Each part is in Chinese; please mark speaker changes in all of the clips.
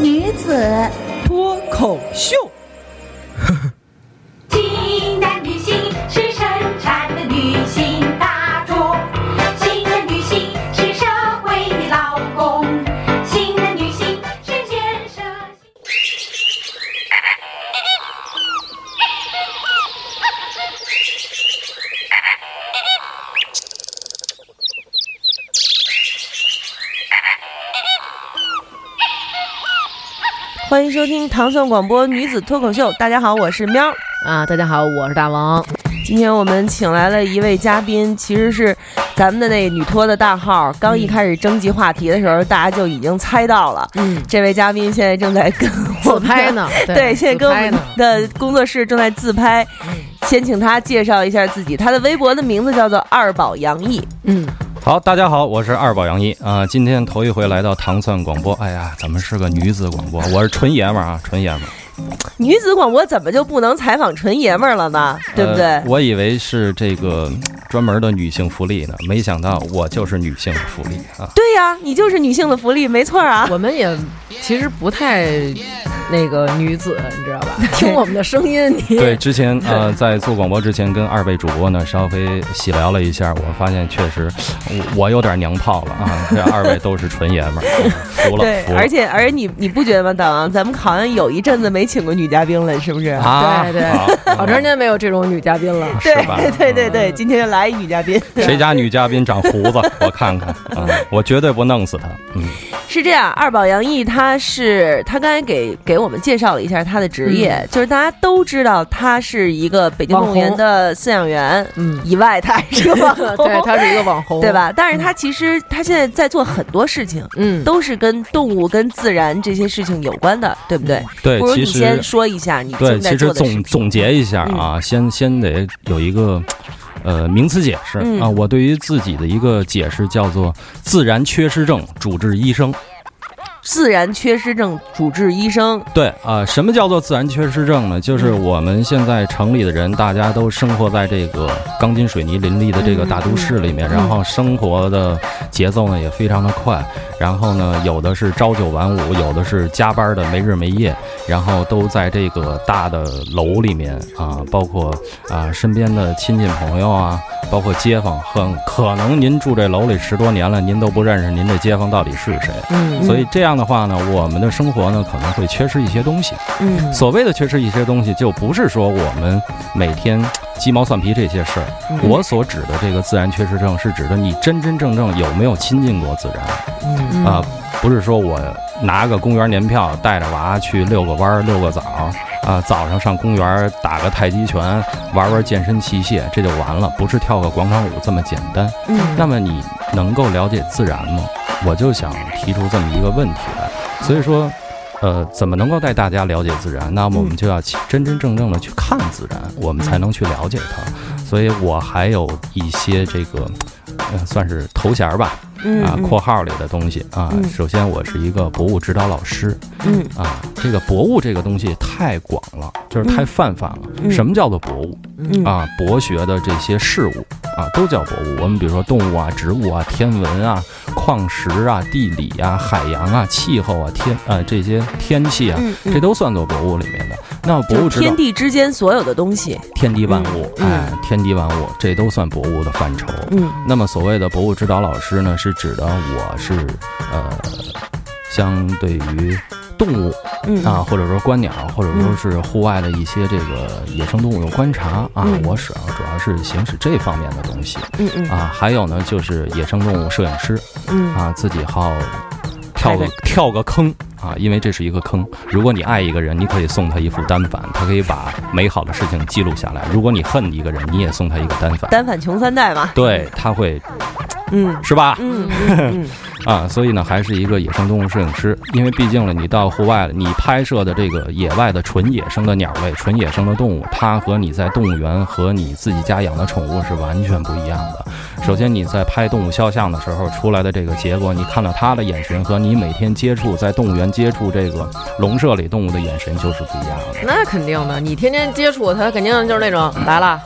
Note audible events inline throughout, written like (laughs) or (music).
Speaker 1: 女子
Speaker 2: 脱口秀。
Speaker 3: 新的女性是生产的女性大众，新的女性是社会的劳工，新的女性是建设。
Speaker 4: 欢迎收听糖蒜广播女子脱口秀。大家好，我是喵。
Speaker 5: 啊！大家好，我是大王。
Speaker 4: 今天我们请来了一位嘉宾，其实是咱们的那女托的大号。刚一开始征集话题的时候，大家就已经猜到了。
Speaker 5: 嗯，
Speaker 4: 这位嘉宾现在正在跟我
Speaker 5: 自
Speaker 4: 们
Speaker 5: 拍，
Speaker 4: (laughs)
Speaker 5: 呢？
Speaker 4: 对，现在跟
Speaker 5: 自
Speaker 4: 我
Speaker 5: 拍
Speaker 4: 们
Speaker 5: 呢。嗯
Speaker 4: 的工作室正在自拍。先请他介绍一下自己，他的微博的名字叫做二宝杨毅。
Speaker 5: 嗯，
Speaker 6: 好，大家好，我是二宝杨一啊、今天头一回来到糖蒜广播，哎呀，咱们是个女子广播，我是纯爷们儿啊，纯爷们儿，
Speaker 4: 女子广播怎么就不能采访纯爷们儿了呢？ (laughs) 对不对？
Speaker 6: 呃我以为是这个嗯专门的女性福利呢，没想到我就是女性福利
Speaker 4: (laughs)
Speaker 6: 啊。
Speaker 4: 对呀、你就是女性的福利，没错儿啊。
Speaker 5: 我们也其实不太那个女子，你知道 (laughs) 吧？听我们的声音，你
Speaker 6: 对，之前呃，在做广播之前，跟二位主播呢稍微细聊了一下，我发现确实我我有点娘炮了
Speaker 4: (laughs)
Speaker 6: 啊，这二位都是纯爷们儿，啊服了，
Speaker 4: 对
Speaker 6: 服，了。
Speaker 4: 而且而且你你不觉得吗，大王？咱们好像有一阵子没请过女嘉宾了，是不是？
Speaker 6: 啊，
Speaker 5: 对对
Speaker 6: 好
Speaker 4: 哦
Speaker 5: 好长时间没有这种女嘉宾了。
Speaker 4: 对
Speaker 6: 是吧
Speaker 4: (laughs)
Speaker 6: 嗯
Speaker 4: 对对对，今天就来一女嘉宾。
Speaker 6: 谁家女嘉宾长胡子？我看看啊，我绝对不弄死她。嗯，
Speaker 4: (laughs) 是这样，二宝杨毅他是他刚才给给我们介绍了一下他的
Speaker 5: 嗯
Speaker 4: 职业，就是大家都知道他是一个北京动物
Speaker 5: 网
Speaker 4: 园
Speaker 5: 红
Speaker 4: 的饲养员，
Speaker 5: 嗯，
Speaker 4: 以外他还是个网红，
Speaker 5: (laughs) 对，她是一个网红，
Speaker 4: 对？吧？但是他其实他现在在做很多事情，
Speaker 5: 嗯，
Speaker 4: 都是跟动物、跟自然这些事情有关的，对不对？
Speaker 6: 嗯对
Speaker 4: 不，如
Speaker 6: 其
Speaker 4: 你
Speaker 6: 实
Speaker 4: 先说一下你
Speaker 6: 对，
Speaker 4: 正在
Speaker 6: 其实
Speaker 4: 做的事
Speaker 6: 总
Speaker 4: 情。嗯
Speaker 6: 总结一下啊，先先得有一个。呃，名词解释、
Speaker 4: 嗯
Speaker 6: 啊，我对于自己的一个解释叫做“自然缺失症主治医生”。
Speaker 4: 自然缺失症主治医生，
Speaker 6: 对啊、什么叫做自然缺失症呢？就是我们现在城里的人，大家都生活在这个钢筋水泥林立的这个大都市里面，然后生活的节奏呢也非常的快，然后呢有的是朝九晚五，有的是加班的没日没夜，然后都在这个大的楼里面啊、包括啊、身边的亲戚朋友啊，包括街坊，很可能您住这楼里十多年了，您都不认识您这街坊到底是谁。
Speaker 5: 嗯
Speaker 6: 所以这样的话呢，我们的生活呢可能会缺失一些东西。
Speaker 5: 嗯
Speaker 6: 所谓的缺失一些东西，就不是说我们每天鸡毛蒜皮这些事儿。
Speaker 5: 嗯
Speaker 6: 我所指的这个自然缺失症，是指的你真真正正有没有亲近过自然
Speaker 5: 嗯
Speaker 6: 啊、不是说我拿个公园年票带着娃去遛个弯儿、遛个澡儿啊、早上上公园打个太极拳、玩玩健身器械，这就完了，不是跳个广场舞这么简单。
Speaker 5: 嗯
Speaker 6: 那么你能够了解自然吗？我就想提出这么一个问题来。所以说，呃，怎么能够带大家了解自然？那么我们就要去真真正正的去看自然，我们才能去了解它。所以我还有一些这个，呃，算是头衔儿吧，
Speaker 4: 嗯
Speaker 6: 啊，
Speaker 4: 嗯
Speaker 6: 括号里的东西啊。首先，我是一个博物指导老师，
Speaker 4: 嗯
Speaker 6: 啊，这个博物这个东西太广了，就是太泛泛了。什么叫做博物？
Speaker 4: 嗯
Speaker 6: 啊，博学的这些事物啊，都叫博物。我们比如说动物啊、植物啊、天文啊、矿石啊、地理啊、海洋啊、气候啊、天啊这些天气啊，
Speaker 4: 嗯嗯
Speaker 6: 这都算作博物里面的。那博物
Speaker 4: 就
Speaker 6: 指
Speaker 4: 是
Speaker 6: 导
Speaker 4: 天地之间所有的东西，
Speaker 6: 天地万物，
Speaker 4: 嗯嗯
Speaker 6: 哎，天地万物，这都算博物的范畴。
Speaker 4: 嗯，
Speaker 6: 那么所谓的博物指导老师呢，是指的我是呃，相对于动物
Speaker 4: 嗯
Speaker 6: 啊，或者说观鸟，或者说是户外的一些这个野生动物的观察啊，
Speaker 4: 嗯
Speaker 6: 我主要主要是行使这方面的东西
Speaker 4: 嗯嗯
Speaker 6: 啊。还有呢，就是野生动物摄影师
Speaker 4: 嗯
Speaker 6: 啊，自己好跳个
Speaker 4: 拍
Speaker 6: 跳个坑啊，因为这是一个坑。如果你爱一个人，你可以送他一副单反，他可以把美好的事情记录下来；如果你恨一个人，你也送他一个单反。
Speaker 4: 单反穷三代嘛，
Speaker 6: 对，他会
Speaker 4: 嗯
Speaker 6: 是吧？
Speaker 4: 嗯嗯嗯
Speaker 6: (laughs) 啊，所以呢，还是一个野生动物摄影师，因为毕竟呢，你到户外了，你拍摄的这个野外的纯野生的鸟类、纯野生的动物，它和你在动物园和你自己家养的宠物是完全不一样的。首先，你在拍动物肖像的时候出来的这个结果，你看到它的眼神和你每天接触在动物园接触这个笼舍里动物的眼神就是不一样的。
Speaker 5: 那肯定的，你天天接触它，肯定就是那种来 (laughs) 了，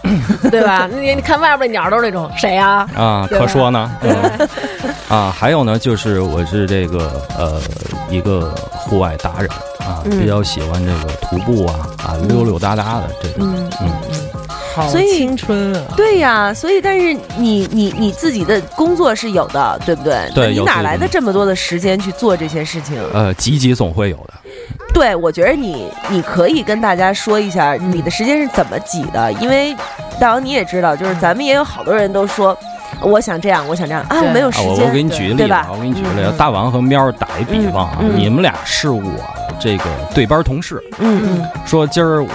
Speaker 5: 对吧？你你看外边的鸟都是那种谁呀、
Speaker 6: 啊，
Speaker 5: 对吧
Speaker 6: 可说呢。
Speaker 4: (laughs)
Speaker 6: 嗯、啊，还有呢，就是我是这个呃一个户外达人啊，
Speaker 4: 嗯
Speaker 6: 比较喜欢这个徒步啊啊溜溜达达的这种。嗯
Speaker 7: 好
Speaker 4: 所以
Speaker 7: 青春啊！
Speaker 4: 对呀，所以但是你你你自己的工作是有的，对不对？
Speaker 6: 对
Speaker 4: 那你
Speaker 6: 有自
Speaker 4: 哪
Speaker 6: 己
Speaker 4: 来
Speaker 6: 的
Speaker 4: 的这么多的时间去做这些事情？
Speaker 6: 呃，集集总会有的。
Speaker 4: 对，我觉得你你可以跟大家说一下
Speaker 6: 嗯
Speaker 4: 你的时间是怎么挤的，因为大王你也知道，就是咱们也有好多人都说，我想这样，我想这样啊，
Speaker 5: 对
Speaker 4: 我没有时
Speaker 6: 啊，我
Speaker 4: 间，
Speaker 6: 我给你举个
Speaker 4: 对
Speaker 6: 例子
Speaker 4: 吧嗯
Speaker 6: 啊，我给你举个例子，大王和喵儿打一比方啊，你们俩是我这个对班同事，
Speaker 4: 嗯嗯
Speaker 6: 说今儿我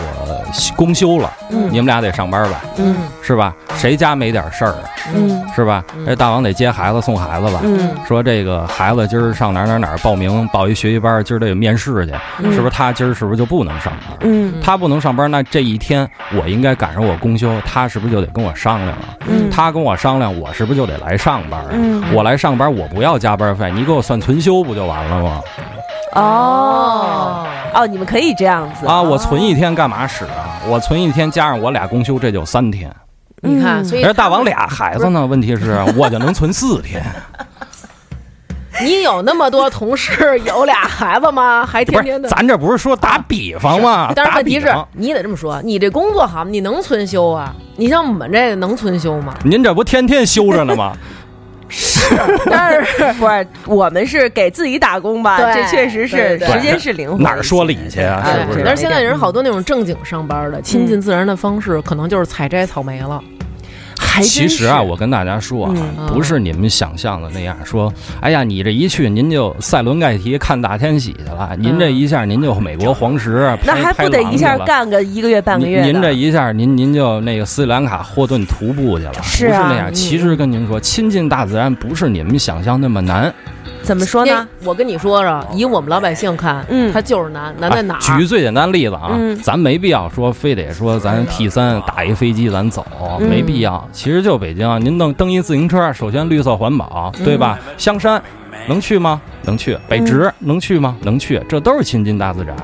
Speaker 6: 公休了，你们俩得上班吧，
Speaker 4: 嗯
Speaker 6: 是吧？谁家没点事儿啊，
Speaker 4: 嗯
Speaker 6: 是吧？这大王得接孩子送孩子吧，
Speaker 4: 嗯，
Speaker 6: 说这个孩子今儿上哪儿哪儿哪儿报名报一学习班，今儿得面试去，
Speaker 5: 嗯
Speaker 6: 是不是？他今儿是不是就不能上班？
Speaker 4: 嗯
Speaker 6: 他不能上班，那这一天我应该赶上我公休，他是不是就得跟我商量啊？
Speaker 4: 嗯
Speaker 6: 他跟我商量，我是不是就得来上班啊？
Speaker 4: 嗯
Speaker 6: 我来上班，我不要加班费，你给我算存休不就完了吗？
Speaker 4: 哦哦，你们可以这样子
Speaker 6: 啊，我存一天干嘛使啊？我存一天加上我俩公休，这就三天。
Speaker 5: 你看，所以
Speaker 6: 而大王俩孩子呢，问
Speaker 5: (laughs)
Speaker 6: 题是我就能存四天，
Speaker 5: 你有那么多同事，有俩孩子吗？还
Speaker 6: 不
Speaker 5: 天
Speaker 6: 是
Speaker 5: 天？的。
Speaker 6: 咱这不是说打比方吗？
Speaker 5: (laughs) 但是
Speaker 6: 打
Speaker 5: 问题
Speaker 6: 比
Speaker 5: 是
Speaker 6: 方，，
Speaker 5: 你得这么说，你这工作好，你能存休啊？你像我们这个能存休吗？
Speaker 6: 您这不天天休着呢吗？
Speaker 4: 但是不是我们是给自己打工吧？
Speaker 5: 对
Speaker 4: 这确实是
Speaker 5: 对对对
Speaker 4: 时间是灵活一些，
Speaker 6: 哪儿说理去啊？
Speaker 4: 对
Speaker 6: 是
Speaker 5: 哎
Speaker 6: 不是？
Speaker 5: 但是现在人好
Speaker 4: 嗯
Speaker 5: 多那种正经上班的，亲近自然的方式，可能就是采摘草莓了。
Speaker 4: (laughs) 还真
Speaker 6: 其实啊，
Speaker 4: 是
Speaker 6: 我跟大家说啊，
Speaker 4: 嗯
Speaker 6: 不是你们想象的那样，说，哎呀，你这一去您就赛伦盖提看大迁徙去了，您这一下您就美国黄石，
Speaker 4: 嗯那
Speaker 6: 拍
Speaker 4: 还不得一下？
Speaker 6: 拍狼去了
Speaker 4: 干个一个月半个月
Speaker 6: 您您这
Speaker 4: 的？
Speaker 6: 一下，您您就那个斯里兰卡霍顿徒步去了，
Speaker 4: 是
Speaker 6: 不是
Speaker 4: 啊
Speaker 6: 那样。其实跟您说，亲近大自然不是你们想象那么难。
Speaker 4: 怎么说呢？
Speaker 5: 哎那我跟你说说，以我们老百姓看，
Speaker 4: 嗯
Speaker 5: 它就是难，难在哪
Speaker 6: 哦啊
Speaker 5: 儿？
Speaker 6: 举个最简单例子啊，
Speaker 4: 嗯
Speaker 6: 咱没必要说非得说咱 T 三打一飞机咱走，
Speaker 5: 嗯
Speaker 6: 没必要。其实就北京啊，您弄蹬一自行车，首先绿色环保，
Speaker 5: 嗯
Speaker 6: 对吧？香山能去吗？能去。北直、能去吗？能去。这都是亲近大自然。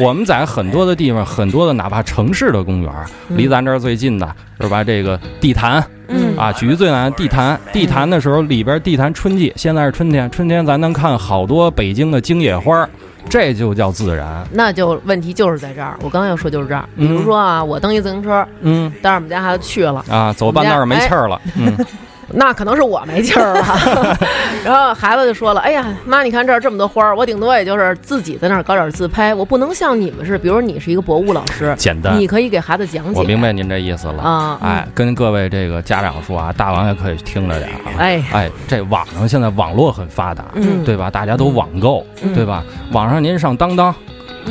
Speaker 6: 我们在很多的地方，很多的哪怕城市的公园，
Speaker 5: 嗯
Speaker 6: 离咱这儿最近的是吧？这个地坛
Speaker 4: 嗯
Speaker 6: 啊，举最难地坛，地坛的时候里边地坛春季，现在是春天，春天咱能看好多北京的京野花，这就叫自然。
Speaker 5: 那就问题就是在这儿。我刚要说就是这儿，比
Speaker 6: 嗯
Speaker 5: 如说啊，我蹬一自行车，
Speaker 6: 嗯
Speaker 5: 但是我们家孩子去了，
Speaker 6: 啊，走半道儿没气儿
Speaker 5: 哎
Speaker 6: 了，嗯，
Speaker 5: (laughs) 那可能是我没劲儿
Speaker 6: (laughs)
Speaker 5: 了。然后孩子就说了：“哎呀，妈，你看这儿这么多花儿，我顶多也就是自己在那儿搞点自拍，我不能像你们是，比如你是一个博物老师，
Speaker 6: 简单
Speaker 5: 你。可以给孩子讲解。”
Speaker 6: 我明白您这意思了
Speaker 5: 啊
Speaker 6: 哎，跟各位这个家长说啊，大王也可以听着点儿啊。
Speaker 5: 哎
Speaker 6: 哎，这网上现在网络很发达，
Speaker 4: 嗯
Speaker 6: 对吧？大家都网购，
Speaker 5: 嗯
Speaker 6: 对吧？网上您上当当，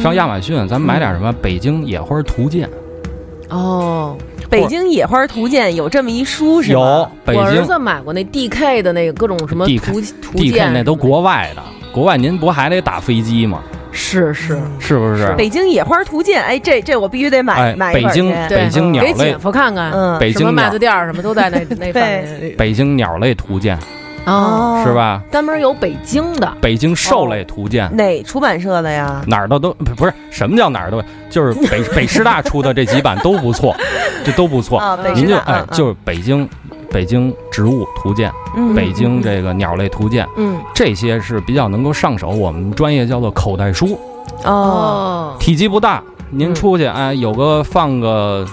Speaker 6: 上亚马逊，咱买点什么《北京野花图鉴
Speaker 5: 哦，
Speaker 4: 北京野花图鉴有这么一书》，是
Speaker 6: 有
Speaker 4: 吗？
Speaker 6: 北
Speaker 5: 我儿
Speaker 6: 京
Speaker 5: 子买过那 DK 的那个各种什么
Speaker 6: DK
Speaker 5: 图图
Speaker 6: DK
Speaker 5: 鉴，
Speaker 6: 那都国外的，国外您不还得打飞机吗？
Speaker 5: 是是
Speaker 6: 是不是？
Speaker 4: 北京野花图鉴，哎，这这我必须得买
Speaker 6: 哎，
Speaker 4: 买一
Speaker 6: 北
Speaker 4: 本
Speaker 6: 京
Speaker 4: 去。
Speaker 5: 对
Speaker 6: 北京鸟
Speaker 5: 给姐
Speaker 6: 类，
Speaker 5: 夫看看，
Speaker 4: 嗯
Speaker 6: 北
Speaker 5: 啊什么
Speaker 6: 京
Speaker 5: 麦
Speaker 6: 鸟
Speaker 5: 子店儿什么都在那 (laughs) 那范围
Speaker 6: 北京鸟类图鉴
Speaker 5: 哦，
Speaker 4: 哦
Speaker 6: 是？吧？
Speaker 5: 专门有北京的
Speaker 6: 北京兽类图鉴
Speaker 4: 哪出版社的呀？
Speaker 6: 哪儿的都不不是什么叫哪儿都，就是北 (laughs) 北师大出的这几版都
Speaker 4: (laughs)
Speaker 6: 不错，这都不错。
Speaker 4: 啊，北
Speaker 6: 您
Speaker 4: 师
Speaker 6: 就
Speaker 4: 大，
Speaker 6: 哎
Speaker 4: 嗯，
Speaker 6: 就是北京北京植物图鉴、
Speaker 4: 嗯
Speaker 6: 北京这个鸟类图鉴，
Speaker 5: 嗯，
Speaker 6: 这些是比较能够上手。我们专业叫做口袋书，
Speaker 4: 哦，
Speaker 5: 哦，
Speaker 6: 体积不大，您
Speaker 5: 嗯
Speaker 6: 出去哎，有个放个。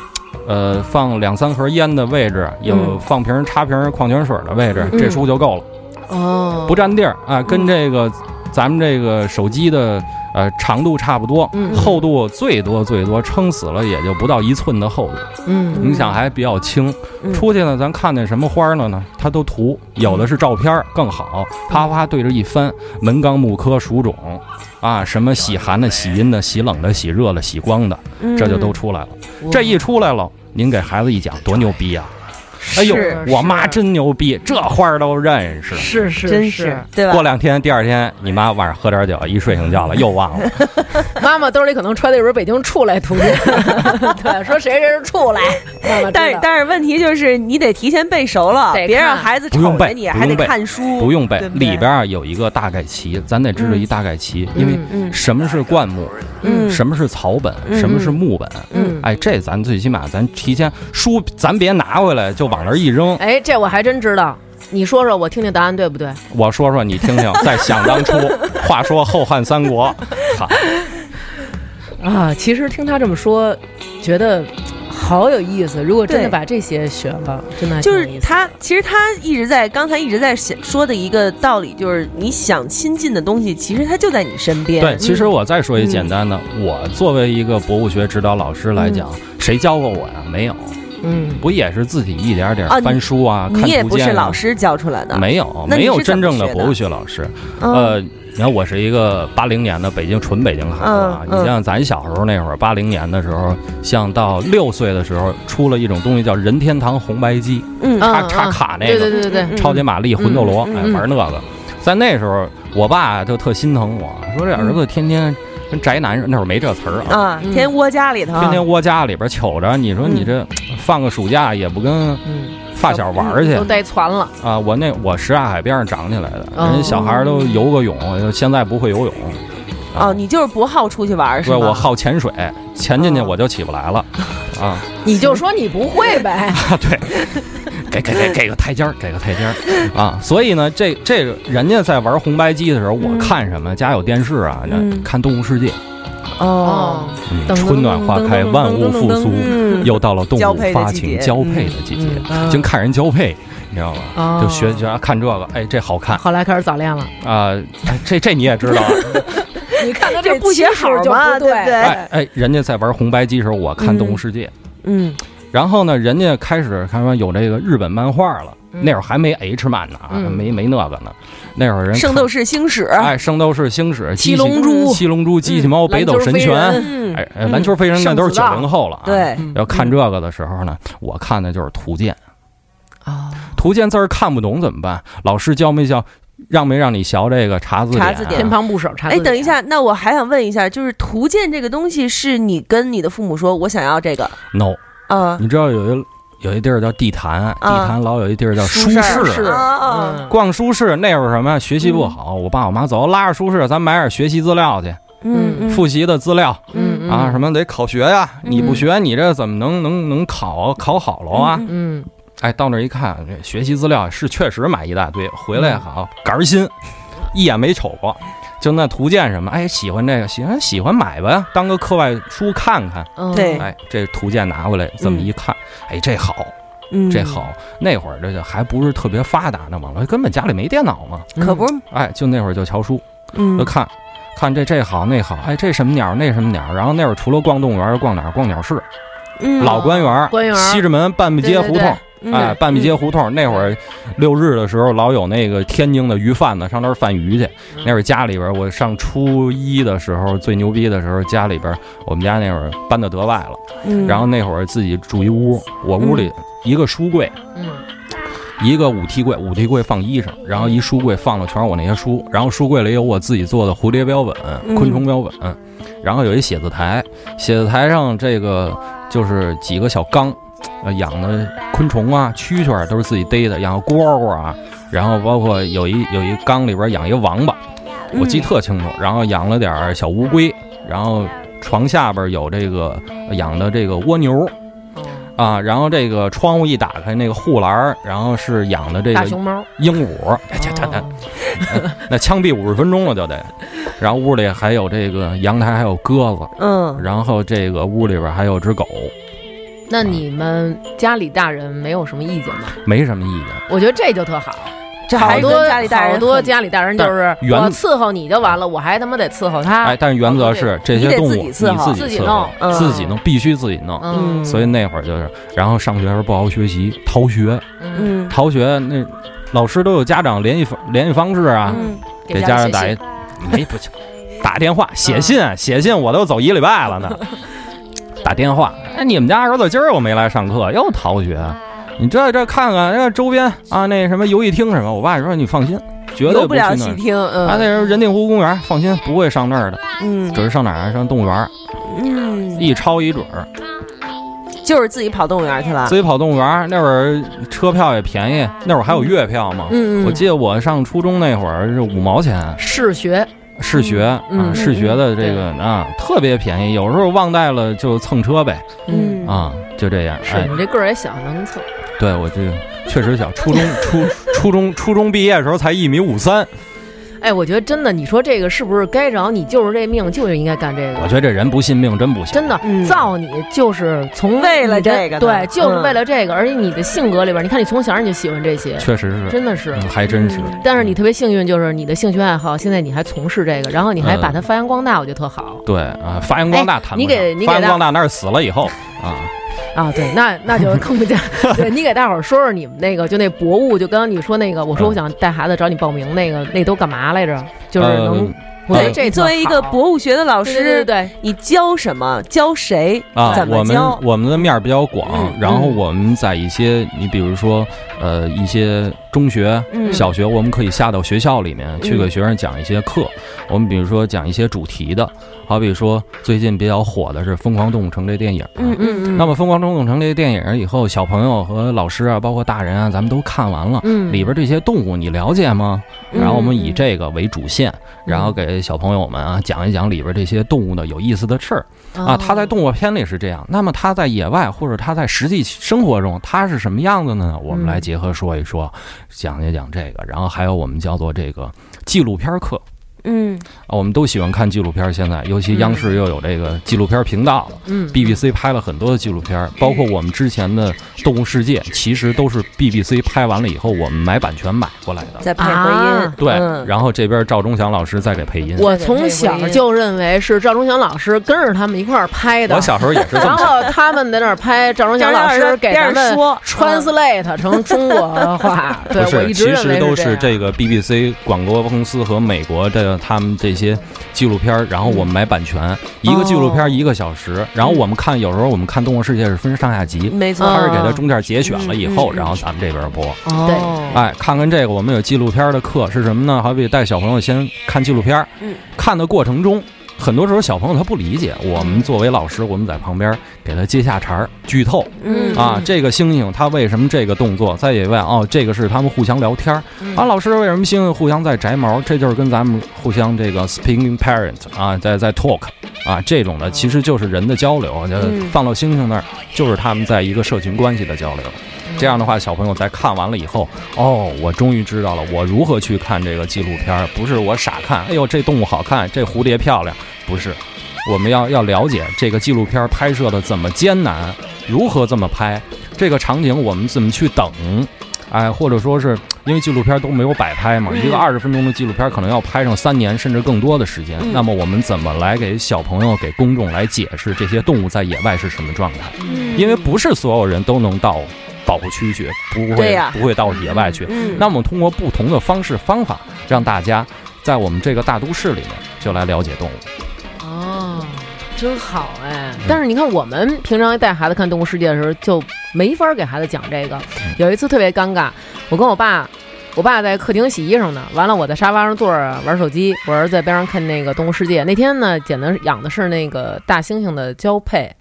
Speaker 6: 呃，放两三盒烟的位置，有
Speaker 5: 嗯
Speaker 6: 放瓶儿插瓶儿矿泉水的位置，
Speaker 5: 嗯
Speaker 6: 这书就够了，
Speaker 5: 哦，
Speaker 6: 不占地儿啊，跟这个咱们这个手机的呃长度差不多，
Speaker 5: 嗯
Speaker 6: 厚度最多最多撑死了也就不到一寸的厚度，
Speaker 5: 嗯
Speaker 6: 你想还比较轻。
Speaker 4: 嗯
Speaker 6: 出去呢，咱看见什么花了呢？它都图，有的是照片儿更好，啪啪对着一翻，门纲目科属种，啊，什么喜寒的、喜阴的、喜冷的、喜热的、
Speaker 4: 嗯
Speaker 6: 嗯喜光的，这就都出来了。这一出来了，您给孩子一讲，多牛逼啊！哎呦
Speaker 4: 是，
Speaker 6: 我妈真牛逼，这花儿都认识。
Speaker 5: 是是
Speaker 4: 真
Speaker 5: 是
Speaker 4: 是，对吧
Speaker 6: 过？两天，第二天，你妈晚上喝点酒，一睡醒觉了，又忘
Speaker 4: (laughs)
Speaker 6: 了。
Speaker 5: (laughs) 妈妈兜里可能揣的一本北京处来图鉴， (laughs) 对，说谁谁是处来， (laughs) 妈妈知道
Speaker 4: 但是但是问题就是你得提前背熟了，
Speaker 5: 啊得
Speaker 4: 别让
Speaker 5: 看
Speaker 4: 孩子
Speaker 6: 不用
Speaker 4: 瞅着
Speaker 6: 背
Speaker 4: 你，
Speaker 6: 不
Speaker 4: 还得
Speaker 6: 用背
Speaker 4: 看书，
Speaker 6: 不用背
Speaker 4: 对，不对
Speaker 6: 里边儿有一个大概齐，咱得知道一大概齐，因为什么是灌木，
Speaker 4: 嗯
Speaker 6: 什么是草本，什么是木本，
Speaker 5: 嗯
Speaker 6: 哎，这咱最起码咱提前书，咱别拿回来就往那儿一扔。
Speaker 5: 哎，这我还真知道。你说说，我听听答案对不对？
Speaker 6: 我说说
Speaker 4: (laughs)
Speaker 6: 你听听，在想当初，话说后汉三国，好，
Speaker 5: 啊，其实听他这么说，觉得好有意思。如果真的
Speaker 4: 对
Speaker 5: 把这些学了，真的还挺
Speaker 4: 就
Speaker 5: 有
Speaker 4: 是
Speaker 5: 意思
Speaker 4: 他，其实他一直在刚才一直在想说的一个道理，就是你想亲近的东西，其实它就在你身边。嗯
Speaker 6: 对，其实我再说一简单的，我作为一个博物学指导老师
Speaker 4: 嗯
Speaker 6: 来讲，谁教过我呀？没有，
Speaker 5: 嗯，
Speaker 6: 不也是自己一点点
Speaker 4: 啊你
Speaker 6: 翻书啊，看
Speaker 4: 你也
Speaker 6: 图
Speaker 4: 不是
Speaker 6: 鉴啊
Speaker 4: 老师教出来的，
Speaker 6: 没有，
Speaker 4: 那你
Speaker 6: 没有
Speaker 4: 是怎
Speaker 6: 真
Speaker 4: 么
Speaker 6: 正的
Speaker 4: 学的
Speaker 6: 博物学老师。
Speaker 4: 嗯
Speaker 6: 呃，你看我是一个八零年的北京纯北京孩子啊，
Speaker 4: 嗯
Speaker 6: 你像咱小时候那会儿，八零年的时候，像到六岁的时候，出了一种东西叫任天堂红白机，
Speaker 4: 嗯
Speaker 6: 插
Speaker 5: 嗯
Speaker 6: 插
Speaker 5: 嗯
Speaker 6: 卡那
Speaker 5: 对对
Speaker 6: 个，
Speaker 5: 对对对，
Speaker 6: 超级玛丽、魂斗罗，
Speaker 4: 嗯
Speaker 6: 哎，
Speaker 5: 嗯
Speaker 6: 玩那个。在那时候，我爸就特心疼我，说这儿子天天跟宅男似的，那会儿没这词儿啊。
Speaker 4: 嗯啊，嗯
Speaker 5: 嗯
Speaker 4: 天天窝家里头，
Speaker 6: 天天窝家里边瞅着，你说你这放个暑假也不跟
Speaker 5: 嗯，
Speaker 6: 发小玩儿去，
Speaker 5: 都带攒了，
Speaker 6: 啊，我那我什刹海边上长起来的，
Speaker 5: 哦
Speaker 6: 人家小孩儿都游个泳，就现在不会游泳。
Speaker 4: 哦，你就是不好出去玩是
Speaker 6: 对，
Speaker 4: 吗？
Speaker 6: 我好潜水，潜进去
Speaker 4: 哦
Speaker 6: 我就起不来了，
Speaker 5: (laughs)
Speaker 6: 啊，
Speaker 5: 你就说你不会 (laughs) 呗。
Speaker 6: 给给给给个台阶儿，给个台阶
Speaker 5: (laughs)
Speaker 6: 儿啊！所以呢，这这个人家在玩红白机的时候，
Speaker 5: 嗯
Speaker 6: 我看什么？家有电视啊，那
Speaker 4: 嗯
Speaker 6: 看《动物世界》，
Speaker 4: 哦，
Speaker 6: 嗯，
Speaker 5: 噔噔
Speaker 6: 春暖花开，
Speaker 5: 噔噔噔
Speaker 6: 万物复苏，
Speaker 4: 嗯
Speaker 6: 又到了动
Speaker 4: 交
Speaker 6: 物
Speaker 4: 配的
Speaker 6: 发
Speaker 4: 季
Speaker 6: 情
Speaker 4: 节
Speaker 6: 交配的季节
Speaker 5: 嗯嗯，
Speaker 6: 已经看人交配，你知道吗？
Speaker 5: 哦
Speaker 6: 就学学看这个，哎，这好看
Speaker 5: 后来开始早恋了，
Speaker 6: 啊！哎这这你也知道啊，
Speaker 5: 你看他
Speaker 4: 这不学好嘛，对不对？
Speaker 6: 哎哎，人家在玩红白机时候，我看《动物世界》
Speaker 4: 嗯，
Speaker 6: 然后呢，人家开始看说有这个日本漫画了，
Speaker 5: 嗯
Speaker 6: 那会儿还没 H 漫呢，啊
Speaker 5: 嗯
Speaker 6: 没没那个呢，那会儿
Speaker 4: 《
Speaker 6: 人看
Speaker 4: 圣斗士星矢》
Speaker 6: 哎，圣斗士星矢、
Speaker 5: 七
Speaker 6: 机器
Speaker 5: 龙珠
Speaker 6: 七龙珠、机器猫、北斗神拳，
Speaker 4: 嗯
Speaker 6: 哎，哎篮球飞人那都是九
Speaker 5: 圣子
Speaker 6: 零后了啊。
Speaker 4: 对，
Speaker 5: 嗯
Speaker 6: 要看这个的时候呢，我看的就是图鉴，
Speaker 5: 啊，
Speaker 6: 图鉴字儿看不懂怎么办？老师教没教？让没让你学这个查字典啊？
Speaker 4: 查字典
Speaker 5: 偏旁部首查。
Speaker 4: 哎，等一，下，那我还想问一下，就是图鉴这个东西，是你跟你的父母说我想要这个
Speaker 6: no，
Speaker 4: 啊？
Speaker 6: 你知道有一有一地儿叫地坛，地坛老有一地儿叫
Speaker 4: 书
Speaker 6: 书
Speaker 4: 市
Speaker 6: 市。
Speaker 4: 啊，
Speaker 5: 嗯，
Speaker 6: 逛书市那会儿什么学习不好，我爸我妈走，拉着书市，咱买点学习资料去，
Speaker 4: 嗯嗯，
Speaker 6: 复习的资料
Speaker 5: 嗯
Speaker 6: 啊，什
Speaker 5: 么？
Speaker 6: 么得考学呀、你不学你这怎么能能能考考好了啊？
Speaker 5: 嗯，
Speaker 6: 哎，到那儿一看，这学习资料是确实买一大堆，回来
Speaker 5: 嗯
Speaker 6: 好杆儿新，一眼没瞅过，就那图鉴什么，哎，喜欢这个，喜欢喜欢买吧，当个课外书看看。
Speaker 5: 嗯
Speaker 4: 对
Speaker 6: 哎，这图鉴拿回来这么一看，哎，这好，
Speaker 4: 嗯
Speaker 6: 这好。那会儿这就还不是特别发达呢，网络根本家里没电脑嘛。
Speaker 4: 嗯可不，是，
Speaker 6: 哎，就那会儿就瞧书，
Speaker 4: 嗯
Speaker 6: 就看，看这这好那好，哎，这什么鸟那什么鸟，然后那会儿除了逛动物园，逛哪儿？逛鸟市、
Speaker 4: 嗯
Speaker 6: 老官园、
Speaker 5: 官园
Speaker 6: 西直门、半壁街胡同，
Speaker 5: 对嗯
Speaker 6: 哎，半
Speaker 4: 嗯
Speaker 6: 壁街，胡同、那会儿六日的时候，老有那个天津的鱼贩子上那儿贩鱼去。
Speaker 5: 嗯
Speaker 6: 那会儿家里边，我上初一的时候最牛逼的时候，家里边我们家那会儿搬到德外了，
Speaker 4: 嗯
Speaker 6: 然后那会儿自己住一屋，我屋里一个书柜，
Speaker 5: 嗯，
Speaker 6: 一个五屉柜，五屉柜放衣裳，然后一书柜放的全是我那些书，然后书柜里有我自己做的蝴蝶标本、昆虫标本，然后有一写字台，写字台上这个就是几个小缸，呃，养的昆虫啊、蛐蛐儿都是自己逮的，养蝈蝈啊，然后包括有一有一缸里边养一王八，
Speaker 4: 嗯
Speaker 6: 我记特清楚，然后养了点儿小乌龟，然后床下边有这个养的这个蜗牛。
Speaker 5: 嗯
Speaker 6: 啊，然后这个窗户一打开，那个护栏儿，然后是养的这
Speaker 5: 大
Speaker 6: 个
Speaker 5: 熊猫，
Speaker 6: 鹦鹉，哎这这这
Speaker 5: 哦
Speaker 6: 那枪毙五十分钟了就得。然后屋里还有这个阳台还有鸽子，
Speaker 4: 嗯，
Speaker 6: 然后这个屋里边还有只狗，
Speaker 5: 那你们家里大人没有什么意见吗？
Speaker 6: 没什么意见。
Speaker 5: 我觉得这就特好，
Speaker 4: 这还
Speaker 5: 好
Speaker 4: 是
Speaker 5: 多
Speaker 4: 跟家里大人
Speaker 5: 好多家里大人就是
Speaker 6: 但原
Speaker 5: 我伺候你就完了，我还他妈得伺候他
Speaker 6: 哎，。但是原则是这
Speaker 4: 啊你
Speaker 6: 些
Speaker 4: 得
Speaker 6: 动物
Speaker 4: 自己嗯伺
Speaker 6: 你
Speaker 4: 候
Speaker 6: 自
Speaker 5: 自
Speaker 6: 己
Speaker 5: 己
Speaker 6: 伺
Speaker 5: 弄
Speaker 6: 候，自己弄，必须自己弄。
Speaker 5: 嗯
Speaker 6: 所以那会儿就是，然后上学的时候不好好学习，逃学，
Speaker 5: 嗯，
Speaker 4: 嗯
Speaker 6: 逃学那老师都有家长联系方联系方式啊，
Speaker 4: 嗯
Speaker 6: 给家人
Speaker 5: 写
Speaker 6: 打
Speaker 5: 信
Speaker 6: 一没不行，打电话写信写信，我都走一礼拜了呢。打电话，哎，你们家儿子今儿又没来上课，又逃学。你这这看看那周边啊，那什么游戏厅什么，我爸说你放心，绝
Speaker 4: 游
Speaker 6: 对不
Speaker 4: 不
Speaker 6: 去
Speaker 4: 了
Speaker 6: 那
Speaker 4: 戏
Speaker 6: 儿。
Speaker 4: 厅，嗯、
Speaker 6: 啊，那时候人定湖公园，放心，不会上那儿的，
Speaker 4: 嗯
Speaker 6: 准是上哪儿啊？上动物园儿，
Speaker 4: 嗯，
Speaker 6: 一抄一准儿。
Speaker 4: 就是自己跑动物园去了
Speaker 6: 自。己跑动物园儿那会儿车票也便宜，那会儿还有月票嘛。
Speaker 5: 嗯
Speaker 6: 我记得我上初中那会儿是五毛钱，
Speaker 5: 试学，
Speaker 6: 试学
Speaker 5: 嗯
Speaker 6: 啊，试学的这个啊，特别便宜。有时候忘带了就蹭车呗，
Speaker 5: 嗯，
Speaker 6: 啊，就这样。
Speaker 5: 是
Speaker 6: 哎，
Speaker 5: 你这个儿也小，能蹭。
Speaker 6: 对我这确实小，初中初初中初中毕业的时候才一米五三，
Speaker 5: 哎，我觉得真的，你说这个是不是该着你就是这命，就是应该干这个。
Speaker 6: 我觉得这人不信命真不行。
Speaker 5: 真的、
Speaker 4: 嗯
Speaker 5: 造你就是从
Speaker 4: 为了
Speaker 5: 你的
Speaker 4: 这个的
Speaker 5: 对，就是
Speaker 4: 嗯
Speaker 5: 为了这个，而且你的性格里边，你看你从小你就喜欢这些，
Speaker 6: 确实是，
Speaker 5: 真的是。
Speaker 6: 嗯还真是。
Speaker 5: 但是你特别幸运，就是你的兴趣爱好，现在你还从事这个，然后你
Speaker 6: 嗯
Speaker 5: 还把它发扬光大，我觉得特好
Speaker 6: 对啊，发扬光大谈不上，
Speaker 5: 哎你给你给
Speaker 6: 发扬
Speaker 5: 大
Speaker 6: 光大那是死了以后啊，
Speaker 5: 啊。对，那那就更不
Speaker 6: (laughs)
Speaker 5: 加。对你给大伙儿说说你们那个，就那博物，就刚刚你说那个，我
Speaker 6: 嗯
Speaker 5: 说我想带孩子找你报名那个，那都干嘛来着？就是
Speaker 6: 呃
Speaker 5: 能，我觉
Speaker 6: 呃
Speaker 5: 得这
Speaker 4: 作为一个
Speaker 5: 特好
Speaker 4: 博物学的老
Speaker 5: 对
Speaker 4: 师，
Speaker 5: 对对对，
Speaker 4: 你教什么？教谁？
Speaker 6: 啊，
Speaker 4: 怎
Speaker 6: 我
Speaker 4: 么
Speaker 6: 们
Speaker 4: 教？
Speaker 6: 我们的面儿比较广，
Speaker 4: 嗯
Speaker 6: 然后我们在一些，你比如说，呃，一些中学、
Speaker 4: 嗯
Speaker 6: 小学，我们可以下到学校里面去给学生讲一些课。我们比如说讲一些主题的，好比说最近比较火的是《疯狂动物城》这电影。
Speaker 4: 嗯
Speaker 5: 嗯嗯，
Speaker 6: 那么《疯狂动物城》这电影以后，小朋友和老师啊，包括大人啊，咱们都看完了。
Speaker 5: 嗯
Speaker 6: 里边这些动物你了解吗？
Speaker 4: 嗯
Speaker 6: 然后我们以这个为主线，然后给小朋友们啊讲一讲里边这些动物的有意思的事儿。
Speaker 5: 哦
Speaker 6: 啊，它在动物片里是这样，那么它在野外或者它在实际生活中，它是什么样子呢？我们来结合说一说，讲一讲这个，然后还有我们叫做这个纪录片课
Speaker 4: 嗯
Speaker 6: 啊，我们都喜欢看纪录片，现在尤其央视又有这个纪录片频道了。
Speaker 5: 嗯
Speaker 6: BBC 拍了很多的纪录片，包括我们之前的《动物世界》，其实都是 BBC 拍完了以后，我们买版权买过来的。
Speaker 4: 再配合音
Speaker 5: 啊，
Speaker 6: 对，
Speaker 4: 嗯
Speaker 6: 然后这边赵忠祥老师再给配音。
Speaker 5: 我从小就认为是赵忠祥老师跟着他们一块儿拍的。
Speaker 6: 我小时候也是这么
Speaker 5: (laughs) 然
Speaker 6: 想的。
Speaker 5: 后他们在那儿拍，赵忠祥老师给咱
Speaker 4: 边儿
Speaker 5: 们
Speaker 4: 说
Speaker 5: translate 成中国
Speaker 6: (laughs)
Speaker 5: 话。对
Speaker 6: 不，
Speaker 5: 我
Speaker 6: 是，
Speaker 5: 一
Speaker 6: 其
Speaker 5: 直认为
Speaker 6: 实都是
Speaker 5: 这
Speaker 6: 这个 BBC 广播公司和美国的他们这些纪录片儿，然后我们买版
Speaker 5: 哦
Speaker 6: 权，一个纪录片儿一个小时，然后我们看，有时候我们看《动物世界》是分上下集，
Speaker 4: 没错。
Speaker 5: 嗯
Speaker 6: 它是给它中间节选了以后，
Speaker 4: 嗯嗯
Speaker 6: 然后咱们这边播。
Speaker 5: 样。对，
Speaker 6: 哎，看看这个，我们有纪录片儿的课是什么呢？好比带小朋友先看纪录片儿
Speaker 4: 嗯，
Speaker 6: 看的过程中。很多时候小朋友他不理解，我们作为老师，我们在旁边给他接下茬儿、剧透，
Speaker 4: 嗯
Speaker 6: 啊，这个猩猩它为什么这个动作？在野外哦，这个是他们互相聊天儿、
Speaker 4: 嗯
Speaker 6: 啊。老师，为什么猩猩互相在摘毛？这就是跟咱们互相这个 speaking parent 啊，在在 talk 啊，这种的其实就是人的交流，就
Speaker 4: 嗯
Speaker 6: 放到猩猩那儿，就是他们在一个社群关系的交流。这样的话，小朋友在看完了以后，哦，我终于知道了我如何去看这个纪录片儿，不是我傻看，哎呦，这动物好看，这蝴蝶漂亮，不是。我们要要了解这个纪录片儿拍摄的怎么艰难，如何这么拍，这个场景我们怎么去等，哎，或者说是因为纪录片都没有摆拍嘛，一个二十分钟的纪录片可能要拍上三年甚至更多的时间。那么我们怎么来给小朋友、给公众来解释这些动物在野外是什么状态？因为不是所有人都能到保护区去，不
Speaker 4: 对
Speaker 6: 会、
Speaker 4: 呀
Speaker 6: 不会到野外去。
Speaker 4: 嗯
Speaker 6: 那么通过不同的方式方法，让大家在我们这个大都市里面就来了解动物。
Speaker 5: 哦，真好哎！但是你看，我们平常带孩子看《动物世界》的时候，就没法给孩子讲这个。有一次特别尴尬，我跟我爸，我爸在客厅洗衣裳呢，完了我在沙发上坐着玩手机，我儿子在边上看那个《动物世界》。那天呢，捡的养的是那个大猩猩的交配。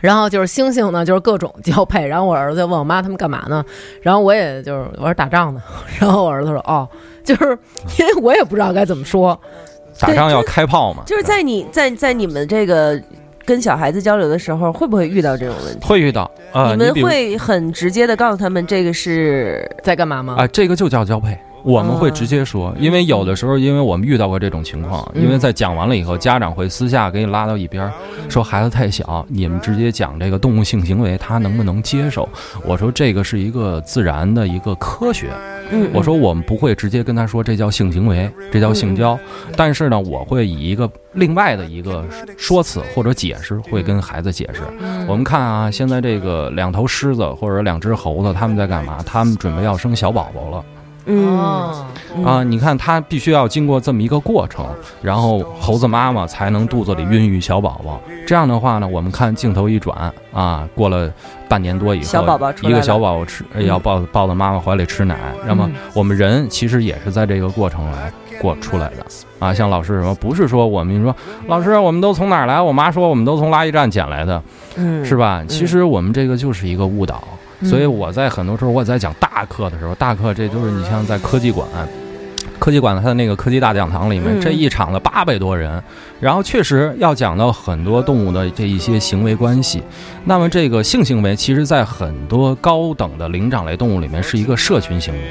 Speaker 5: 然后就是猩猩呢，就是各种交配。然后我儿子就问我妈他们干嘛呢？然后我也就是我说打仗呢。 (laughs) 然后我儿子说哦，就是因为我也不知道该怎么说。
Speaker 6: 打仗要开炮嘛，
Speaker 4: 就是在你在在你们这个跟小孩子交流的时候，会不会遇到这种问题？
Speaker 6: 会遇到呃，
Speaker 4: 你们
Speaker 6: 比如
Speaker 4: 会很直接的告诉他们这个是
Speaker 5: 在干嘛吗？
Speaker 6: 啊，这个就叫交配。我们
Speaker 4: 哦
Speaker 6: 会直接说，因为有的时候，因为我们遇到过这种情况，
Speaker 4: 嗯
Speaker 6: 因为在讲完了以后，家长会私下给你拉到一边儿，说孩子太小，你们直接讲这个动物性行为，他能不能接受？我说这个是一个自然的一个科学，
Speaker 4: 嗯
Speaker 6: 我说我们不会直接跟他说这叫性行为，这叫性交，但是呢，我会以一个另外的一个说辞或者解释，会跟孩子解释。我们看啊，现在这个两头狮子或者两只猴子，他们在干嘛？他们准备要生小宝宝了。
Speaker 4: 嗯，
Speaker 5: 哦，
Speaker 6: 啊，你看它必须要经过这么一个过程，然后猴子妈妈才能肚子里孕育小宝宝。这样的话呢，我们看镜头一转啊，过了半年多以后，
Speaker 4: 小宝宝出来
Speaker 6: 一
Speaker 4: 了嗯
Speaker 6: 个小宝宝吃呃要抱抱到妈妈怀里吃奶，那么我们人其实也是在这个过程来过出来的啊。像老师什么，不是说我们说老师我们都从哪儿来？我妈说我们都从垃圾站捡来的，
Speaker 4: 嗯
Speaker 6: 是？吧？其实我们这个就是一个误导，所以我在很多时候我在讲大课的时候，大课这就是你像在科技馆。科技馆它的那个科技大讲堂里面，
Speaker 4: 嗯
Speaker 6: 这一场子八百多人，然后确实要讲到很多动物的这一些行为关系。那么这个性行为，其实在很多高等的灵长类动物里面是一个社群行为。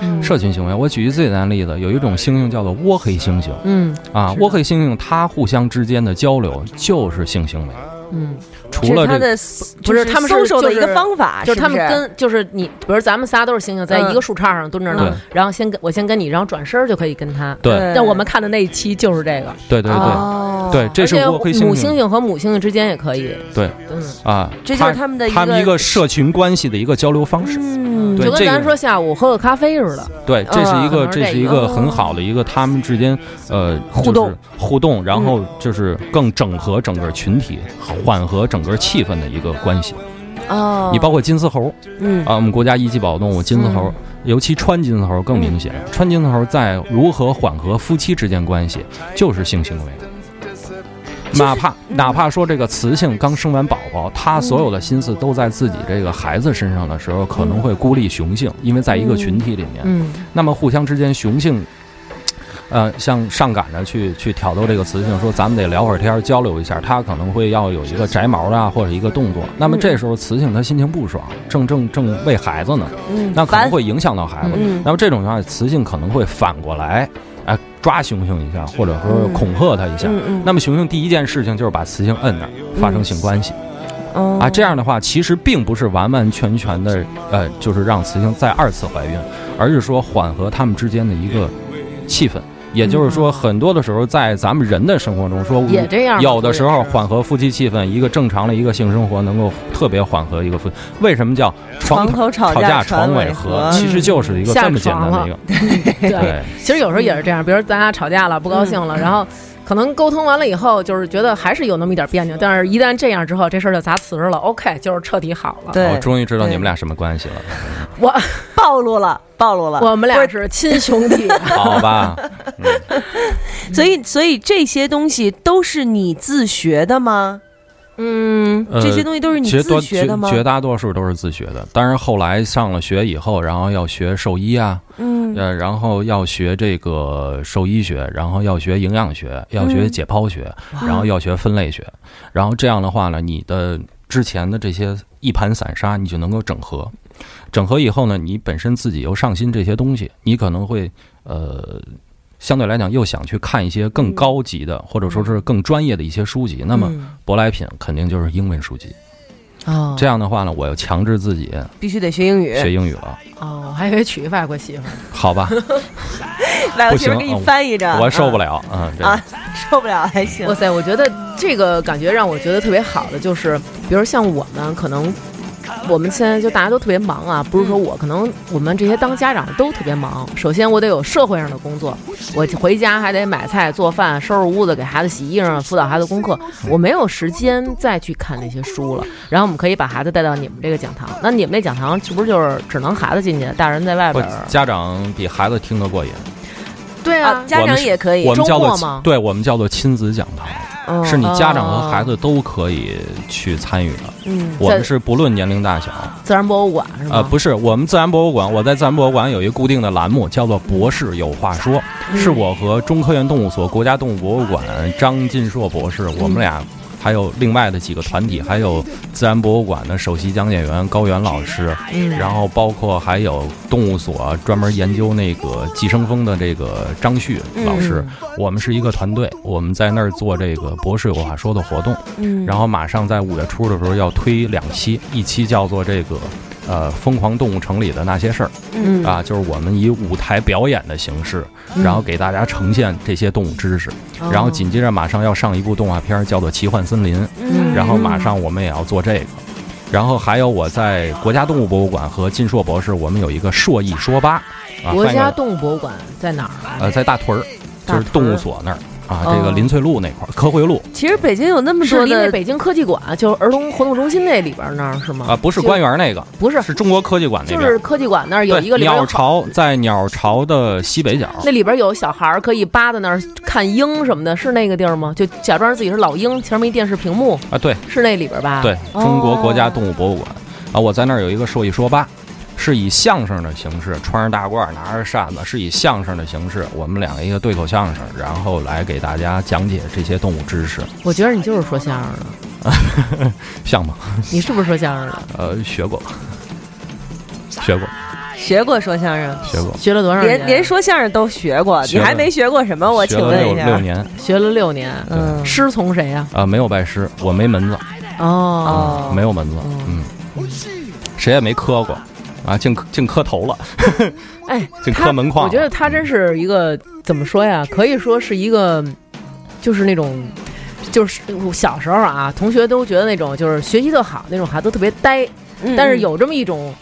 Speaker 4: 嗯，
Speaker 6: 社群行为。我举一最简单的例子，有一种猩猩叫做窝黑猩猩
Speaker 5: 嗯
Speaker 6: 啊，窝黑猩猩它互相之间的交流就是性行为，
Speaker 5: 嗯，
Speaker 6: 除了
Speaker 4: 是
Speaker 6: 这
Speaker 4: 他
Speaker 6: 个。
Speaker 4: 的
Speaker 5: 不是他们是
Speaker 4: 搜索的
Speaker 5: 就
Speaker 4: 一
Speaker 5: 是
Speaker 4: 个方法，
Speaker 5: 啊就
Speaker 4: 是
Speaker 5: 是他们
Speaker 4: 不是
Speaker 5: 跟就是嗯你，比如咱们仨都是猩猩，在一个树杈上蹲着呢
Speaker 6: 嗯，
Speaker 5: 然后先跟我先跟你，然后转身就可以跟他。
Speaker 6: 对
Speaker 4: 对
Speaker 5: 但我们看的那一期就是这个，
Speaker 6: 对对对、
Speaker 4: 哦
Speaker 6: 对，这
Speaker 5: 呃而
Speaker 6: 是
Speaker 5: 且
Speaker 6: 窝黑
Speaker 5: 母
Speaker 6: 猩
Speaker 5: 猩猩和母猩猩之间也可以，
Speaker 6: 对
Speaker 5: 嗯，
Speaker 6: 啊，
Speaker 4: 这就是他
Speaker 6: 他
Speaker 4: 们的一
Speaker 6: 他们一
Speaker 4: 个
Speaker 6: 个社群关系的一个交流方式。
Speaker 4: 嗯
Speaker 6: 对
Speaker 5: 就跟
Speaker 6: 这个
Speaker 5: 咱说下午喝个咖啡似的。
Speaker 6: 对，这是一个、
Speaker 5: 可能是
Speaker 6: 这是一
Speaker 5: 这
Speaker 6: 个很好的一个他们之间呃
Speaker 5: 互动
Speaker 6: 就是互动，然后就是更整合整个群体，缓和整个气氛的一个关系。
Speaker 4: 哦，
Speaker 6: 你包括金丝猴，
Speaker 4: 嗯
Speaker 6: 啊，我们国家一级保护动物金丝猴，尤其川金丝猴更明显。川金丝猴在如何缓和夫妻之间关系，就是性行为。哪怕哪怕说这个雌性刚生完宝宝，它所有的心思都在自己这个孩子身上的时候，可能会孤立雄性，因为在一个群体里面，
Speaker 5: 嗯， (laughs)
Speaker 6: 那么互相之间雄性。呃，像上赶着去去挑逗这个雌性，说咱们得聊会儿天儿，交流一下，它可能会要有一个摘毛啊，或者一个动作。
Speaker 4: 嗯
Speaker 6: 那么这时候雌性它心情不爽，正正正喂孩子呢，
Speaker 4: 嗯，
Speaker 6: 那可能
Speaker 4: 烦
Speaker 6: 会影响到孩子。
Speaker 4: 嗯
Speaker 6: 那么这种情况下，雌性可能会反过来，哎、抓雄性一下，或者说
Speaker 4: 嗯
Speaker 6: 恐吓它一下。
Speaker 4: 嗯嗯
Speaker 6: 那么雄性第一件事情就是把雌性摁那儿，发生性关系、
Speaker 4: 哦
Speaker 6: 啊。这样的话，其实并不是完完全全的，呃，就是让雌性再二次怀孕，而是说缓和它们之间的一个气氛。也就是说，
Speaker 4: 嗯
Speaker 6: 很多的时候在咱们人的生活中说，
Speaker 5: 也这样
Speaker 6: 有的时候缓和夫妻气氛，一个正常的一个性生活能够特别缓和一个夫。为什么叫床
Speaker 4: 床头吵
Speaker 6: 吵
Speaker 4: 架
Speaker 6: 床
Speaker 4: 尾和？
Speaker 6: 和其实就是一个
Speaker 5: 下
Speaker 6: 这么简单的一个。
Speaker 5: 对，
Speaker 6: 对，
Speaker 5: 其实有时候也是这样，比如咱俩吵架了，不高兴了，然后可能沟通完了以后，就是觉得还是有那么一点别扭，但是一旦这样之后，这事儿就砸瓷实了，OK，就是彻底好了。
Speaker 4: 对
Speaker 6: 我哦啊终于知道你们俩什么关系了，
Speaker 5: 我
Speaker 4: 暴露了，暴露了。
Speaker 5: 我们俩是亲兄弟，啊
Speaker 6: 好
Speaker 4: (laughs)
Speaker 6: 吧？
Speaker 4: 所以，所以这些东西都是你自学的吗？
Speaker 5: 嗯，
Speaker 6: 呃
Speaker 4: 这些东西都是你
Speaker 6: 其实多
Speaker 4: 自
Speaker 6: 绝
Speaker 4: 学的吗？
Speaker 6: 绝大多数都是自学的，但是后来上了学以后，然后要学兽医啊，
Speaker 4: 嗯
Speaker 6: 呃，然后要学这个兽医学，然后要学营养学，要
Speaker 4: 嗯
Speaker 6: 学解剖学，然后要学分类学，然后这样的话呢，你的之前的这些一盘散沙，你就能够整合。整合以后呢，你本身自己又上心这些东西，你可能会呃，相对来讲又想去看一些
Speaker 4: 嗯
Speaker 6: 更高级的，或者说是更专业的一些书籍。那么舶来品肯定就是英文书籍。
Speaker 5: (laughs) 哦
Speaker 6: 这样的话呢，我又强制自己
Speaker 4: 必须得学英语。
Speaker 6: 学英语了，
Speaker 5: 哦，我还以为娶一外国媳妇儿。
Speaker 6: 好吧？
Speaker 4: 来，我
Speaker 6: 不
Speaker 4: 媳妇
Speaker 6: 行
Speaker 4: 给你
Speaker 6: 嗯
Speaker 4: 翻译着。
Speaker 6: 我受不
Speaker 4: 了
Speaker 6: 了，嗯，这
Speaker 4: 啊，受不了还行
Speaker 5: 哇。塞，我觉得这个感觉让我觉得特别好的就是，比如像我们可能。我们现在就大家都特别忙啊，不是
Speaker 4: 嗯
Speaker 5: 说我可能我们这些当家长都特别忙。首先我得有社会上的工作，我回家还得买菜、做饭、收拾屋子、给孩子洗衣裳、辅导孩子功课，
Speaker 4: 嗯
Speaker 5: 我没有时间再去看那些书了。然后我们可以把孩子带到你们这个讲堂，那你们那讲堂是不是就是只能孩子进去，大人在外
Speaker 6: 不
Speaker 5: 边儿？啊
Speaker 6: 家长比孩子听得过瘾。
Speaker 5: 对
Speaker 4: 啊，
Speaker 5: 啊，
Speaker 4: 家
Speaker 6: 我
Speaker 4: 长
Speaker 6: 们是
Speaker 4: 也可以
Speaker 6: 我。们
Speaker 5: 周
Speaker 6: 叫
Speaker 5: 末
Speaker 6: 做
Speaker 5: 吗哦
Speaker 6: 亲对，我们叫做亲子讲堂，
Speaker 4: 嗯
Speaker 6: 是你家长和孩子都可以去参与的。
Speaker 4: 嗯
Speaker 6: 我们是不论年龄大小，
Speaker 5: 自然博物馆是吗？
Speaker 6: 呃，不是，我们自然博物馆，我在自然博物馆有一个固定的栏目，叫做“博士有话说”，
Speaker 5: 嗯
Speaker 6: 是我和中科院动物所国家动物博物馆张进硕博士，我
Speaker 5: 嗯
Speaker 6: 们俩。还有另外的几个团体，还有自然博物馆的首席讲解员高原老师，
Speaker 5: 嗯
Speaker 6: 然后包括还有动物所专门研究那个寄生蜂的这个张旭老师，
Speaker 5: 嗯
Speaker 6: 我们是一个团队，我们在那儿做这个博士有话说的活动，
Speaker 4: 嗯
Speaker 6: 然后马上在五月初的时候要推两期，一期叫做这个。呃，疯狂动物城里的那些事儿
Speaker 5: 嗯
Speaker 6: 啊，就是我们以舞台表演的形式，
Speaker 5: 嗯
Speaker 6: 然后给大家呈现这些动物知识。
Speaker 5: 哦
Speaker 6: 然后紧接
Speaker 4: 嗯
Speaker 5: 嗯
Speaker 6: 着马上要上一部动画片儿，叫做《奇幻森林》，然后马上我们也要做这个。然后还有我在国家动物博物馆和金硕博士，我们有一个硕一说八，啊，
Speaker 5: 国
Speaker 6: 翻译
Speaker 5: 家动物博物馆在哪儿啊？
Speaker 6: 呃在大屯儿，
Speaker 5: 大
Speaker 6: 就是
Speaker 5: 屯
Speaker 6: 动
Speaker 5: 儿
Speaker 6: 物所那儿啊，
Speaker 5: 哦
Speaker 6: 这个林翠路那块儿，科惠路
Speaker 4: 其实北京有那么
Speaker 5: 是
Speaker 4: 多
Speaker 5: 离那
Speaker 4: 的，
Speaker 5: 北京科技馆，就是儿童活动中心那里边儿那儿是吗？
Speaker 6: 啊，不是
Speaker 5: 就
Speaker 6: 官园那个，
Speaker 5: 不是，
Speaker 6: 是中国科技馆那
Speaker 5: 就
Speaker 6: 边
Speaker 5: 是。科技馆那儿有
Speaker 6: 对
Speaker 5: 一个，里边
Speaker 6: 鸟
Speaker 5: 有好，
Speaker 6: 巢在鸟巢的西北角，
Speaker 5: 那里边有小孩儿可以扒在那儿看鹰什么的，是那个地儿吗？就假装自己是老鹰，前面一电视屏幕，
Speaker 6: 啊，对
Speaker 5: 是那里边吧？
Speaker 6: 对，中国国家
Speaker 5: 哦
Speaker 6: 动物博物馆啊，我在那儿有一个说一说八，是以相声的形式，穿着大褂儿，拿着扇子，是以相声的形式，我们两个一个对口相声，然后来给大家讲解这些动物知识， (laughs)
Speaker 5: 我觉得你就是说相声的， (laughs)
Speaker 6: 像吗？
Speaker 5: 你是不是说相声的？
Speaker 6: 呃，学过，学过，
Speaker 4: 学过说相声，
Speaker 6: 学过，
Speaker 5: 学了多少年？
Speaker 4: 连连说相声都学过，
Speaker 6: 学
Speaker 4: 你
Speaker 6: 了
Speaker 4: 还没学过什么？我
Speaker 6: 学
Speaker 4: 请
Speaker 6: 了
Speaker 4: 问
Speaker 6: 六
Speaker 4: 一
Speaker 6: 六
Speaker 4: 下，
Speaker 6: 年，
Speaker 5: 学了六年，
Speaker 4: 嗯，
Speaker 5: 师从谁呀、
Speaker 6: 啊，没有拜师，我没门子，
Speaker 5: 哦，
Speaker 4: 哦，
Speaker 6: 没有门子，嗯，谁也没磕过，啊，净净磕头了，
Speaker 5: 哎，
Speaker 6: 净
Speaker 5: 他
Speaker 6: 磕门框啊
Speaker 5: 我
Speaker 6: 了，
Speaker 5: 觉得他真是一个怎么说呀？可以说是一个，就是那种，就是小时候啊，同学都觉得那种就是学习特好那种孩子都特别呆，
Speaker 4: 嗯，
Speaker 5: 但是有这么一种。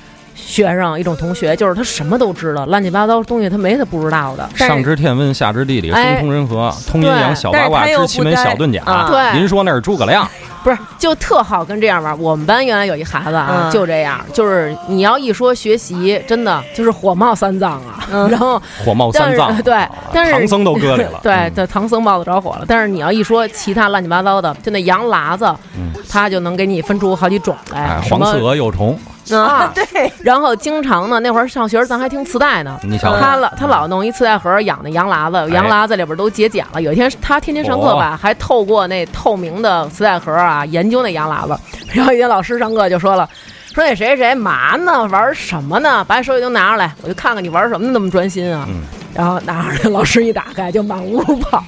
Speaker 5: 学生一种同学，就是他什么都知道，乱七八糟东西他没他不知道的。但
Speaker 6: 上
Speaker 5: 是
Speaker 6: 知天文，下知地理，
Speaker 5: 哎
Speaker 6: 中通人和，通阴
Speaker 5: 对
Speaker 6: 阳，小八卦，
Speaker 4: 但是他又不
Speaker 6: 知奇门，
Speaker 4: 呆
Speaker 6: 小遁甲。
Speaker 4: 啊
Speaker 5: 对
Speaker 6: 您说那是诸
Speaker 5: (laughs)
Speaker 6: 葛亮？
Speaker 5: 不是就特好跟这样玩儿？我们班原来有一孩子啊，
Speaker 4: 嗯
Speaker 5: 就这样，就是你要一说学习，真的就是火冒三丈啊。然后
Speaker 6: 火冒三
Speaker 5: 但
Speaker 6: 丈，
Speaker 5: 是对
Speaker 6: 啊
Speaker 5: 但是。
Speaker 6: 唐僧都搁里
Speaker 5: (laughs)
Speaker 6: 了
Speaker 5: 对
Speaker 6: 嗯，
Speaker 5: 这唐僧冒得着火了。但是你要一说其他乱七八糟的，就那羊喇子，
Speaker 6: 嗯
Speaker 5: 他就能给你分出好几种来
Speaker 6: 哎，，
Speaker 5: 什
Speaker 6: 黄
Speaker 5: 么
Speaker 6: 四蛾幼虫，
Speaker 4: 啊 (laughs)
Speaker 5: 啊，
Speaker 4: 对，
Speaker 5: 然后经常呢，那会儿上学咱还听磁带呢。
Speaker 6: 你瞧
Speaker 5: 他
Speaker 6: 瞧，
Speaker 5: 老他老弄一磁带盒养的羊喇
Speaker 6: 哎
Speaker 5: 子，羊喇子里边都结茧了。有一天他天天上课
Speaker 6: 哦
Speaker 5: 吧，还透过那透明的磁带盒啊研究那羊喇子。然后有一天老师上课就说了，说那谁谁谁嘛呢，玩什么呢？把手机都拿出来，我就看看你玩什么呢那么专心啊。
Speaker 6: 嗯
Speaker 5: 然后拿出来，老师一打开就满屋跑，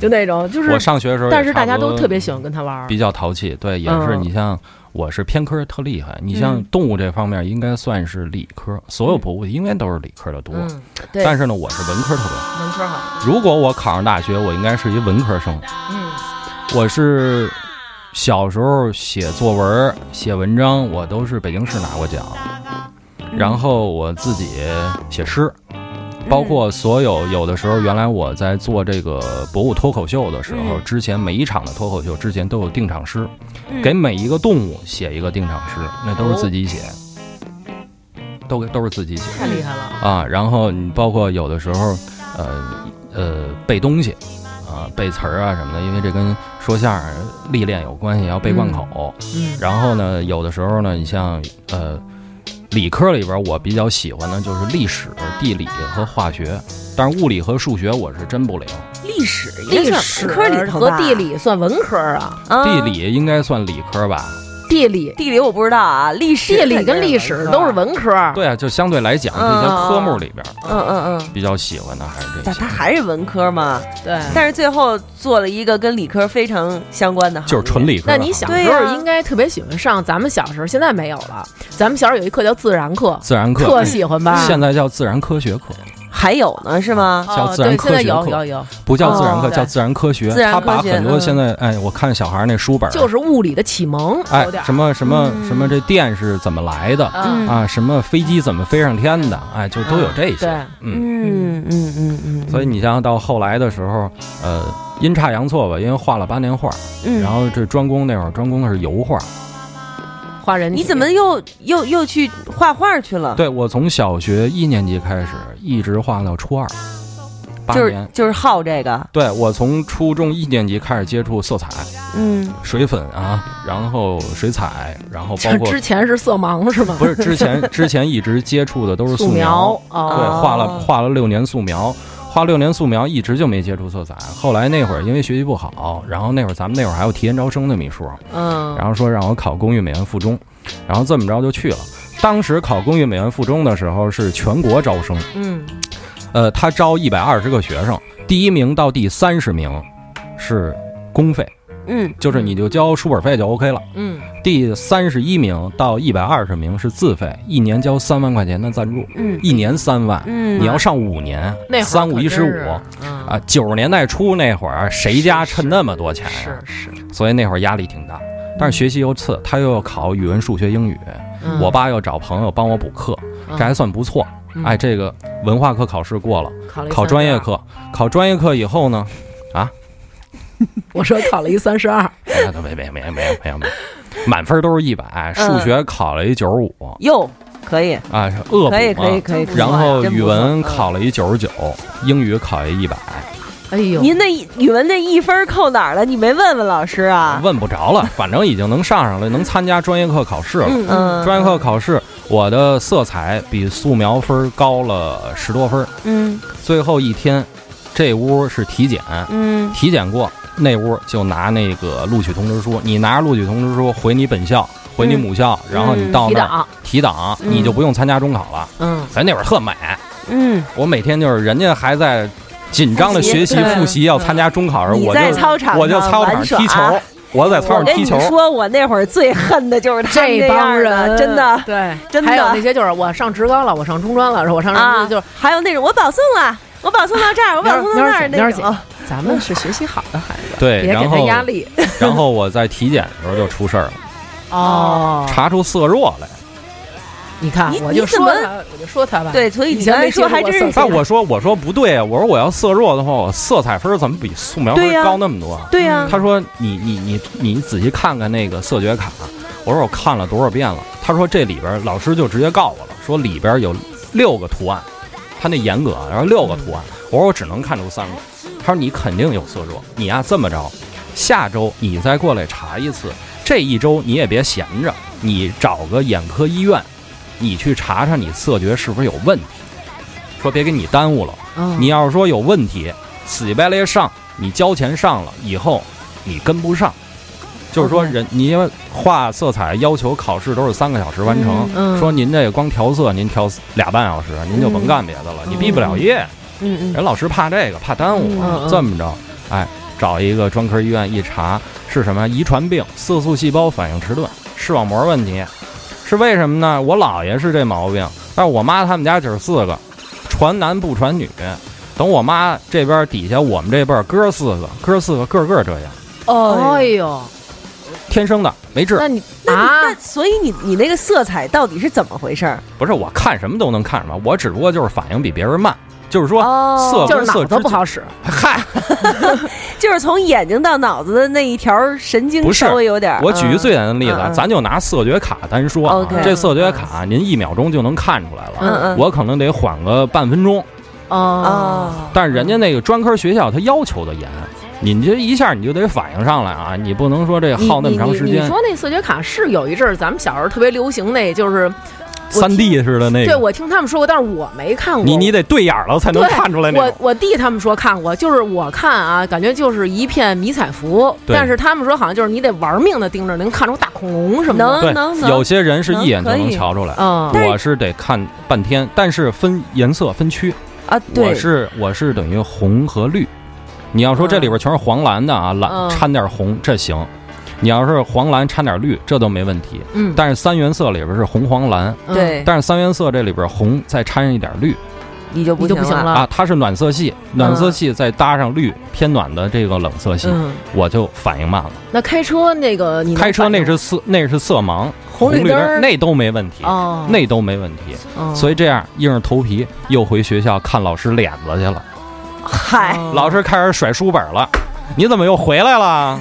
Speaker 5: 就那种就是
Speaker 6: 我，上学的时候也差不多，
Speaker 5: 但是大家都特别喜欢跟他玩儿。
Speaker 6: 比较淘气，对，也是
Speaker 5: 嗯
Speaker 6: 你像。我是偏科特厉害，你像动物这方面应该算是理科，所有博物应该都是理科的多。
Speaker 5: 嗯，
Speaker 4: 对
Speaker 6: 但是呢，我是文科特别好。
Speaker 5: 能说好。
Speaker 6: 如果我考上大学，我应该是一文科生。
Speaker 5: 嗯，
Speaker 6: 我是小时候写作文、写文章，我都是北京市拿过奖。然后我自己写诗，包括所有有的时候，原来我在做这个博物脱口秀的时候，之前每一场的脱口秀之前都有定场诗，给每一个动物写一个定场诗，那都是自己写，都都是自己写
Speaker 5: 太厉害了。
Speaker 6: 啊。然后你包括有的时候，呃呃背东西啊，背词儿啊什么的，因为这跟说相声历练有关系，要背贯口。
Speaker 5: 嗯
Speaker 6: 然后呢，有的时候呢，你像呃，理科里边我比较喜欢的就是历史、地理和化学，但是物理和数学我是真不灵。
Speaker 4: 历史，
Speaker 5: 历史
Speaker 4: 科里头
Speaker 5: 和
Speaker 4: 吧
Speaker 5: 地，理算文科啊，
Speaker 4: 啊
Speaker 6: 地理应该算理科吧？
Speaker 5: 地理、
Speaker 4: 地理我不知道啊，历史
Speaker 5: 地理跟历史都是
Speaker 4: 文，
Speaker 5: 文科。
Speaker 6: 对啊，就相对来讲，这
Speaker 4: 嗯
Speaker 6: 些科目里边
Speaker 4: 嗯嗯嗯，
Speaker 6: 比较喜欢的还是这
Speaker 4: 但
Speaker 6: 些
Speaker 4: 他。还是嗯文科嘛，
Speaker 5: 对，
Speaker 4: 但是最后做了一个跟理科非常相关的行业，
Speaker 6: 就是纯理科。
Speaker 5: 那你小时
Speaker 4: 对啊
Speaker 5: 候
Speaker 4: 呀
Speaker 5: 应该特别喜欢上咱们小时候，现在没有了。咱们小时候有一课叫自然课，
Speaker 6: 自然课
Speaker 5: 特，喜欢吧？
Speaker 6: 现在叫自然科学课，
Speaker 4: 还有呢，是吗？
Speaker 5: 哦
Speaker 6: 叫自然科
Speaker 5: 对，
Speaker 6: 学
Speaker 5: 现在有
Speaker 6: 课
Speaker 5: 有有，
Speaker 6: 不叫自然课，
Speaker 4: 哦对
Speaker 6: 叫自然科学
Speaker 4: 自。然
Speaker 6: 他
Speaker 4: 科学
Speaker 6: 把很多
Speaker 4: 嗯
Speaker 6: 现在，哎，我看小孩那书本，啊
Speaker 5: 就是物理的启蒙，
Speaker 6: 哎
Speaker 5: 有点，儿
Speaker 6: 什么什么
Speaker 4: 嗯
Speaker 6: 什么，这电是怎么来的？
Speaker 5: 嗯
Speaker 6: 啊，什么飞机怎么飞上天的，哎，就都有这些。
Speaker 5: 对
Speaker 6: 嗯，
Speaker 4: 嗯嗯嗯嗯，
Speaker 6: 所以你想想到后来的时候，呃，阴差阳错吧，因为画了八年画，
Speaker 4: 嗯，
Speaker 6: 然后这专攻那会儿专攻的是油画。
Speaker 5: 画人体。
Speaker 4: 嗯你怎么又又又去画画去了？，
Speaker 6: 对我从小学一年级开始，一直画到初二，八
Speaker 4: 就
Speaker 6: 年
Speaker 4: 是。就是好这个，
Speaker 6: 对我从初中一年级开始接触色彩、
Speaker 4: 嗯，
Speaker 6: 水粉啊，然后水彩，然后包
Speaker 5: 就
Speaker 6: 括
Speaker 5: 之前是色盲是吗？ (laughs)
Speaker 6: 不是之前之前一直接触的都是
Speaker 5: 素
Speaker 6: 素描
Speaker 5: 描，
Speaker 6: 对，
Speaker 5: 哦，
Speaker 6: 画了
Speaker 4: 哦
Speaker 6: 画了六年素描，画六年素描一直就没接触色彩。后来那会儿因为学习不好，然后那会儿咱们那会儿还有提前招生那么一说，
Speaker 5: 嗯
Speaker 6: 然后说让我考公寓美院附中，然后这么着就去了。当时考公寓美院附中的时候是全国招生，
Speaker 5: 嗯，
Speaker 6: 呃，他招一百二十个学生，第一名到第三十名是公费，
Speaker 4: 嗯，
Speaker 6: 就是你就交书本费就 OK 了。
Speaker 5: 嗯，
Speaker 6: 第三十一名到一百二十名是自费，一年交三万块钱的赞助，
Speaker 4: 嗯
Speaker 6: 一年三万，
Speaker 4: 嗯
Speaker 6: 你要上五年，
Speaker 5: 那会儿
Speaker 6: 三五
Speaker 5: 可
Speaker 6: 一
Speaker 5: 真
Speaker 6: 十
Speaker 5: 是
Speaker 6: 五。
Speaker 5: 嗯
Speaker 6: 啊，九十年代初那会儿，谁家趁那么多钱、啊？
Speaker 5: 是是，
Speaker 6: 所以那会儿压力挺大。但是学习又次，他又要考语文、数学、英语。
Speaker 5: 嗯
Speaker 6: 我爸又找朋友帮我补课，这还算不错。
Speaker 5: 嗯
Speaker 6: 哎，这个文化课考试过了，
Speaker 5: 考了一
Speaker 6: 考专业
Speaker 5: 32，
Speaker 6: 课，考专业课以后呢，
Speaker 5: 我说考了一三十二，
Speaker 6: 哎没没没没没没没，满分都是一百，数学考了一九十五，
Speaker 4: 哟，可以，
Speaker 6: 啊，是恶补
Speaker 4: 可以，可以，
Speaker 6: 嘛。
Speaker 4: 可以。
Speaker 6: 然后
Speaker 4: 真不错
Speaker 6: 语文考了一九十九，英语考一一百，
Speaker 5: 哎
Speaker 4: 嗯
Speaker 5: 呦，
Speaker 4: 您那一语文那一分扣哪儿了？你没问问老师啊？
Speaker 6: 问不
Speaker 4: (laughs)
Speaker 6: 着了，反正已经能上上了，能参加专业课考试了。
Speaker 5: 嗯嗯
Speaker 4: 嗯，
Speaker 6: 专业课考试，我的色彩比素描分高了十多分。
Speaker 4: 嗯
Speaker 6: 最后一天，这屋是体检，
Speaker 4: 嗯
Speaker 6: 体检过那屋就拿那个录取通知书，你拿着录取通知书回你本校，回你母校，然后你到
Speaker 5: 提
Speaker 6: 那儿
Speaker 5: 档，
Speaker 6: 提档，
Speaker 4: 嗯
Speaker 6: 你就不用参加中考了。
Speaker 5: 嗯，
Speaker 6: 咱那会儿特美，
Speaker 4: 嗯，
Speaker 6: 我每天就是人家还在紧张的学习
Speaker 5: 复习
Speaker 6: 复习，要参加中考时，
Speaker 4: 你
Speaker 6: 我
Speaker 4: 在
Speaker 6: 就
Speaker 4: 操场上
Speaker 6: 我就操场
Speaker 4: 玩耍
Speaker 6: 踢球，我在操
Speaker 4: 我
Speaker 6: 场
Speaker 4: 跟
Speaker 6: 踢
Speaker 4: 你
Speaker 6: 球。
Speaker 4: 说，我那会儿最恨的就是他们
Speaker 5: 这
Speaker 4: 样
Speaker 5: 帮
Speaker 4: 儿
Speaker 5: 人
Speaker 4: 的，真的。
Speaker 5: 对，
Speaker 4: 真的
Speaker 5: 还有那些就是我上职高了，我上中专了，是我上什么
Speaker 4: 啊，
Speaker 5: 就是
Speaker 4: 还有那种我保送了，我保送到这儿，我保送到那哦儿
Speaker 5: 喵儿
Speaker 4: 那
Speaker 5: 姐
Speaker 4: 种。
Speaker 5: 咱们是学习好的孩子，
Speaker 6: 对，
Speaker 5: 别给
Speaker 6: 然
Speaker 5: 他
Speaker 6: 后
Speaker 5: 压力
Speaker 6: (laughs) 然后我在体检的时候就出事儿了，
Speaker 5: 哦。
Speaker 4: 啊
Speaker 6: 查出色弱来。
Speaker 5: 你看
Speaker 4: 你，
Speaker 5: 我
Speaker 4: 你
Speaker 5: 就
Speaker 4: 怎
Speaker 5: 说
Speaker 4: 么
Speaker 5: 他，我就说他吧。
Speaker 4: 对，所以
Speaker 5: 以
Speaker 4: 你
Speaker 5: 前
Speaker 4: 刚才
Speaker 5: 没
Speaker 4: 说
Speaker 5: 接触
Speaker 4: 还
Speaker 5: 过
Speaker 4: 真
Speaker 5: 色
Speaker 4: 是
Speaker 5: 彩
Speaker 6: 但我说我说不对啊，我说我要色弱的话，我色彩分儿怎么比素描分
Speaker 4: 对呀
Speaker 6: 儿高那么多啊？
Speaker 4: 对呀、
Speaker 5: 嗯
Speaker 6: 他说你你你你仔细看看那个色觉卡，我说我看了多少遍了。他说这里边儿老师就直接告我了，说里边儿有六个图案，他那严格啊，然后六个图案，我说我只能看出三个。他说你肯定有色弱，你呀、这么着，下周你再过来查一次，这一周你也别闲着，你找个眼科医院，你去查查你色觉是不是有问题，说别给你耽误了。
Speaker 5: 嗯
Speaker 6: 你要是说有问题，死乞白赖上，你交钱上了以后，你跟不上，就是说
Speaker 5: 嗯 OK
Speaker 6: 人你因为画色彩要求考试都是三个小时完成，
Speaker 5: 嗯
Speaker 6: 说您这个光调色您调俩半小时，您就甭干别的了，你毕不了业。
Speaker 5: 嗯嗯
Speaker 6: 人老师怕这个，怕耽误，
Speaker 5: 嗯嗯
Speaker 6: 这么着，哎，找一个专科医院一查是什么遗传病，色素细胞反应迟钝，视网膜问题，是为什么呢？我姥爷是这毛病，但是我妈他们家姐儿四个，传男不传女。等我妈这边底下，我们这辈儿哥儿四个，哥儿四个个个这样，
Speaker 5: 嗯，哎
Speaker 4: 哦，
Speaker 5: 呦，
Speaker 6: 天生的没治。
Speaker 5: 那你
Speaker 4: 那你
Speaker 5: 啊
Speaker 4: 那，所以你你那个色彩到底是怎么回事儿？
Speaker 6: 不是我看什么都能看什么，我只不过就是反应比别人慢，就是说
Speaker 4: 哦
Speaker 6: 色
Speaker 5: 就是
Speaker 6: 跟
Speaker 5: 脑
Speaker 6: 色
Speaker 5: 子
Speaker 6: 之
Speaker 5: 不
Speaker 6: 间。
Speaker 5: 好使，
Speaker 6: 嗨，
Speaker 4: 就是从眼睛到脑子的那一条神经
Speaker 6: 不是
Speaker 4: 稍微有点儿。
Speaker 6: 我举一最简单的例子啊
Speaker 4: 嗯，嗯
Speaker 6: 咱就拿色觉卡单说啊
Speaker 4: OK，
Speaker 6: 这色觉卡您一秒钟就能看出来
Speaker 4: 嗯
Speaker 6: 了，
Speaker 4: 嗯，
Speaker 6: 我可能得缓个半分钟，
Speaker 5: 哦，
Speaker 4: 哦，
Speaker 6: 但是人家那个专科学校他要求的严，你这一下你就得反应上来啊，你不能说这
Speaker 5: 你
Speaker 6: 耗那么长时
Speaker 5: 你你你
Speaker 6: 间
Speaker 5: 说，那色觉卡是有一阵儿，咱们小时候特别流行那，就是我
Speaker 6: 三 D 似的那
Speaker 5: 对
Speaker 6: 个，
Speaker 5: 我听他们说过，但是我没看过。
Speaker 6: 你你得对眼了才能
Speaker 5: 对
Speaker 6: 看出来那
Speaker 5: 我
Speaker 6: 种。
Speaker 5: 我弟他们说看过，就是我看啊，感觉就是一片迷彩服，
Speaker 6: 对
Speaker 5: 但是他们说好像就是你得玩命的盯着，能看出大恐龙什么的。
Speaker 4: 能
Speaker 6: 对
Speaker 4: 能，
Speaker 6: 有
Speaker 4: 能，
Speaker 6: 些人是一眼就
Speaker 4: 能
Speaker 6: 能
Speaker 4: 可以
Speaker 6: 瞧出来，
Speaker 5: 嗯，
Speaker 4: 但是
Speaker 6: 啊我是得看半天，但是分颜色分区，
Speaker 4: 啊，
Speaker 6: 我
Speaker 4: 对，
Speaker 6: 是我是等于红和绿，你要说这里边全是黄蓝的啊，
Speaker 5: 嗯
Speaker 6: 蓝掺点红这行，你要是黄蓝掺点绿这都没问题。
Speaker 5: 嗯，
Speaker 6: 但是三原色里边是红黄蓝，
Speaker 5: 嗯，
Speaker 4: 对，
Speaker 6: 但是三原色这里边红再掺上一点绿
Speaker 4: 你就
Speaker 5: 你就不行
Speaker 4: 了。
Speaker 5: 了。
Speaker 6: 啊，它是暖色系，暖色系再搭上绿偏暖的这个冷色系，
Speaker 5: (laughs) 嗯，
Speaker 6: 我就反应慢了。
Speaker 5: 那开车那个你能
Speaker 6: 开车
Speaker 5: 反应
Speaker 6: 那是色那是色盲，
Speaker 5: 红
Speaker 6: 红
Speaker 5: 绿
Speaker 6: 绿
Speaker 5: 灯
Speaker 6: 灯
Speaker 5: 儿
Speaker 6: 那都没问题，
Speaker 5: 哦，
Speaker 6: 那都没问题。
Speaker 5: 哦
Speaker 6: 所以这样硬着头皮又回学校看老师脸子去了。
Speaker 4: 嗨，
Speaker 5: 哦
Speaker 6: 老师开始甩书本
Speaker 5: (laughs)
Speaker 6: 了，你怎么又回来了？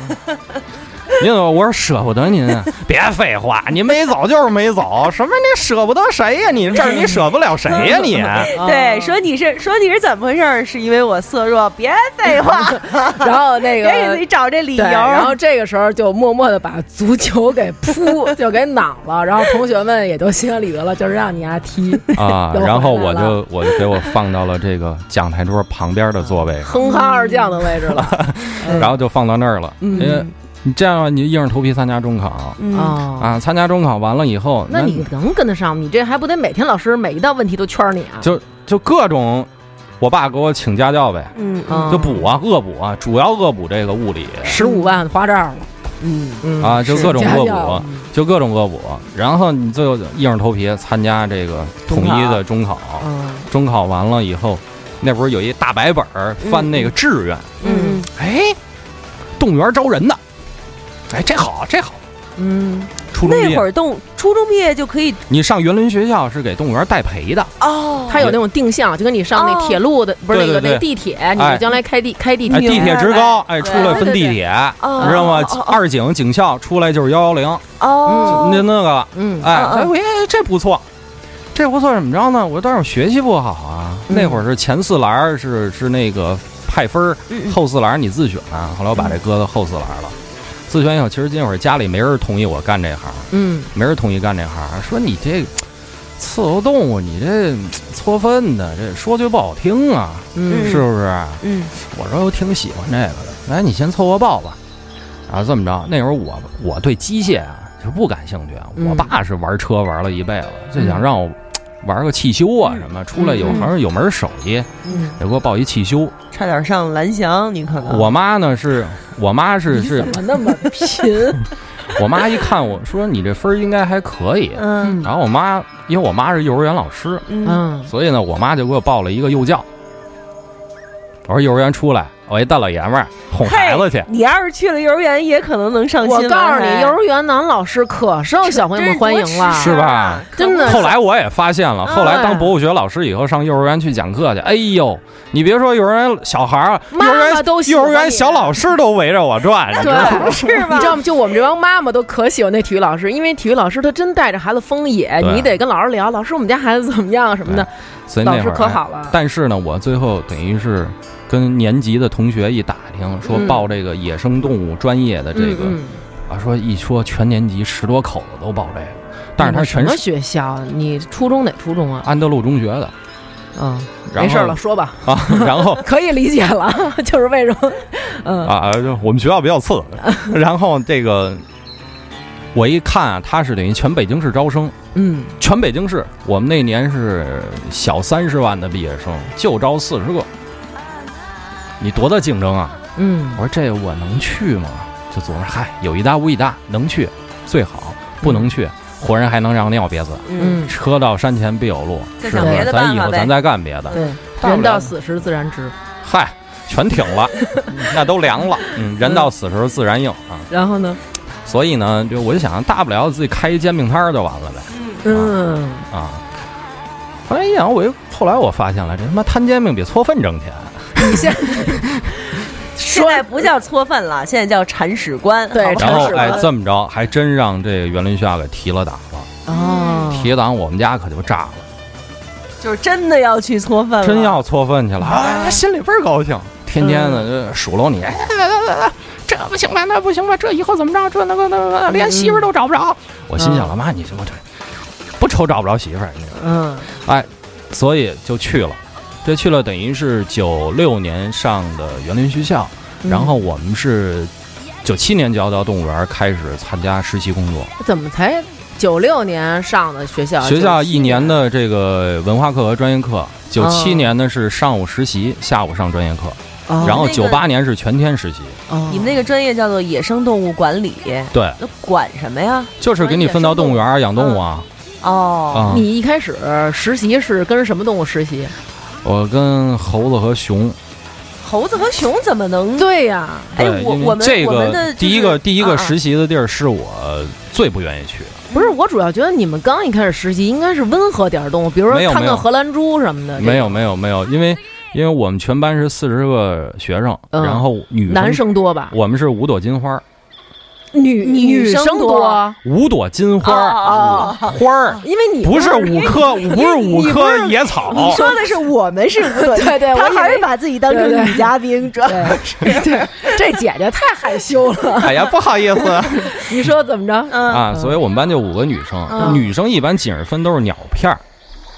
Speaker 6: 你怎么？我说舍不
Speaker 5: (laughs)
Speaker 6: 得您啊，别废话，你没走就是没走，什么你舍不得谁呀、你这儿你舍不了谁
Speaker 4: 哦
Speaker 6: 呀、
Speaker 5: (laughs)
Speaker 6: 你？啊
Speaker 5: 哦
Speaker 4: 对，说你是说你是怎么回事儿？是因为我色弱，别废
Speaker 5: (laughs)
Speaker 4: 话，
Speaker 5: 然后那
Speaker 4: 别 (laughs)
Speaker 5: 个
Speaker 4: 给自己找这理由
Speaker 5: 对，然后
Speaker 4: 儿。
Speaker 5: 这个时候就默默的把足球给扑，就给攮了，然后同学们也就心安理得了，就是让你丫、踢，
Speaker 6: 啊，
Speaker 5: 又回来了
Speaker 6: 然后我就我就给我放到了这个讲台桌旁边的座位上，
Speaker 5: 哼哈二将的位置了。
Speaker 6: 然后就放到那儿了。嗯，你这样你硬着头皮参加中考
Speaker 4: 嗯，
Speaker 5: 哦，
Speaker 6: 啊，参加中考完了以后，
Speaker 5: 那你能跟得上吗？你这还不得每天老师每一道问题都圈你啊？
Speaker 6: 就就各种，我爸给我请家教呗，
Speaker 4: 嗯
Speaker 5: 嗯
Speaker 6: 就补啊，恶补啊，主要恶补这个物理。
Speaker 5: 十五万花账了，嗯嗯
Speaker 6: 啊，就是各种
Speaker 5: 家
Speaker 6: 恶
Speaker 5: 教嗯
Speaker 6: 补，就各种恶补，然后你最后硬着头皮参加这个统一的中考，
Speaker 5: 嗯
Speaker 6: 中考完了以后，那不是有一大白本儿翻那个志愿，
Speaker 5: 嗯
Speaker 6: 哎，动物园招人呢，哎，这好这好，
Speaker 5: 嗯，
Speaker 6: 初中毕
Speaker 4: 那会
Speaker 6: 业，
Speaker 4: 儿动初中毕业就可以
Speaker 6: 你上园林学校是给动物园代培的，
Speaker 4: 哦，
Speaker 5: 它有那种定向，就跟你上那
Speaker 4: 哦
Speaker 5: 铁路的，不是那个
Speaker 6: 对对对
Speaker 5: 那个地铁，你
Speaker 6: 哎
Speaker 5: 将来开地开地
Speaker 6: 哎，
Speaker 5: 铁，
Speaker 6: 地铁
Speaker 4: 白
Speaker 6: 职高，哎，
Speaker 4: 哎
Speaker 6: 出来分地铁，
Speaker 4: 哦
Speaker 6: 你知道吗
Speaker 4: 哦哦？哦
Speaker 6: 二警警校出来就是幺幺零，
Speaker 4: 哦，
Speaker 6: 那那个，
Speaker 5: 嗯，
Speaker 6: 哎，
Speaker 4: 嗯嗯
Speaker 6: 哎，我哎这不错，这不错，怎么着呢？我但是我学习不好啊，
Speaker 5: 嗯
Speaker 6: 那会儿是前四栏儿是是那个派分儿，
Speaker 5: 嗯
Speaker 6: 后四栏儿你自选啊。后来我把这搁到后四栏儿了，自选以后，其实那会儿家里没人同意我干这行，
Speaker 5: 嗯，
Speaker 6: 没人同意干这行，说你这伺候动物，你这搓粪的，这说句不好听啊，
Speaker 5: 嗯
Speaker 6: 是啊不是？
Speaker 4: 嗯，
Speaker 6: 我说我挺喜欢这个的，来你先凑合报吧。然后这么着，那会儿我我对机械啊是不感兴趣啊，
Speaker 5: 嗯
Speaker 6: 我爸是玩车玩了一辈子，就想
Speaker 5: 嗯
Speaker 6: 让我玩个汽修啊什么，出来有
Speaker 5: 嗯
Speaker 6: 好像有门手艺，
Speaker 4: 嗯
Speaker 6: 也给我报一汽修。
Speaker 4: 差点上蓝翔，你可能
Speaker 6: 我妈呢是，我妈是是，
Speaker 5: (laughs) 啊怎么那么贫？
Speaker 6: 我妈一看我说你这分儿应该还可以，
Speaker 4: 嗯
Speaker 6: 然后我妈因为我妈是幼儿园老师，
Speaker 4: 嗯
Speaker 5: (laughs) 嗯，
Speaker 6: 所以呢我妈就给我报了一个幼教。我说幼儿园出来，我一大老爷们儿哄孩子去
Speaker 4: 嘿，你要是去了幼儿园，也可能能上新
Speaker 5: 我
Speaker 4: 闻。哎
Speaker 5: 告诉你，
Speaker 4: 还
Speaker 5: 幼儿园男老师可受小朋友们欢迎了，
Speaker 4: 啊
Speaker 6: 是吧？
Speaker 5: 真的
Speaker 6: 后来我也发现
Speaker 5: 嗯
Speaker 6: 了，
Speaker 4: 哎
Speaker 6: 后来当博物学老师以后，上幼儿园去讲课去，哎呦，你别说幼儿园小孩儿，幼
Speaker 5: 妈妈
Speaker 6: 儿园
Speaker 5: 都喜
Speaker 6: 幼
Speaker 5: 欢
Speaker 6: 儿园
Speaker 5: 你
Speaker 6: 小老师都围着我转，你知
Speaker 5: 对
Speaker 6: 道
Speaker 4: (laughs)
Speaker 6: 吗？，
Speaker 4: 是吧嗯
Speaker 5: 你知道吗？就我们这帮妈妈都可喜欢那体育老师，因为体育老师他真带着孩子疯野，
Speaker 6: 对
Speaker 5: 你得跟老师聊，老师我们家孩子怎么样什么的，
Speaker 6: 所以那
Speaker 5: 老
Speaker 6: 会
Speaker 5: 师
Speaker 6: 儿
Speaker 5: 可好了。
Speaker 6: 但是呢，我最后等于是跟年级的同学一打听，说
Speaker 5: 嗯
Speaker 6: 报这个野生动物专业的这个
Speaker 5: 嗯嗯
Speaker 6: 啊，说一说全年级十多口子都报这个，但是他
Speaker 5: 你嗯什
Speaker 6: 全
Speaker 5: 么
Speaker 6: 是
Speaker 5: 学校？你初中哪初中啊？
Speaker 6: 安德路中学的，
Speaker 5: 嗯，
Speaker 6: 然
Speaker 5: 没事
Speaker 6: 后
Speaker 5: 了，说吧，
Speaker 6: 啊，然后
Speaker 5: 可以理解了， (laughs) 就是为什么，嗯
Speaker 6: 啊，就我们学校比
Speaker 4: (laughs)
Speaker 6: 较次。然后这个我一看啊，他是等于全北京市招生，
Speaker 5: 嗯
Speaker 6: 全北京市，我们那年是小三十万的毕业生，就招四十个，你多大竞争啊？我
Speaker 5: 嗯
Speaker 6: 说这我能去吗？就琢磨，嗨，有一搭无一搭，能去最好，不能去，活人还能让尿憋死。
Speaker 4: 嗯，
Speaker 5: 嗯，
Speaker 6: 车到山前必有路，
Speaker 4: 再
Speaker 6: 是
Speaker 4: 想
Speaker 6: 不
Speaker 4: 别
Speaker 6: 是？
Speaker 4: 的
Speaker 6: 咱
Speaker 4: 办
Speaker 6: 以
Speaker 4: 法
Speaker 6: 后
Speaker 4: 呗
Speaker 6: 咱再干别的。
Speaker 5: 对，
Speaker 6: 大不了
Speaker 5: 人到死时自然直，
Speaker 6: 嗨，全
Speaker 4: (laughs)
Speaker 6: 挺了，那都凉了。嗯，人到死时候自然硬啊。
Speaker 5: 然后呢，
Speaker 6: 所以呢，就我就想，大不了自己开一煎饼摊儿就完了呗
Speaker 5: 嗯，
Speaker 6: 啊。后来一想，我就后来我发现了，这他妈摊煎饼比搓粪挣钱。
Speaker 5: 你先
Speaker 4: 现在不叫搓粪了，现在叫铲屎官。
Speaker 5: 对
Speaker 4: 好吧
Speaker 6: 然后
Speaker 5: 铲屎官
Speaker 6: 哎，这么着还真让这园林学校给提了档了，
Speaker 5: 哦，
Speaker 6: 提了档我们家可就炸了，
Speaker 4: 就是真的要去搓粪了，
Speaker 6: 真要搓粪去了，哎他心里倍儿高兴，天天的就数落你，哎来来来来这不行吧，那不行吧，这以后怎么着，这那个那个，连媳妇儿都找不着。我心想了，妈，你这么这不愁找不着媳妇儿，你
Speaker 5: 嗯
Speaker 6: 所以就去了。这去了等于是九六年上的园林学校，
Speaker 5: 嗯
Speaker 6: 然后我们是九七年就要到动物园开始参加实习工作。
Speaker 5: 怎么才九六年上的学校？
Speaker 6: 学校
Speaker 5: 97
Speaker 6: 一年的这个文化课和专业课，
Speaker 4: 啊
Speaker 6: 九七年呢是上午实习，下午上专业课，
Speaker 5: 哦，
Speaker 6: 然后
Speaker 4: 那个
Speaker 6: 九八年是全天实习。
Speaker 5: 哦
Speaker 4: 你们那个专业叫做野生动物管理，
Speaker 6: 对，
Speaker 4: 那管什么呀？
Speaker 6: 就是给你分到动物园儿养动物啊
Speaker 4: 哦，
Speaker 6: 啊！
Speaker 5: 你一开始实习是跟什么动物实习？
Speaker 6: 我跟猴子和熊，
Speaker 4: 猴子和熊怎么能？
Speaker 5: 对呀，
Speaker 4: 哎
Speaker 6: 对，
Speaker 4: 我
Speaker 6: 因
Speaker 4: 我
Speaker 6: 为
Speaker 4: 们
Speaker 6: 这
Speaker 4: 我们
Speaker 6: 个
Speaker 4: 的
Speaker 6: 第
Speaker 4: 就
Speaker 6: 一个
Speaker 4: 是
Speaker 6: 第一个
Speaker 4: 啊啊
Speaker 6: 实习的地儿是我最不愿意去的。
Speaker 5: 不是，我主要觉得你们刚一开始实习应该是温和点儿的动物，比如说
Speaker 6: 没有
Speaker 5: 看
Speaker 6: 没有
Speaker 5: 看荷兰猪什啊么的。这种
Speaker 6: 没有没有没有，因为因为我们全班是四十个学生，
Speaker 5: 嗯
Speaker 6: 然后女
Speaker 5: 男，生多吧？
Speaker 6: 我们是五朵金花，
Speaker 5: 女
Speaker 4: 女
Speaker 5: 生
Speaker 4: 生多
Speaker 5: 多，
Speaker 6: 五朵金花
Speaker 4: 哦
Speaker 6: 儿花儿，
Speaker 5: 因为你
Speaker 6: 不是五棵，不是五
Speaker 7: 你不
Speaker 6: 棵
Speaker 7: 是
Speaker 6: 野草。
Speaker 7: 你说的是我们是五对
Speaker 5: 对对我
Speaker 7: 他
Speaker 5: 以
Speaker 7: 还是
Speaker 5: 为
Speaker 7: 把自己当成
Speaker 5: 对对
Speaker 7: 女嘉宾，主要
Speaker 5: 对 (laughs) 对，这姐姐太害羞了。
Speaker 6: (laughs) 哎呀，不好意思
Speaker 5: (laughs) 你说怎么着？
Speaker 4: 嗯
Speaker 6: 啊，所以我们班就五个女生，
Speaker 5: 嗯
Speaker 6: 女生一般景儿分都是鸟片儿。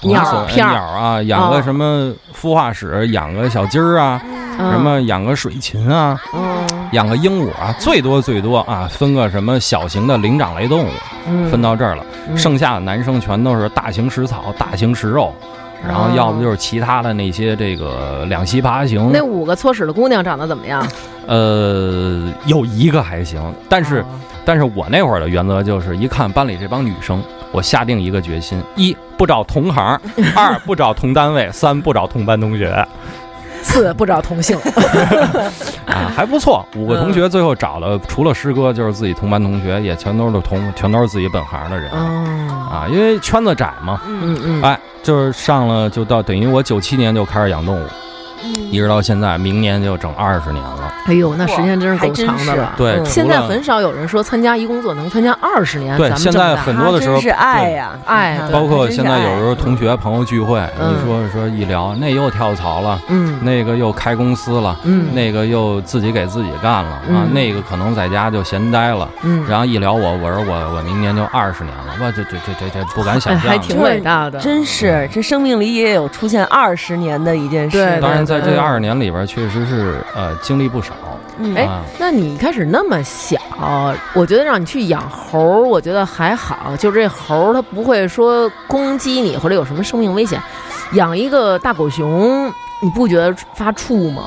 Speaker 6: 我们所
Speaker 5: 鸟片儿
Speaker 6: 鸟啊，养个什么孵化室，养个小鸡儿啊，
Speaker 5: 嗯
Speaker 6: 什么养个水禽啊，
Speaker 5: 嗯
Speaker 6: 养个鹦鹉啊，最多最多啊，分个什么小型的灵长类动物，
Speaker 5: 嗯
Speaker 6: 分到这儿了。
Speaker 5: 嗯
Speaker 6: 剩下的男生全都是大型食草、大型食肉，然
Speaker 5: 哦
Speaker 6: 后要不就是其他的那些这个两栖爬行
Speaker 5: 那。五个搓屎的姑娘长得怎么样？
Speaker 6: 呃，有一个还行，但
Speaker 5: 哦
Speaker 6: 是但是我那会儿的原则就是，一看班里这帮女生，我下定一个决心：一不找同行，二不找同单位，三不找同班同学。
Speaker 5: 四不找同性。
Speaker 6: 啊，啊，还不错。五个
Speaker 5: 嗯
Speaker 6: 同学最后找了，除了师哥，就是自己同班同学，也全都是同，全都是自己本行的人
Speaker 5: (laughs) 哦，
Speaker 6: 啊，因为圈子窄嘛。
Speaker 5: 嗯嗯，
Speaker 6: 哎，就是上了就到等于我九七年就开始养动物，
Speaker 5: 嗯
Speaker 6: 一直到现在，明年就整二十年了。
Speaker 5: 哎呦，那时间真是够长的了。
Speaker 6: 对，
Speaker 4: 嗯
Speaker 6: 除
Speaker 5: 现在
Speaker 6: 了
Speaker 5: 很少有人说参加一工作能参加二十年，
Speaker 6: 对
Speaker 5: 咱们
Speaker 6: 现
Speaker 5: 这么
Speaker 6: 在
Speaker 5: 大
Speaker 6: 很多的时候
Speaker 4: 啊
Speaker 6: 嗯
Speaker 4: 他真是爱呀，
Speaker 5: 爱
Speaker 4: 你看
Speaker 6: 包
Speaker 4: 他
Speaker 6: 括
Speaker 4: 真是
Speaker 6: 现在有
Speaker 4: 爱
Speaker 6: 时候同学朋友聚会，
Speaker 5: 嗯
Speaker 6: 你说说一聊，那又跳槽了，
Speaker 5: 嗯
Speaker 6: 那个又开公司了，
Speaker 5: 嗯
Speaker 6: 那个又自己给自己干了啊，
Speaker 5: 嗯
Speaker 6: 那个可能在家就闲待了。
Speaker 5: 嗯，
Speaker 6: 然后一聊我，我说我我明年就二十年了，哇，这这这这这不敢
Speaker 5: 哎
Speaker 6: 想象。
Speaker 5: 还挺伟大的，
Speaker 4: 真是
Speaker 6: 嗯
Speaker 4: 这生命里也有出现二十年的一件事。
Speaker 5: 对
Speaker 6: 当然，在这二十年里边，确实是呃经历不少。
Speaker 4: 嗯
Speaker 5: 哎
Speaker 6: 啊，
Speaker 5: 那你一开始那么小，我觉得让你去养猴儿，我觉得还好，就是这猴儿它不会说攻击你或者有什么生命危险。养一个大狗熊，你不觉得发怵吗？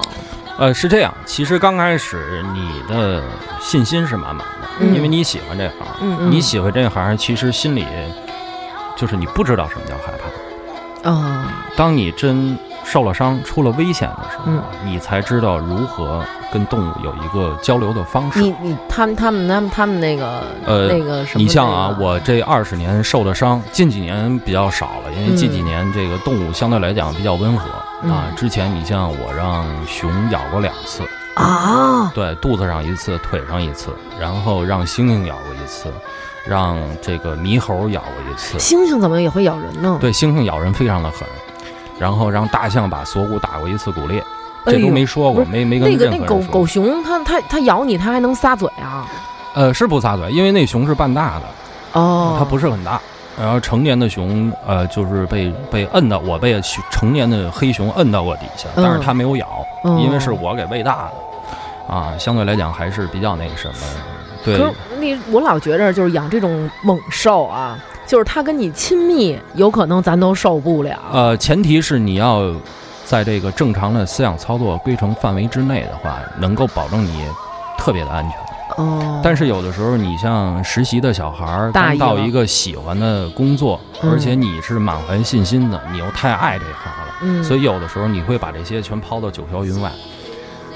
Speaker 6: 呃，是这样，其实刚开始你的信心是满满的，
Speaker 5: 嗯
Speaker 6: 因为你喜欢这行，
Speaker 4: 嗯
Speaker 5: 嗯
Speaker 6: 你喜欢这行，其实心里就是你不知道什么叫害怕。
Speaker 5: 啊、
Speaker 6: 当你真受了伤、出了危险的时候，
Speaker 5: 嗯
Speaker 6: 你才知道如何跟动物有一个交流的方式。
Speaker 5: 你你他们他们他们他们那个
Speaker 6: 呃
Speaker 5: 那个什么那个、
Speaker 6: 你像啊，我这二十年受的伤，近几年比较少了，因为
Speaker 5: 嗯
Speaker 6: 近几年这个动物相对来讲比较温和、
Speaker 5: 嗯
Speaker 6: 啊。之前你像我让熊咬过两次，
Speaker 5: 啊，
Speaker 6: 对，肚子上一次，腿上一次，然后让猩猩咬过一次，让这个猕猴咬过
Speaker 5: (laughs)
Speaker 6: 一次，
Speaker 5: 猩猩怎么也会咬人呢？
Speaker 6: 对，猩猩咬人非常的狠，然后让大象把锁骨打过一次骨裂，这
Speaker 5: 哎
Speaker 6: 都
Speaker 5: 呦
Speaker 6: 没说过，
Speaker 5: 不
Speaker 6: 没没跟
Speaker 5: 那个
Speaker 6: 任何
Speaker 5: 那
Speaker 6: 人
Speaker 5: 狗
Speaker 6: 说
Speaker 5: 狗熊，它它它咬你，它还能撒嘴啊？
Speaker 6: 呃是不撒嘴，因为那熊是半大的，
Speaker 5: 哦，
Speaker 6: 它不是很大。然后成年的熊，呃，就是被被摁到，我被熊成年的黑熊摁到过底下，但是
Speaker 5: 嗯
Speaker 6: 它没有咬，
Speaker 5: 嗯
Speaker 6: 因为是我给喂大的，啊，相对来讲还是比较那个什么，对，
Speaker 5: 可是你，我老觉着就是养这种猛兽啊，就是它跟你亲密，有可能咱都受不了。
Speaker 6: 呃，前提是你要在这个正常的饲养操作规程范围之内的话，能够保证你特别的安全。
Speaker 5: 哦，
Speaker 6: 但是有的时候，你像实习的小孩儿，
Speaker 5: 大
Speaker 6: 刚
Speaker 5: 意
Speaker 6: 到
Speaker 5: 了
Speaker 6: 一个喜欢的工作，
Speaker 5: 嗯
Speaker 6: 而且你是满怀信心的，你又太爱这行了，
Speaker 5: 嗯，
Speaker 6: 所
Speaker 5: 以
Speaker 6: 以有的时候你会把这些全抛到九霄云外。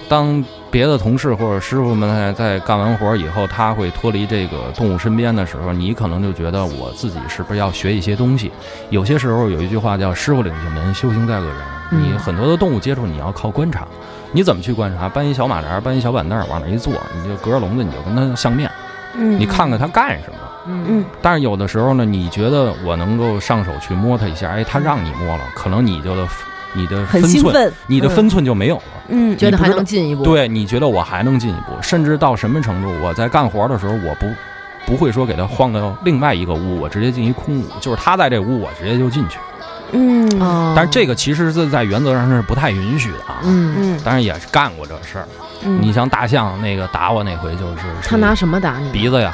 Speaker 6: 当别的同事或者师傅们在在干完活儿以后，他会脱离这个动物身边的时候，你可能就觉得我自己是不是要学一些东西？有些时候有一句话叫“师傅领进门，修行在个人”。
Speaker 5: 嗯
Speaker 6: 你很多的动物接触，你要靠观察。你怎么去观察？搬一小马扎儿，搬一小板凳儿，往那儿一坐，你就隔着笼子，你就跟它相面，
Speaker 4: 嗯
Speaker 6: 你看看它干什么。
Speaker 5: 嗯
Speaker 6: 但是有的时候呢，你觉得我能够上手去摸它一下，哎，它让你摸了，可能你就的你的
Speaker 4: 嗯
Speaker 6: 分
Speaker 4: 很兴
Speaker 6: 寸，
Speaker 4: 奋，
Speaker 6: 你的分寸就没有了。
Speaker 4: 嗯
Speaker 5: 觉得还
Speaker 6: 你不
Speaker 5: 能
Speaker 6: 知道
Speaker 5: 进一步。，
Speaker 6: 对，你觉得我还能进一步，甚至到什么程度？我在干活的时候，我不不会说给它晃到另外一个屋，我直接进一空屋，就是它在这屋，我直接就进去。
Speaker 4: 嗯
Speaker 5: 哦，
Speaker 6: 但是这个其实是在原则上是不太允许的啊。
Speaker 5: 嗯，
Speaker 4: 嗯
Speaker 6: 当然也是干过这事儿。
Speaker 4: 嗯
Speaker 6: 你像大象那个打我那回，就是
Speaker 5: 他拿什么打你？
Speaker 6: 鼻子呀，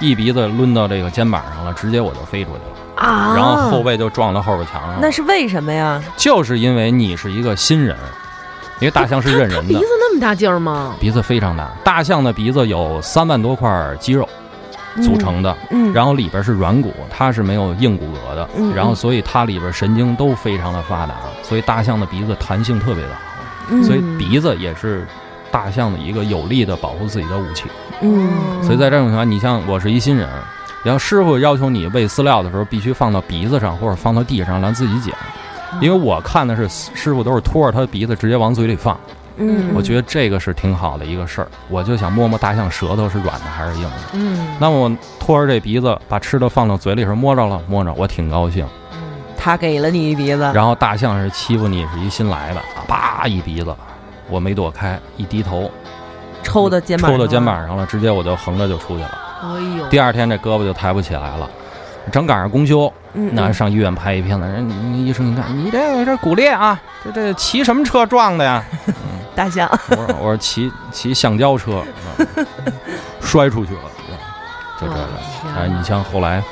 Speaker 6: 一鼻子抡到这个肩膀上了，直接我就飞出去了，
Speaker 5: 啊，
Speaker 6: 然后后背就撞到后边墙上了。
Speaker 4: 那是为什么呀？
Speaker 6: 就是因为你是一个新人，因为大象是认人
Speaker 5: 鼻
Speaker 6: 的
Speaker 5: 子，那么大劲儿吗？
Speaker 6: 鼻子非常大。大象的鼻子有三万多块肌肉组成的，
Speaker 4: 嗯，
Speaker 6: 然后里边是软骨，它是没有硬骨骼的，
Speaker 4: 嗯
Speaker 6: 然后所以它里边神经都非常的发达，所以大象的鼻子弹性特别的好，
Speaker 4: 嗯
Speaker 6: 所以鼻子也是大象的一个有力的保护自己的武器。
Speaker 4: 嗯
Speaker 6: 所以在这种情况下，你像我是一新人，然后师傅要求你喂饲料的时候必须放到鼻子上或者放到地上，让自己捡。
Speaker 4: 嗯
Speaker 6: 因为我看的是师傅都是拖着他的鼻子直接往嘴里放，
Speaker 4: 嗯
Speaker 6: 我觉得这个是挺好的一个事儿。我就想摸摸大象舌头是软的还是硬的。
Speaker 5: 嗯，
Speaker 6: 那么我拖着这鼻子把吃的放到嘴里时候摸着了，摸着我挺高兴。
Speaker 5: 嗯
Speaker 4: 他给了你一鼻子，
Speaker 6: 然后大象是欺负你是一新来的，啊叭一鼻子，我没躲开，一低头
Speaker 4: 抽到肩膀，
Speaker 6: 抽到肩，膀上了，直接我就横着就出去了。
Speaker 5: 哎呦，
Speaker 6: 第二天这胳膊就抬不起来了，正赶上公休，
Speaker 4: 嗯，
Speaker 6: 那上医院拍一片子，人人医生一看，你这个这骨裂啊，这这骑什么车撞的呀？
Speaker 4: 大象，
Speaker 6: 我说我说骑骑橡胶车，嗯摔出去了，就这个。
Speaker 4: 哦
Speaker 6: 哎，你像后来，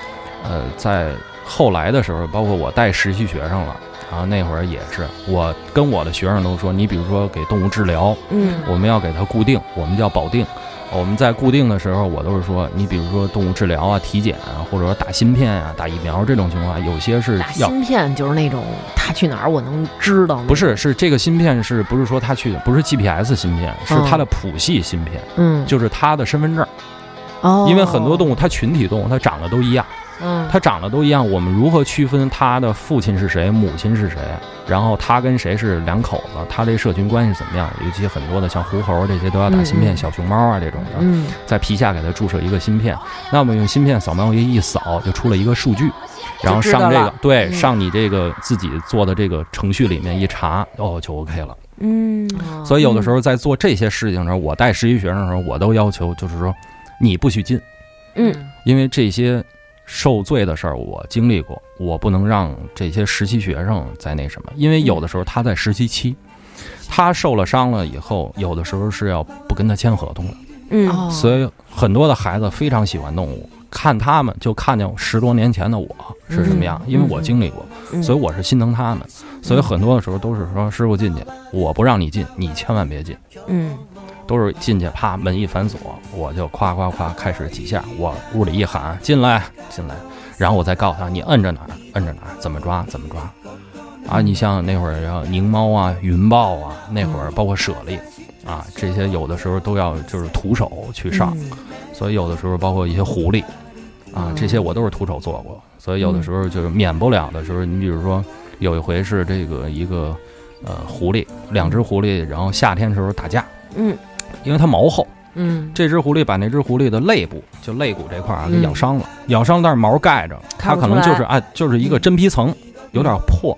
Speaker 6: 呃，在后来的时候，包括我带实习学生了。然后那会儿也是，我跟我的学生都说，你比如说给动物治疗，
Speaker 4: 嗯
Speaker 6: 我们要给它固定，我们叫保定。我们在固定的时候，我都是说，你比如说动物治疗啊、体检啊，或者说打芯片啊、打疫苗这种情况，有些是
Speaker 5: 打
Speaker 6: 要
Speaker 5: 芯片就是那种他去哪儿我能知道，
Speaker 6: 不，是是这个芯片是不是说它去的不是 GPS 芯片，是它的谱系芯片，
Speaker 5: 嗯，
Speaker 6: 就是它的身份证。
Speaker 5: 哦，
Speaker 6: 因为很多动物它群体动物，它长得都一样，
Speaker 5: 嗯，
Speaker 6: 它长得都一样，我们如何区分它的父亲是谁、母亲是谁，然后它跟谁是两口子，它这社群关系怎么样？尤其很多的像狐猴这些都要打芯
Speaker 5: 嗯
Speaker 6: 片，
Speaker 5: 嗯
Speaker 6: 小熊猫啊这种的，
Speaker 5: 嗯
Speaker 6: 在皮下给它注射一个芯片，那我们用芯片扫描仪一扫，就出了一个数据，然后
Speaker 4: 就知道
Speaker 6: 上这个
Speaker 4: 了
Speaker 6: 对
Speaker 5: 嗯
Speaker 6: 上你这个自己做的这个程序里面一查，哦就 OK 了。
Speaker 4: 嗯，
Speaker 6: 所以有的时候在做这些事情的时候，我带实习学生的时候，我都要求就是说，你不许进，
Speaker 4: 嗯
Speaker 6: 因为这些受罪的事儿我经历过，我不能让这些实习学生在那
Speaker 4: 嗯
Speaker 6: 什么，因为有的时候他在实习期，他受了伤了以后，有的时候是要不跟他签合同的。
Speaker 4: 嗯，
Speaker 5: 哦，
Speaker 6: 所以很多的孩子非常喜欢动物，看他们就看见十多年前的我是什么样，因为我经历过，
Speaker 4: 嗯
Speaker 6: 所以我是心疼他们。所以很多的时候都是说师傅进去，我不让你进，你千万别进。
Speaker 4: 嗯
Speaker 6: 都是进去，啪，门一反锁，我就夸夸夸开始几下，我屋里一喊进来进来，然后我再告诉他你摁着哪儿摁着哪儿，怎么抓怎么抓。啊，你像那会儿要狞猫啊、云豹啊，那会儿包括猞猁啊，这些有的时候都要就是徒手去上，所以有的时候包括一些狐狸啊，这些我都是徒手做过，所以有的时候就是免不了的时候，你比如说有一回是这个一个呃狐狸，两只狐狸，然后夏天时候打架，
Speaker 4: 嗯，
Speaker 6: 因为它毛厚，
Speaker 5: 嗯，
Speaker 6: 这只狐狸把那只狐狸的肋部，就肋骨这块啊，
Speaker 5: 嗯
Speaker 6: 给咬伤了，咬伤，但是毛盖着，它
Speaker 4: 看不
Speaker 6: 可
Speaker 4: 出来嗯
Speaker 6: 能就是啊，就是一个真皮层，有点破，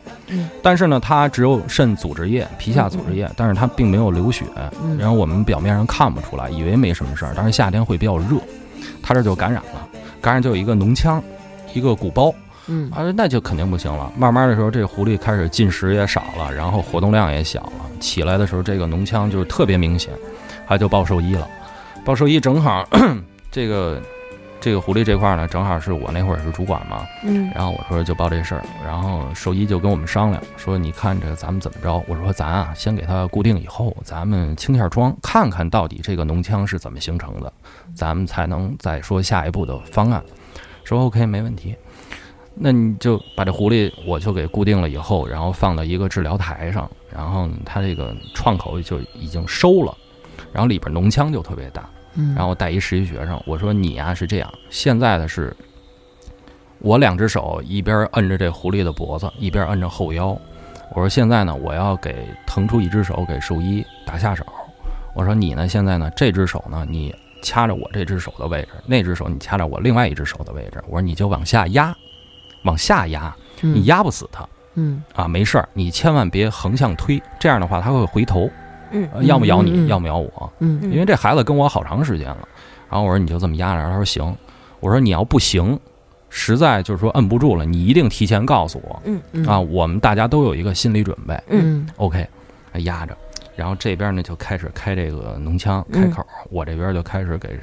Speaker 6: 但是呢，它只有肾组织液、皮下组织
Speaker 4: 嗯
Speaker 6: 液，但是它并没有流血，
Speaker 5: 嗯
Speaker 6: 然后我们表面上看不出来，以为没什么事儿，但是夏天会比较热，它这就感染了，感染就有一个脓腔，一个鼓包，
Speaker 5: 嗯
Speaker 6: 啊，那就肯定不行了。慢慢的时候，这狐狸开始进食也少了，然后活动量也小了。起来的时候，这个脓腔就是特别明显，它就报兽医了。报兽医正好， (clears throat) 这个这个狐狸这块儿呢，正好是我那会儿是主管嘛，
Speaker 4: 嗯
Speaker 6: 然后我说就报这事儿，然后兽医就跟我们商量说，你看这咱们怎么着？我说咱啊，先给它固定以后，咱们清下窗，看看到底这个脓腔是怎么形成的，咱们才能再说下一步的方案。说 OK 没问题，那你就把这狐狸我就给固定了以后，然后放到一个治疗台上，然后它这个创口就已经收了，然后里边脓腔就特别大。
Speaker 5: 嗯，
Speaker 6: 然后带一实习学生，我说你呀、是这样，现在的是，我两只手一边摁着这狐狸的脖子，一边摁着后腰。我说现在呢，我要给腾出一只手给兽医打下手。我说你呢，现在呢，这只手呢，你掐着我这只手的位置，那只手你掐着我另外一只手的位置。我说你就往下压，往下压，你
Speaker 5: 嗯
Speaker 6: 压不死它。
Speaker 5: 嗯
Speaker 6: 啊，没事儿，你千万别横向推，这样的话它会回头，
Speaker 4: 嗯
Speaker 6: 呃要么咬你，
Speaker 5: 嗯嗯嗯
Speaker 6: 要么咬我，
Speaker 5: 嗯
Speaker 6: 因为这孩子跟我好长时间了，然后我说你就这么压着，他说行，我说你要不行，实在就是说摁不住了，你一定提前告诉我，
Speaker 5: 嗯
Speaker 6: 啊，我们大家都有一个心理准备
Speaker 5: 嗯
Speaker 6: ，OK，压哎着，然后这边呢就开始开这个脓腔
Speaker 5: 嗯
Speaker 6: 开口，我这边就开始给。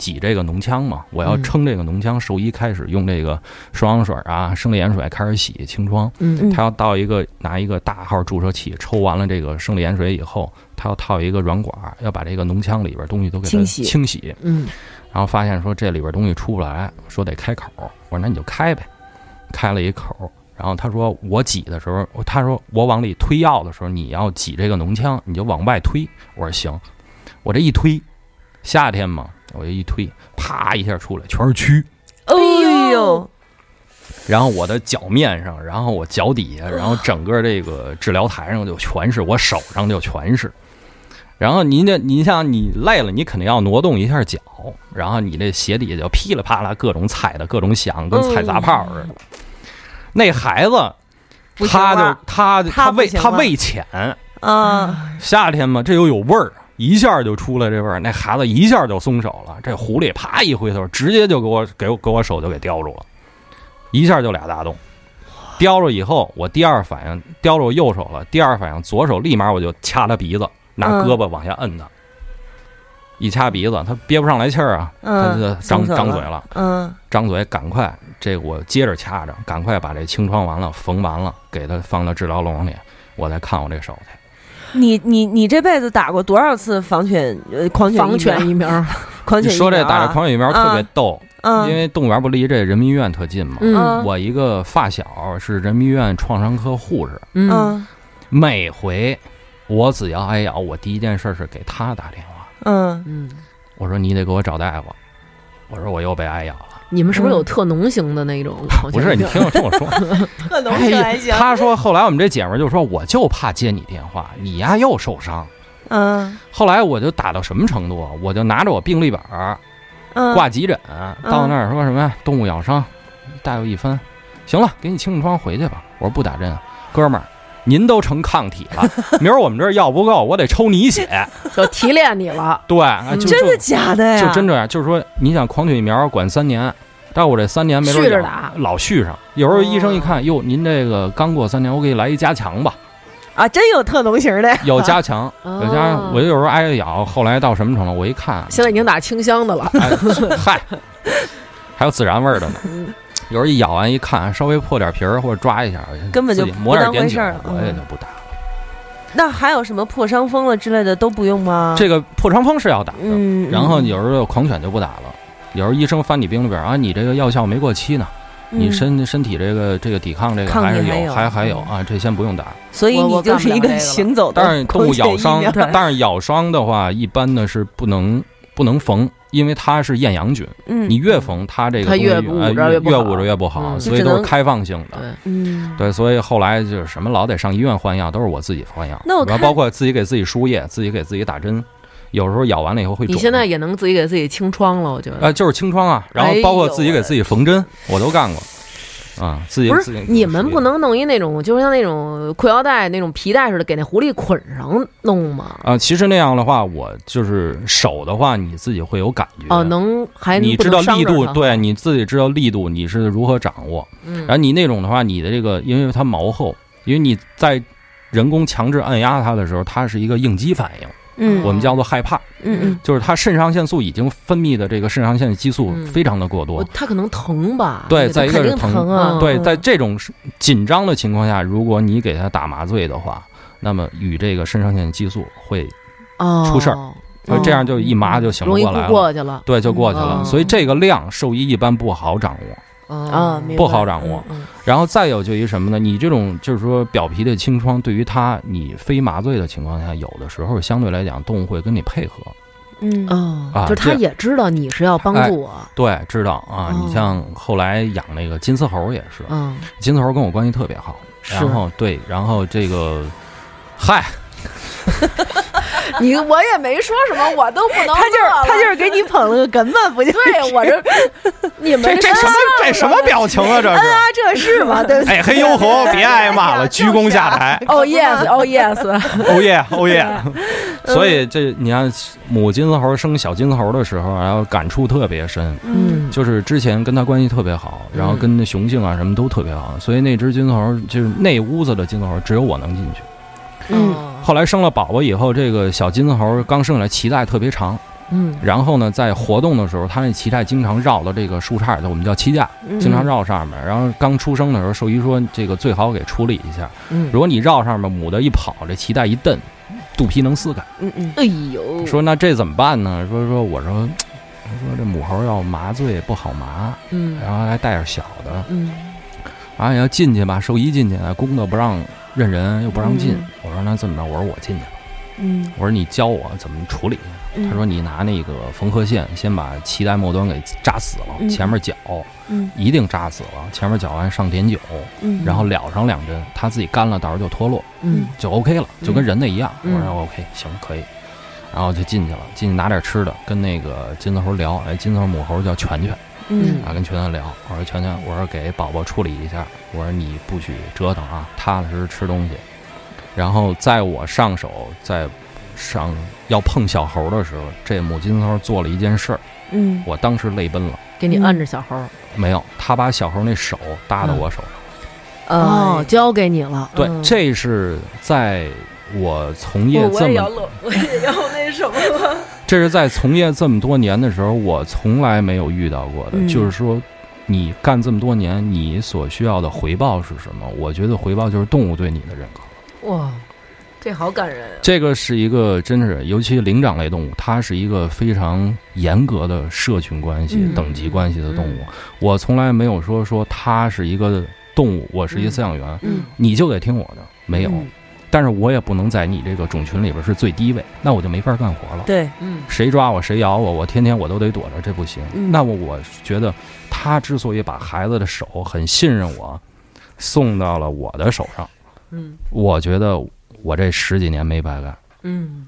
Speaker 6: 挤这个脓腔嘛，我要
Speaker 5: 嗯
Speaker 6: 撑这个脓腔，兽医开始用这个双氧水啊、生理盐水开始洗清创，
Speaker 5: 嗯
Speaker 6: 他要到一个拿一个大号注射器抽完了这个生理盐水以后，他要套一个软管儿，要把这个脓腔里边东西都给它
Speaker 4: 清洗
Speaker 6: 清洗，
Speaker 5: 嗯
Speaker 6: 然后发现说这里边东西出不来，说得开口。我说那你就开呗，开了一口。然后他说我挤的时候，他说我往里推药的时候，你要挤这个脓腔，你就往外推。我说行，我这一推，夏天嘛，我就一推，啪一下出来全是蛆。
Speaker 4: 哎呦，
Speaker 6: 然后我的脚面上，然后我脚底下，然后整个这个治疗台上就全是，我手上就全是。然后您这，您像你累了，你肯定要挪动一下脚，然后你这鞋底下就噼里啪啦各种踩的各种响，跟踩杂炮似的。那孩子，
Speaker 4: 嗯不行
Speaker 6: 他
Speaker 4: 了
Speaker 6: 就他就
Speaker 4: 他
Speaker 6: 他
Speaker 4: 不
Speaker 6: 胃
Speaker 4: 行
Speaker 6: 他
Speaker 4: 了
Speaker 6: 胃浅，
Speaker 4: 啊，
Speaker 6: 夏天嘛，这又有味儿，一下就出来这味儿，那孩子一下就松手了。这狐狸啪一回头，直接就给我给我给我手就给叼住了，一下就俩大洞。叼住以后，我第二反应叼住右手了，第二反应左手立马我就掐他鼻子，拿
Speaker 4: 嗯
Speaker 6: 胳膊往下摁他，一掐鼻子，他憋不上来气儿啊，他
Speaker 4: 嗯
Speaker 6: 就张
Speaker 4: 松手
Speaker 6: 张
Speaker 4: 了
Speaker 6: 嘴了。
Speaker 4: 嗯
Speaker 6: 张嘴，赶快，这个我接着掐着，赶快把这清创完了，缝完了，给他放到治疗笼里，我再看我这手去。
Speaker 4: 你你你这辈子打过多少次防犬呃狂犬
Speaker 5: 防
Speaker 4: 疫苗
Speaker 5: 犬疫苗，
Speaker 4: 狂
Speaker 6: 你
Speaker 4: 犬疫苗
Speaker 6: 说
Speaker 4: 啊
Speaker 6: 这打这狂犬疫苗特别逗，因
Speaker 4: 嗯
Speaker 6: 为动物园不离这人民医院特近嘛。
Speaker 5: 嗯
Speaker 4: 嗯
Speaker 6: 我一个发小是人民医院创伤科护士，
Speaker 5: 嗯，
Speaker 4: 嗯
Speaker 6: 每回我只要挨咬，我第一件事是给他打电话，
Speaker 4: 嗯
Speaker 5: 嗯，
Speaker 6: 我说你得给我找大夫，我说我又被挨咬了。
Speaker 5: 你们是不是有特浓型的那种狂
Speaker 6: 嗯不
Speaker 5: 犬
Speaker 6: 是
Speaker 5: 病？
Speaker 6: 你听我听我说，
Speaker 4: 特浓
Speaker 6: 哎呀，他说后来我们这姐们儿就说，我就怕接你电话，你呀又受伤。
Speaker 4: 嗯
Speaker 6: 后来我就打到什么程度啊？我就拿着我病历本儿
Speaker 4: 嗯
Speaker 6: 挂急诊，到那儿说什么呀？动物咬伤，大夫一翻，行了，给你清清疮回去吧。我说不打针啊，哥们儿，您都成抗体
Speaker 4: (laughs)
Speaker 6: 了，明儿我们这儿药不够，我得抽你血。
Speaker 5: 就提炼你了。
Speaker 6: 对，啊就
Speaker 4: 嗯真的
Speaker 6: 就
Speaker 4: 假的呀？
Speaker 6: 就真这样，就是说你想狂犬疫苗管三年，但我这三年没准
Speaker 5: 续着
Speaker 6: 有
Speaker 5: 打
Speaker 6: 老续上。有时候医生一
Speaker 5: 哦
Speaker 6: 看，哟，您这个刚过三年，我给你来一加强吧。
Speaker 4: 啊，真有特浓型的呀。 (laughs)
Speaker 6: 有加强，
Speaker 5: 哦
Speaker 6: 有加强，我就有时候挨着咬，后来到什么程度？我一看，
Speaker 5: 现在已经打清香的了，
Speaker 6: 哎
Speaker 4: (laughs)
Speaker 6: 嗨，还有孜然味儿的呢。
Speaker 4: 嗯
Speaker 6: 有时候一咬完一看，稍微破点皮儿或者抓一下，我
Speaker 4: 根本就
Speaker 6: 自己抹点
Speaker 4: 不当
Speaker 6: 碘
Speaker 4: 回
Speaker 6: 酒
Speaker 4: 事儿，
Speaker 6: 我也
Speaker 4: 嗯
Speaker 6: 就不打。
Speaker 4: 那还有什么破伤风了之类的都不用吗？
Speaker 6: 这个破伤风是要打的，
Speaker 4: 嗯，
Speaker 6: 然后有时候狂犬就不打了。有时候医生翻你病历表啊，你这个药效没过期呢，
Speaker 4: 嗯
Speaker 6: 你，身身体这个这个抵抗这个
Speaker 4: 抗体
Speaker 6: 还是
Speaker 4: 还
Speaker 6: 有，
Speaker 4: 有
Speaker 6: 还还有
Speaker 4: 嗯
Speaker 6: 啊，这先不用打。
Speaker 4: 所以
Speaker 5: 我
Speaker 4: 你
Speaker 5: 我干
Speaker 4: 就
Speaker 5: 不
Speaker 4: 是一
Speaker 5: 了这
Speaker 4: 个
Speaker 5: 个
Speaker 4: 行走的 (laughs)
Speaker 6: 但是动物咬
Speaker 4: 狂
Speaker 6: 伤
Speaker 4: 犬疫，苗
Speaker 6: 但是咬伤的话，一般呢是不能不能缝，因为它是厌氧菌，
Speaker 4: 嗯
Speaker 6: 你越缝它这个
Speaker 5: 它
Speaker 6: 东西
Speaker 5: 越捂
Speaker 6: 呃
Speaker 5: 着
Speaker 6: 越
Speaker 5: 越不好
Speaker 6: 捂着越不好，
Speaker 5: 嗯
Speaker 6: 所以
Speaker 4: 就只
Speaker 6: 都是
Speaker 4: 能
Speaker 6: 开放性的。
Speaker 5: 对，
Speaker 4: 嗯，
Speaker 6: 对，所以后来就是什么老得上医院换药，都是我自己换药，
Speaker 4: 那我
Speaker 6: 然后
Speaker 4: 看
Speaker 6: 包括自己给自己输液，自己给自己打针，有时候咬完了以后会肿。
Speaker 5: 你现在也能自己给自己清疮了，我觉得。
Speaker 6: 呃就是清创啊，然后
Speaker 5: 哎呦
Speaker 6: 包括自己
Speaker 5: 喂
Speaker 6: 给自己缝针，我都干过啊，自己
Speaker 5: 不
Speaker 6: 自
Speaker 5: 是
Speaker 6: 己
Speaker 5: 你们不能弄一那种，就像那种裤腰带那种皮带似的，给那狐狸捆上弄吗？
Speaker 6: 啊，其实那样的话，我就是手的话，你自己会有感觉
Speaker 5: 哦，能还
Speaker 6: 你
Speaker 5: 不
Speaker 6: 知
Speaker 5: 能
Speaker 6: 道
Speaker 5: 伤
Speaker 6: 力
Speaker 5: 着
Speaker 6: 度，
Speaker 5: 它，
Speaker 6: 对，你自己知道力度，你是如何掌握。
Speaker 5: 嗯
Speaker 6: 然后你那种的话，你的这个，因为它毛厚，因为你在人工强制按压它的时候，它是一个应激反应，
Speaker 4: 嗯
Speaker 6: 我们叫做害怕，
Speaker 4: 嗯嗯，
Speaker 6: 就是它肾上腺素已经分泌的这个肾上腺激素非常的过
Speaker 5: 嗯
Speaker 6: 多
Speaker 5: 我。它可能疼吧？
Speaker 6: 对
Speaker 5: 那个
Speaker 6: 再一个
Speaker 4: 肯
Speaker 6: 是
Speaker 4: 定
Speaker 6: 疼
Speaker 4: 疼啊，
Speaker 6: 对，
Speaker 4: 嗯
Speaker 6: 在这种紧张的情况下，如果你给它打麻醉的话，那么与这个肾上腺激素会，
Speaker 5: 哦
Speaker 6: 出事儿
Speaker 5: 哦
Speaker 6: 这样就一麻就醒不
Speaker 5: 容易
Speaker 6: 过来了
Speaker 5: 过去了
Speaker 6: 对，就过去了。
Speaker 5: 嗯
Speaker 6: 所以这个量兽医一般不好掌握。
Speaker 5: 哦
Speaker 4: 啊，明白
Speaker 6: 不好掌握。
Speaker 4: 嗯嗯
Speaker 6: 然后再有就一什么呢？你这种就是说表皮的清创，对于它你非麻醉的情况下，有的时候相对来讲动物会跟你配合。
Speaker 4: 嗯
Speaker 5: 哦，
Speaker 6: 啊
Speaker 5: 就是
Speaker 6: 这哎
Speaker 5: 他也知道你是要帮助我，
Speaker 6: 对，知道啊。
Speaker 5: 哦
Speaker 6: 你像后来养那个金丝猴也是，
Speaker 5: 嗯，
Speaker 6: 金丝猴跟我关系特别好。
Speaker 5: 是
Speaker 6: 然后对，然后这个，嗨，
Speaker 5: 你我也没说什么，我都不能，
Speaker 4: 他就是他就是给你捧了个哏嘛，不就
Speaker 5: 对我这你们
Speaker 6: 这什么这什么表情啊？这是？
Speaker 4: 啊，这是吗？对不对？
Speaker 6: 哎，嘿呦吼，别挨骂
Speaker 4: 哎
Speaker 6: 了，鞠躬下台。
Speaker 5: 哦 yes 哦 yes，
Speaker 6: 欧耶欧耶！所以这你看，母金丝猴生小金丝猴的时候，然后感触特别深。
Speaker 5: 嗯，
Speaker 6: 就是之前跟他关系特别好，然后跟那雄性啊什么都特别好，所以那只金丝猴就是那屋子的金丝猴只有我能进去。
Speaker 4: 嗯
Speaker 5: 哦
Speaker 6: 后来生了宝宝以后，这个小金丝猴刚生下来脐带特别长，
Speaker 5: 嗯
Speaker 6: 然后呢，在活动的时候，它那脐带经常绕到这个树杈，我们叫脐架，
Speaker 5: 嗯
Speaker 6: 经常绕上面。然后刚出生的时候，兽医说这个最好给处理一下，
Speaker 5: 嗯
Speaker 6: 如，果你绕上面，母的一跑，这脐带一蹬，肚皮能撕开。
Speaker 4: 嗯嗯
Speaker 5: 哎呦，
Speaker 6: 说那这怎么办呢？说说我说，说这母猴要麻醉不好麻，
Speaker 5: 嗯
Speaker 6: 然后还带点小的。
Speaker 5: 嗯
Speaker 6: 啊，你要进去吧，兽医进去，公的不让认人，又不让进。我说那这么着，我说我进去吧，
Speaker 4: 嗯
Speaker 6: 我说你教我怎么处理。
Speaker 4: 嗯
Speaker 6: 他说你拿那个缝合线先把脐带末端给扎死了，
Speaker 4: 嗯
Speaker 6: 前面绞，
Speaker 4: 嗯
Speaker 6: 一定扎死了，前面绞完上碘酒，
Speaker 4: 嗯
Speaker 6: 然后了上两针，它自己干了，到时候就脱落，
Speaker 5: 嗯
Speaker 6: 就 OK 了，就跟人的一样。
Speaker 5: 嗯
Speaker 6: 我说 OK，行，可以。然后就进去了，进去拿点吃的，跟那个金丝猴聊。哎，金丝猴母猴叫拳拳，
Speaker 4: 嗯
Speaker 6: 啊，跟全全聊，我说全全，我说给宝宝处理一下，我说你不许折腾啊，踏踏实实吃东西。然后在我上手在上要碰小猴的时候，这母金丝猴做了一件事儿，
Speaker 4: 嗯
Speaker 6: 我当时泪奔了。
Speaker 5: 给你摁着小猴，
Speaker 6: 没有，他把小猴那手搭到我手上。
Speaker 5: 哦，交给你了，
Speaker 6: 对，
Speaker 5: 嗯
Speaker 6: 这是在我从业这么，
Speaker 4: 乐，我也要那什么，
Speaker 6: 这是在从业这么多年的时候，我从来没有遇到过的。
Speaker 4: 嗯
Speaker 6: 就是说，你干这么多年，你所需要的回报是什么？我觉得回报就是动物对你的认可。
Speaker 5: 哇，这好感人。
Speaker 6: 这个是一个，真是尤其灵长类动物，它是一个非常严格的社群关系、
Speaker 5: 嗯
Speaker 6: 等级关系的动物。我从来没有说说它是一个动物，我是一个饲养员，
Speaker 5: 嗯
Speaker 6: 你就得听我的，没有。
Speaker 5: 嗯
Speaker 6: 但是我也不能在你这个种群里边是最低位，那我就没法干活了。
Speaker 4: 对，
Speaker 5: 嗯
Speaker 6: 谁抓我，谁咬我，我天天我都得躲着，这不行。那么我觉得，他之所以把孩子的手很信任我，送到了我的手上，
Speaker 5: 嗯
Speaker 6: 我觉得我这十几年没白干，
Speaker 5: 嗯，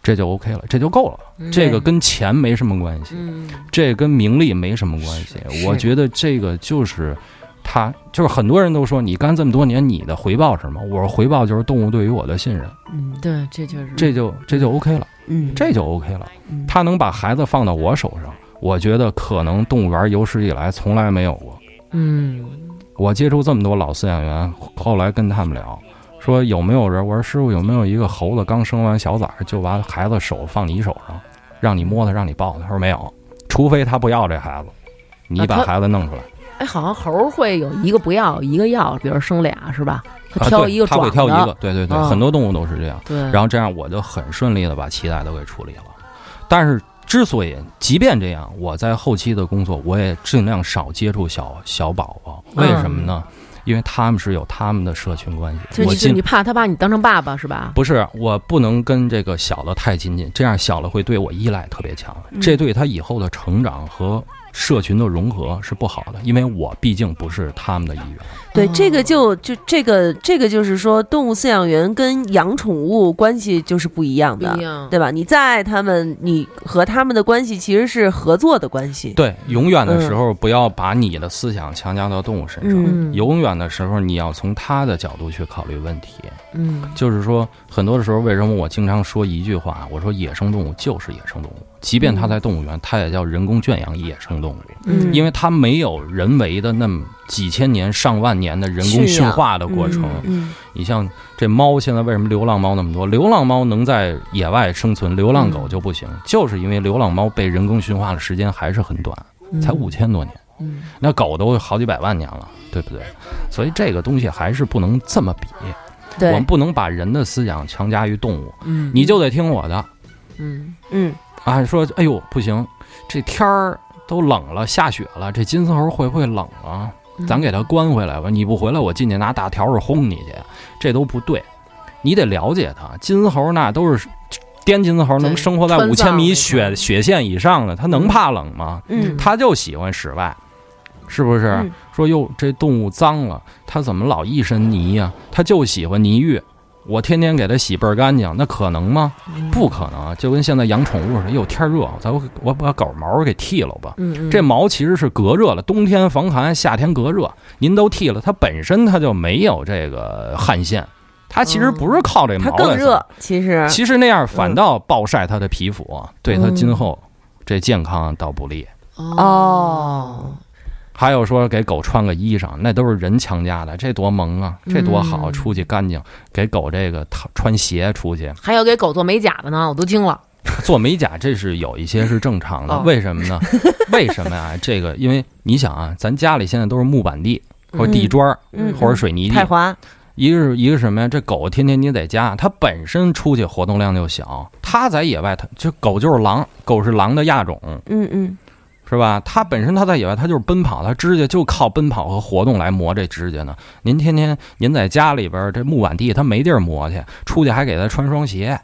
Speaker 6: 这就 OK 了，这就够了。
Speaker 5: 嗯
Speaker 6: 这个跟钱没什么关系，
Speaker 5: 嗯
Speaker 6: 这跟名利没什么关系。
Speaker 5: 是是
Speaker 6: 我觉得这个就是他，就是很多人都说你干这么多年，你的回报是什么？我说回报就是动物对于我的信任，
Speaker 4: 嗯
Speaker 5: 对，这就是
Speaker 6: 这就这就 OK 了，
Speaker 4: 嗯，
Speaker 6: 这就 OK 了
Speaker 4: 嗯。
Speaker 6: 他能把孩子放到我手上，我觉得可能动物园有史以来从来没有过。
Speaker 5: 嗯
Speaker 6: 我接触这么多老饲养员，后来跟他们聊，说有没有人？我说师傅有没有一个猴子刚生完小崽儿就把孩子手放你手上，让你摸它，让你抱它？他说没有，除非他不要这孩子，你
Speaker 5: 啊
Speaker 6: 把
Speaker 5: 他
Speaker 6: 孩子弄出来，
Speaker 5: 哎，好像猴儿会有一个不要一个要，比如生俩是吧？它
Speaker 6: 啊
Speaker 5: 挑
Speaker 6: 对
Speaker 5: 一个
Speaker 6: 他会
Speaker 5: 壮
Speaker 6: 挑一个
Speaker 5: 的，，
Speaker 6: 对对对，
Speaker 5: 嗯
Speaker 6: 很多动物都是这样。
Speaker 5: 对，
Speaker 6: 然后这样我就很顺利的把脐带都给处理了。但是之所以，即便这样，我在后期的工作我也尽量少接触小小宝宝，为什么呢？因为他们是有他们的社群关系，
Speaker 5: 嗯就
Speaker 6: 我
Speaker 5: 是
Speaker 6: 尽
Speaker 5: 你怕他把你当成爸爸是吧？
Speaker 6: 不是，我不能跟这个小的太亲近，这样小的会对我依赖特别强，
Speaker 5: 嗯
Speaker 6: 这对他以后的成长和社群的融合是不好的，因为我毕竟不是他们的一员。
Speaker 4: 对
Speaker 5: 哦，
Speaker 4: 这个就就这个这个就是说，动物饲养员跟养宠物关系就是不一样
Speaker 5: 不
Speaker 4: 的
Speaker 5: 一，样，
Speaker 4: 对吧？你再爱他们，你和他们的关系其实是合作的关系。
Speaker 6: 对，永远的时候不要把你的思想强加到动物身上，
Speaker 5: 嗯
Speaker 6: 永远的时候你要从他的角度去考虑问题。
Speaker 5: 嗯
Speaker 6: 就是说，很多的时候，为什么我经常说一句话，我说野生动物就是野生动物，即便它在动物园，它也叫人工圈养野生动物。
Speaker 5: 嗯
Speaker 6: 因为它没有人为的那么几千年、上万年的人工驯化的过程。
Speaker 5: 啊
Speaker 4: 嗯
Speaker 6: 你像这猫，现在为什么流浪猫那么多？流浪猫能在野外生存，流
Speaker 5: 嗯
Speaker 6: 浪狗就不行，就是因为流浪猫被人工驯化的时间还是很短，才五千多年。
Speaker 5: 嗯
Speaker 6: 那狗都好几百万年了，对不对？所以这个东西还是不能这么比，我们
Speaker 4: 对，
Speaker 6: 不能把人的思想强加于动物，
Speaker 5: 嗯，
Speaker 6: 你就得听我的。
Speaker 5: 嗯
Speaker 4: 嗯，
Speaker 6: 啊，说哎呦不行，这天儿都冷了，下雪了，这金丝猴会不会冷啊？
Speaker 5: 嗯
Speaker 6: 咱给它关回来吧，你不回来，我进去拿大笤帚轰你去，这都不对。你得了解它，金丝猴那都是滇金丝猴，能
Speaker 5: 对
Speaker 6: 生活在
Speaker 5: 川
Speaker 6: 五千
Speaker 5: 藏
Speaker 6: 米
Speaker 5: 那
Speaker 6: 雪
Speaker 5: 种
Speaker 6: 雪线以上的，它能怕冷吗？
Speaker 4: 嗯
Speaker 6: 它就喜欢室外，是不是？
Speaker 4: 嗯
Speaker 6: 说哟，这动物脏了，它怎么老一身泥呀、它就喜欢泥浴，我天天给它洗倍儿干净，那可能吗？
Speaker 4: 嗯
Speaker 6: 不可能，啊就跟现在养宠物似的，哟，天热，咱我我把狗毛给剃了吧。
Speaker 5: 嗯嗯，
Speaker 6: 这毛其实是隔热了，冬天防寒，夏天隔热，您都剃了，它本身它就没有这个汗腺，它其实不是靠这
Speaker 4: 哦它
Speaker 6: 毛来
Speaker 4: 更
Speaker 6: 散
Speaker 4: 热，嗯其实
Speaker 6: 其实那样反倒暴晒它的皮肤啊，对
Speaker 4: 嗯
Speaker 6: 它今后这健康倒不利。
Speaker 4: 哦，
Speaker 6: 还有说给狗穿个衣裳，那都是人强加的，这多萌啊，这多好，
Speaker 5: 嗯
Speaker 6: 出去干净。给狗这个它穿鞋出去
Speaker 5: 还有给狗做美甲的呢，我都惊了。
Speaker 6: 做美甲，这是有一些是正常的，
Speaker 5: 哦
Speaker 6: 为什么
Speaker 4: (laughs)
Speaker 6: 呢？为什么呀？这个因为你想啊，咱家里现在都是木板地或者地砖儿
Speaker 4: 嗯
Speaker 6: 或者水泥地
Speaker 4: 太，滑，
Speaker 6: 一个是一个什么呀？这狗天天你在家，它本身出去活动量就小，它在野外，它就狗就是狼，狗是狼的亚种，
Speaker 4: 嗯嗯
Speaker 6: 是吧？它本身它在野外，它就是奔跑，它指甲就靠奔跑和活动来磨这指甲呢。您天天您在家里边儿这木板地，它没地儿磨去，出去还给它穿双鞋，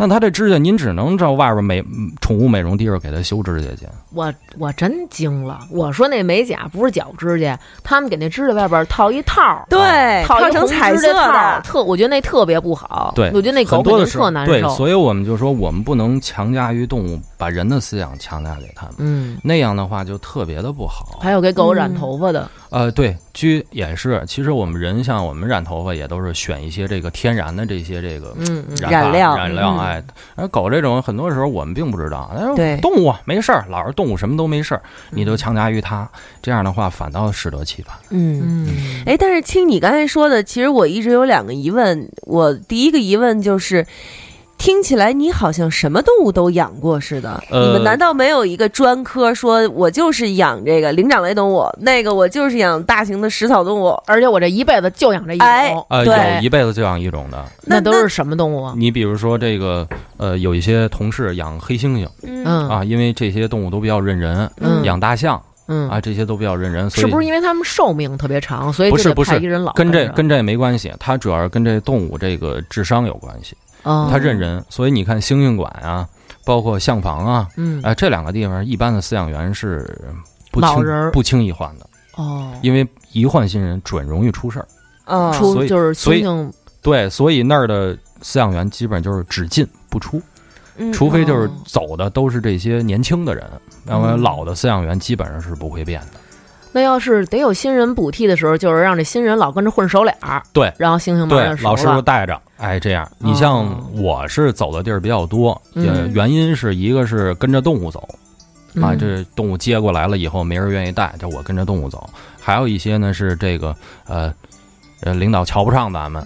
Speaker 6: 那它这指甲您只能照外边美嗯宠物美容地方给它修指甲去。
Speaker 5: 我我真惊了！我说那美甲不是脚指甲，他们给那指甲外边套一套儿，
Speaker 4: 对，
Speaker 5: 套
Speaker 4: 套
Speaker 5: 一
Speaker 4: 成
Speaker 5: 红
Speaker 4: 彩
Speaker 5: 指甲
Speaker 4: 色
Speaker 5: 套儿
Speaker 4: 的，
Speaker 5: 特我觉得那特别不好。
Speaker 6: 对，
Speaker 5: 我觉得那狗肯
Speaker 6: 很多
Speaker 5: 定
Speaker 6: 的时
Speaker 5: 特
Speaker 6: 候
Speaker 5: 难
Speaker 6: 对，
Speaker 5: 受。
Speaker 6: 所以我们就说我们不能强加于动物，把人的思想强加给他们，
Speaker 5: 嗯，
Speaker 6: 那样的话就特别的不好。
Speaker 5: 还有给
Speaker 4: 嗯
Speaker 5: 狗染头发的，
Speaker 6: 呃，对，居也是。其实我们人像我们染头发也都是选一些这个天然的这些这个
Speaker 5: 嗯嗯
Speaker 6: 染
Speaker 4: 染
Speaker 6: 发
Speaker 4: 料
Speaker 6: 染料，
Speaker 4: 嗯
Speaker 6: 哎，而狗这种很多时候我们并不知道，但
Speaker 4: 对
Speaker 6: 是动物啊没事儿，老是动物什么都没事儿，
Speaker 5: 嗯
Speaker 6: 你就强加于它，这样的话反倒适得其反。
Speaker 4: 嗯。
Speaker 5: 嗯
Speaker 4: 哎，但是听你刚才说的，其实我一直有两个疑问。我第一个疑问就是，听起来你好像什么动物都养过似的。
Speaker 6: 呃
Speaker 4: 你们难道没有一个专科说，我就是养这个灵长类动物，那个我就是养大型的食草动物？
Speaker 5: 而且我这一辈子就养这一
Speaker 4: 哎
Speaker 5: 种，
Speaker 6: 呃，
Speaker 4: 对
Speaker 6: 有一辈子就养一种的。
Speaker 4: 那
Speaker 5: 那都是什么动物啊？
Speaker 6: 你比如说这个，呃，有一些同事养黑猩猩
Speaker 4: 嗯，
Speaker 5: 嗯
Speaker 6: 啊，因为这些动物都比较认人，
Speaker 5: 嗯
Speaker 6: 养大象
Speaker 5: 嗯，
Speaker 6: 啊，这些都比较认人，所以
Speaker 5: 是不是因为他们寿命特别长，所以
Speaker 6: 不
Speaker 5: 就是得
Speaker 6: 不是
Speaker 5: 派一人老啊
Speaker 6: 跟这
Speaker 5: 着
Speaker 6: 跟这没关系？它主要是跟这动物这个智商有关系，
Speaker 5: 哦
Speaker 6: 它认人，所以你看猩猩馆啊，包括象房啊，
Speaker 5: 嗯
Speaker 6: 啊，这两个地方一般的饲养员是不
Speaker 5: 老
Speaker 6: 轻
Speaker 5: 人儿
Speaker 6: 不轻易换的，
Speaker 5: 哦，
Speaker 6: 因为一换新人准容易出事儿。
Speaker 4: 哦
Speaker 6: 啊所
Speaker 5: 出
Speaker 6: 以
Speaker 5: 就是
Speaker 6: 所以
Speaker 5: 猩猩
Speaker 6: 对，所以那儿的饲养员基本就是只进不出，
Speaker 4: 嗯
Speaker 6: 除非就是
Speaker 5: 哦
Speaker 6: 走的都是这些年轻的人，那么
Speaker 5: 嗯
Speaker 6: 老的饲养员基本上是不会变的。
Speaker 5: 那要是得有新人补替的时候，就是让这新人老跟着混熟脸儿，
Speaker 6: 对
Speaker 5: 然后猩猩慢
Speaker 6: 对
Speaker 5: 慢，熟
Speaker 6: 老师傅
Speaker 5: 了，
Speaker 6: 带着，哎，这样。你
Speaker 5: 哦
Speaker 6: 像我是走的地儿比较多，也
Speaker 5: 嗯
Speaker 6: 原因是一个是跟着动物走啊，
Speaker 5: 嗯
Speaker 6: 这动物接过来了以后没人愿意带，就我跟着动物走。还有一些呢是这个呃呃领导瞧不上咱们。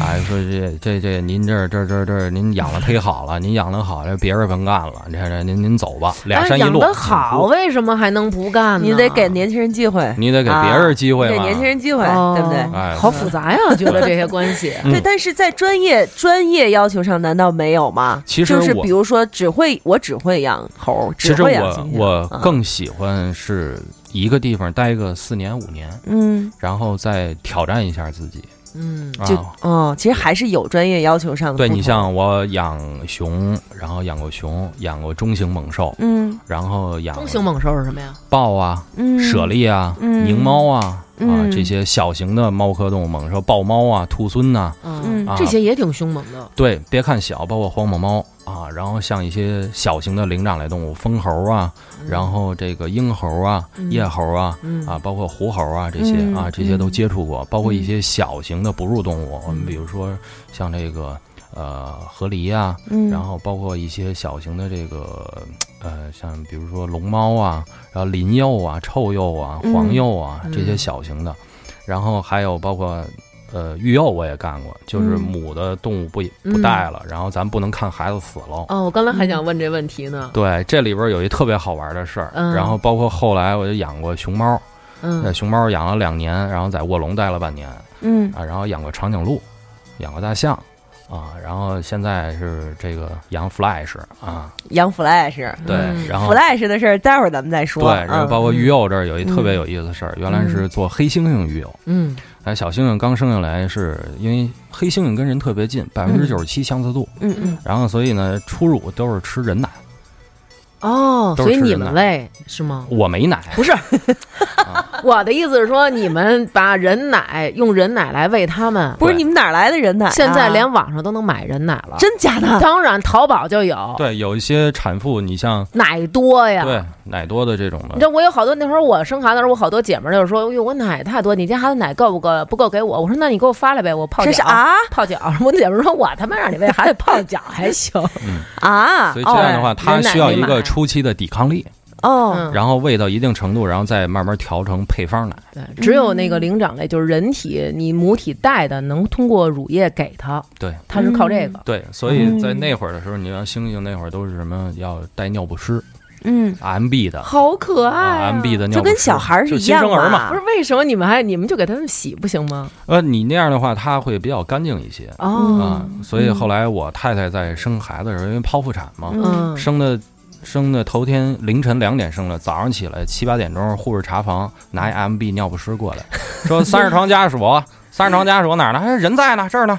Speaker 6: 哎，说这这这，您这这这这，您养的忒好了，您养的好，这别人甭干了，这这您您走吧，两
Speaker 4: 啊
Speaker 5: 哎
Speaker 6: 山一
Speaker 5: 养
Speaker 6: 路。嗯
Speaker 5: 得好，为什么还能不干呢？啊
Speaker 4: 你得给年轻人机会，
Speaker 6: 你得给别人机会
Speaker 4: 给
Speaker 6: 嘛。
Speaker 4: 啊年轻人机会，
Speaker 5: 哦
Speaker 4: 对不对？
Speaker 6: 哎
Speaker 5: 好复杂呀，
Speaker 6: (laughs)
Speaker 5: 我觉得这些关系。
Speaker 6: 嗯
Speaker 4: 对，但是在专业专业要求上，难道没有吗？
Speaker 6: 其实
Speaker 4: 就是
Speaker 6: 我
Speaker 4: 比如说，只会我只会养猴，
Speaker 6: 其
Speaker 4: 只
Speaker 6: 实
Speaker 4: 会养
Speaker 6: 我
Speaker 4: 猩猩
Speaker 6: 我
Speaker 4: 啊
Speaker 6: 更喜欢是一个地方待个四年五年，
Speaker 4: 嗯
Speaker 6: 然后再挑战一下自己。
Speaker 5: 嗯
Speaker 6: 啊
Speaker 4: 就，哦，其实还是有专业要求上的。
Speaker 6: 对你，像我养熊，然后养过熊，养过中型猛兽，
Speaker 4: 嗯
Speaker 6: 然后养
Speaker 5: 中型猛兽是什么呀？
Speaker 6: 豹啊、
Speaker 4: 嗯，
Speaker 6: 猞猁啊、
Speaker 4: 嗯
Speaker 6: 狞猫啊啊
Speaker 4: 嗯
Speaker 6: 这些小型的猫科动物猛兽，豹猫啊、兔狲呐、
Speaker 5: 嗯
Speaker 6: 啊
Speaker 5: 这些也挺凶猛的。
Speaker 6: 对，别看小，包括荒漠猫啊，然后像一些小型的灵长类动物，蜂猴啊，
Speaker 4: 嗯
Speaker 6: 然后这个鹰猴啊、夜猴啊，
Speaker 5: 嗯
Speaker 6: 啊，包括狐猴啊这些
Speaker 4: 嗯嗯
Speaker 6: 啊，这些都接触过，包括一些小型的哺乳动物，我们比如说像这个呃河狸啊，
Speaker 4: 嗯，
Speaker 6: 然后包括一些小型的这个呃，像比如说龙猫啊，然后林鼬啊、臭鼬啊、
Speaker 4: 嗯
Speaker 6: 黄鼬啊这些
Speaker 5: 嗯
Speaker 6: 小型的，然后还有包括。呃，育幼我也干过，就是
Speaker 4: 嗯
Speaker 6: 母的动物不不带了，然后咱不能看孩子死了。
Speaker 5: 哦，我刚才
Speaker 4: 嗯
Speaker 5: 还想问这问题呢。
Speaker 6: 对，这里边有一特别好玩的事儿，
Speaker 5: 嗯
Speaker 6: 然后包括后来我就养过熊猫，
Speaker 5: 嗯
Speaker 6: 那熊猫养了两年，然后在卧龙待了半年啊，
Speaker 4: 嗯
Speaker 6: 然后养过长颈鹿，养过大象啊，然后现在是这个养 Flash 啊，
Speaker 4: 养 Flash。
Speaker 6: 对，
Speaker 5: 嗯
Speaker 6: 然后
Speaker 4: Flash 的事儿，待会儿咱们再说。
Speaker 6: 对，然后包括鱼幼这儿有一
Speaker 4: 嗯
Speaker 6: 特别有意思的事儿，原来是做黑猩猩鱼幼，
Speaker 5: 嗯
Speaker 6: 哎，小猩猩刚生下来是因为黑猩猩跟人特别近，百分之九十七相似度，
Speaker 4: 嗯嗯
Speaker 6: 然后所以呢初乳都是吃人奶，
Speaker 5: 哦，
Speaker 6: 都
Speaker 5: 所
Speaker 6: 是
Speaker 5: 以
Speaker 6: 吃
Speaker 5: 你
Speaker 6: 人的
Speaker 5: 们累是吗？
Speaker 6: 我没奶，啊
Speaker 5: 不是，我的意思是说，你们把人奶用人奶来喂他们，
Speaker 4: 不是
Speaker 6: 对
Speaker 4: 你们哪儿来的人奶啊？
Speaker 5: 现在连网上都能买人奶了，
Speaker 4: 真假的？
Speaker 5: 当然淘宝就有，
Speaker 6: 对，有一些产妇你像
Speaker 5: 奶多呀。
Speaker 6: 对奶多的这种
Speaker 5: 你知
Speaker 6: 的，
Speaker 5: 道我有好多那会儿我生孩子的时候，我好多姐们儿就是说，哟，我奶太多，你家孩子奶够不够？不够给我。我说那你给我发来呗，我泡
Speaker 4: 这是
Speaker 5: 脚。
Speaker 4: 啊
Speaker 5: 泡脚，我那姐们儿说我他妈让你喂孩子泡脚还
Speaker 6: (laughs)
Speaker 5: 行。
Speaker 4: 啊
Speaker 6: 所以这样的话，
Speaker 5: 哦
Speaker 6: 它
Speaker 5: 人奶
Speaker 6: 需要
Speaker 5: 没
Speaker 6: 一个
Speaker 5: 买
Speaker 6: 初期的抵抗力。
Speaker 4: 哦，
Speaker 5: 嗯，
Speaker 6: 然后喂到一定程度，然后再慢慢调成配方奶。
Speaker 5: 对，只有
Speaker 4: 嗯
Speaker 5: 那个灵长类，就是人体你母体带的，能通过乳液给它，
Speaker 6: 对
Speaker 5: 它是靠这个。
Speaker 6: 对，所
Speaker 4: 嗯
Speaker 6: 以在那会儿的时候，你像猩猩那会儿都是什么要带尿不 (laughs) 湿
Speaker 4: 嗯，
Speaker 6: ，MB 的
Speaker 5: 好可爱、
Speaker 6: 啊
Speaker 5: 啊
Speaker 6: ，MB 的尿
Speaker 4: 哎就
Speaker 6: 不湿
Speaker 4: 跟小孩儿是
Speaker 6: 就
Speaker 4: 一
Speaker 6: 新
Speaker 4: 样
Speaker 6: 生儿嘛。
Speaker 5: 不是为什么你们还你们就给他们洗不行吗？
Speaker 6: 呃，你那样的话，它会比较干净一些
Speaker 5: 哦，
Speaker 6: 啊。
Speaker 4: 嗯
Speaker 6: 所以后来我太太在生孩子的时候，因为剖腹产嘛，
Speaker 5: 嗯，
Speaker 6: 生的。生的头天凌晨两点生的，早上起来七八点钟，护士查房拿一 MB 尿不湿过来，说三十床家属，三十床家属哪儿呢？哎，人在呢，这儿呢。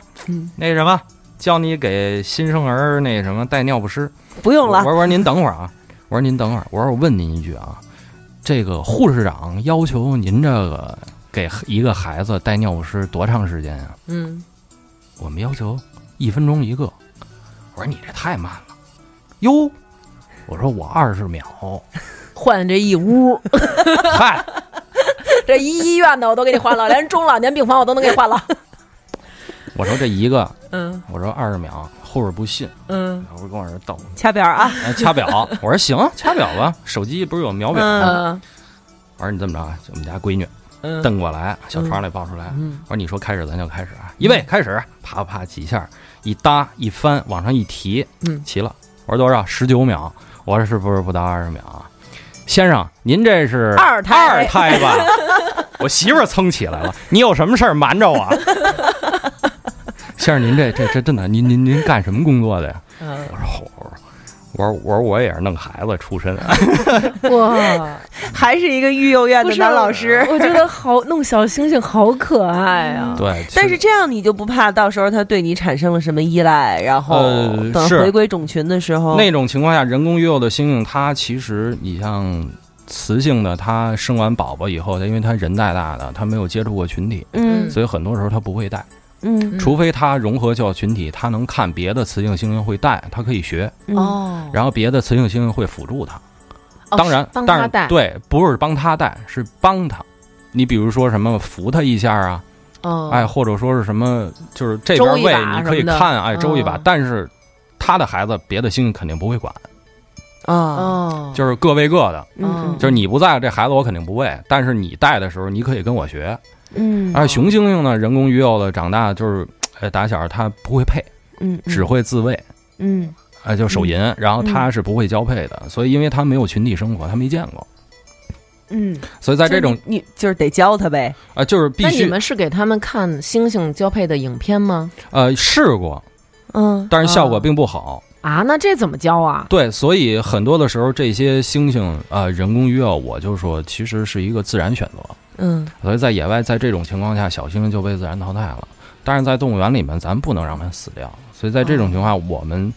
Speaker 6: 那什么，叫你给新生儿那什么带尿不湿。
Speaker 4: 不用
Speaker 6: 我
Speaker 4: 了，
Speaker 6: 说我说您等会儿啊，我说您等会儿，我说我问您一句啊，这个护士长要求您这个给一个孩子带尿不湿多长时间啊？
Speaker 5: 嗯，
Speaker 6: 我们要求一分钟一个。我说你这太慢了，哟，我说我二十秒，
Speaker 5: 换这一屋，
Speaker 6: 嗨，
Speaker 5: 这一医院的我都给你换了，连中老年病房我都能给你换
Speaker 6: (laughs)
Speaker 5: 了。
Speaker 6: 我说这一个，
Speaker 5: 嗯
Speaker 6: 我说二十秒，护士不信，
Speaker 5: 嗯
Speaker 6: 我说跟我这逗，
Speaker 4: 掐表啊，
Speaker 6: 哎，掐表，我说行，掐表吧，手机不是有秒表吗？
Speaker 4: 嗯
Speaker 5: 嗯
Speaker 6: 我说你这么着啊，我们家闺女
Speaker 5: 嗯
Speaker 6: 瞪过来，小窗里抱出来。
Speaker 4: 嗯
Speaker 6: 我说你说开始咱就开始啊，预备开始，啪啪几下，一搭一翻，往上一提，
Speaker 5: 嗯
Speaker 6: 齐了。我说多少？十九秒。我说是不是不到二十秒啊？先生，您这是
Speaker 4: 二胎
Speaker 6: 二胎
Speaker 4: (laughs)
Speaker 6: 吧？我媳妇儿噌起来了，你有什么事儿瞒着我？先生，您这这这真的，您您您干什么工作的呀？
Speaker 5: 嗯，
Speaker 6: 我说
Speaker 4: 哦
Speaker 6: 我我说我说我也是弄孩子出身，啊
Speaker 5: 哇，
Speaker 7: 还是一个育幼院
Speaker 5: 不
Speaker 7: 的
Speaker 5: 是
Speaker 7: 男老师。
Speaker 5: 我觉得好弄小星星好可爱啊。
Speaker 6: 对，
Speaker 4: 哦但是这样你就不怕到时候他对你产生了什么依赖，然后
Speaker 6: 呃
Speaker 4: 等
Speaker 6: 是
Speaker 4: 回归种群的时
Speaker 5: 哦
Speaker 4: 候，
Speaker 6: 那种情况下，人工育幼的猩猩，它其实你像雌性的，它生完宝宝以后，它因为它人带大的，它没有接触过群体，
Speaker 4: 嗯
Speaker 6: 所以很多时候它不会带，
Speaker 4: 嗯
Speaker 6: 除非它融合教群体，它能看别的雌性猩猩会带，它可以学，
Speaker 4: 嗯
Speaker 5: 哦，
Speaker 6: 然后别的雌性猩猩会辅助它。
Speaker 5: 哦
Speaker 6: 当然
Speaker 5: 是，帮
Speaker 6: 但
Speaker 5: 他
Speaker 6: 是
Speaker 5: 带，
Speaker 6: 对，不是帮它带，是帮它。你比如说什么扶它一下啊，
Speaker 5: 哦，
Speaker 6: 哎，或者说是什么，就是这
Speaker 5: 周
Speaker 6: 边
Speaker 5: 一
Speaker 6: 喂
Speaker 5: 把
Speaker 6: 你可以
Speaker 5: 什么的
Speaker 6: 看，哎，周一把
Speaker 5: 嗯，
Speaker 6: 但是他的孩子别的猩猩肯定不会管，
Speaker 4: 啊，
Speaker 5: 哦，
Speaker 6: 就是各喂各的，
Speaker 4: 嗯
Speaker 6: 就是你不在这孩子我肯定不喂，但是你带的时候你可以跟我学。
Speaker 4: 嗯
Speaker 6: 哎，雄猩猩呢，人工育幼的，长大就是，呃，打小他不会配，
Speaker 4: 嗯
Speaker 6: 只会自卫，
Speaker 4: 嗯
Speaker 6: 哎，就手淫，然后他是不会交配的，所以因为他没有群体生活，他没见过，
Speaker 4: 嗯，
Speaker 6: 所以在这种
Speaker 4: 就是你你就是得教他呗，
Speaker 6: 啊，就是必
Speaker 5: 那你
Speaker 6: 须
Speaker 5: 们是给他们看星星交配的影片吗？
Speaker 6: 呃试过，
Speaker 4: 嗯
Speaker 6: 但是效
Speaker 5: 啊
Speaker 6: 果并不好。
Speaker 5: 啊，那这怎么教啊？
Speaker 6: 对，所以很多的时候，这些猩猩啊、呃人工育幼，我就说其实是一个自然选择。
Speaker 4: 嗯
Speaker 6: 所以在野外，在这种情况下，小猩猩就被自然淘汰了。但是在动物园里面，咱不能让它死掉。所以在
Speaker 5: 哦
Speaker 6: 这种情况下，我们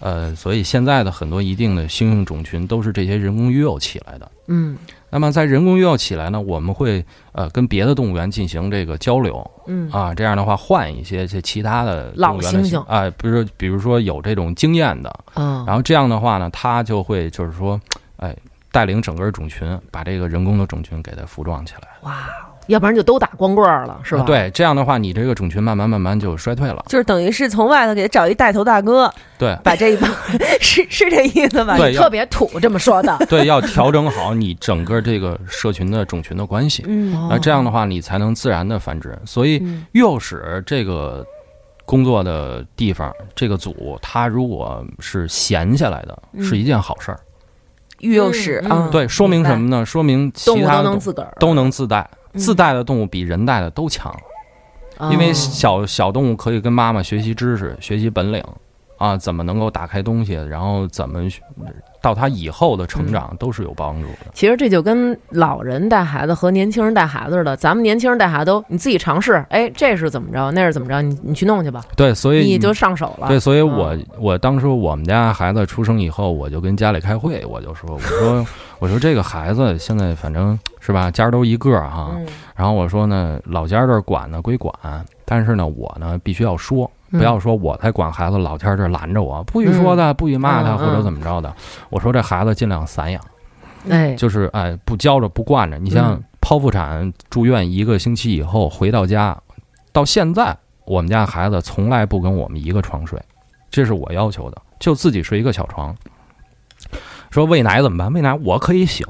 Speaker 6: 呃，所以现在的很多一定的猩猩种群都是这些人工育幼起来的。
Speaker 5: 嗯
Speaker 6: 那么在人工育幼起来呢，我们会呃跟别的动物园进行这个交流，
Speaker 5: 嗯
Speaker 6: 啊，这样的话换一些这其他的
Speaker 5: 老
Speaker 6: 动物园的
Speaker 5: 猩猩
Speaker 6: 啊，比如说比如说有这种经验的，
Speaker 5: 嗯，
Speaker 6: 然后这样的话呢，它就会就是说，哎，带领整个种群把这个人工的种群给它服装起来，
Speaker 5: 哇，要不然就都打光棍儿了，是吧？
Speaker 6: 啊，对，这样的话，你这个种群慢慢慢慢就衰退了，
Speaker 4: 就是等于是从外头给他找一带头大哥，
Speaker 6: 对
Speaker 4: 把这一帮 (laughs) 是是这意思吧？
Speaker 6: 对，
Speaker 5: 特
Speaker 6: 要
Speaker 5: 别土这么说 (laughs) 的。
Speaker 6: 对要调整好你整个这个社群的种群的关系，
Speaker 4: 嗯
Speaker 6: 那啊这样的话你才能自然的繁殖，所以
Speaker 5: 哦嗯
Speaker 6: 诱使这个。工作的地方，这个组它如果是闲下来的，是一件好事儿。
Speaker 4: 育幼室
Speaker 5: 嗯
Speaker 4: 啊，
Speaker 6: 对，说明
Speaker 5: 明白
Speaker 6: 什么呢？说明其
Speaker 5: 动物
Speaker 6: 他
Speaker 5: 都
Speaker 6: 的
Speaker 5: 能自嗯个儿，
Speaker 6: 都能自带，自带的动物比人带的都强。
Speaker 5: 哦，
Speaker 6: 因为小小动物可以跟妈妈学习知识、学习本领，啊，怎么能够打开东西，然后怎么学到它以后的成长都是有帮助的。
Speaker 5: 其实这就跟老人带孩子和年轻人带孩子似的，咱们年轻人带孩子都你自己尝试，哎，这是怎么着，那是怎么着，你你去弄去吧，
Speaker 6: 对，所以
Speaker 5: 你就上手了。
Speaker 6: 对，所以
Speaker 5: 嗯
Speaker 6: 我我当时我们家孩子出生以后，我就跟家里开会，我就说，我说我说这个孩子现在反正是吧，家都一个儿
Speaker 5: (laughs)
Speaker 6: 哈，
Speaker 5: 嗯
Speaker 6: 然后我说呢，老家这儿管呢归管，但是呢，我呢必须要说，不要说我在管孩子，老家这儿拦着我，不许说他，不许骂他，
Speaker 5: 嗯嗯
Speaker 6: 或者怎么着的。我说这孩子尽量散养，
Speaker 5: 哎，
Speaker 6: 就是哎，不教着不惯着。你像
Speaker 5: 嗯
Speaker 6: 剖腹产住院一个星期以后回到家，到现在我们家孩子从来不跟我们一个床睡，这是我要求的，就自己睡一个小床。说喂奶怎么办？喂奶我可以醒，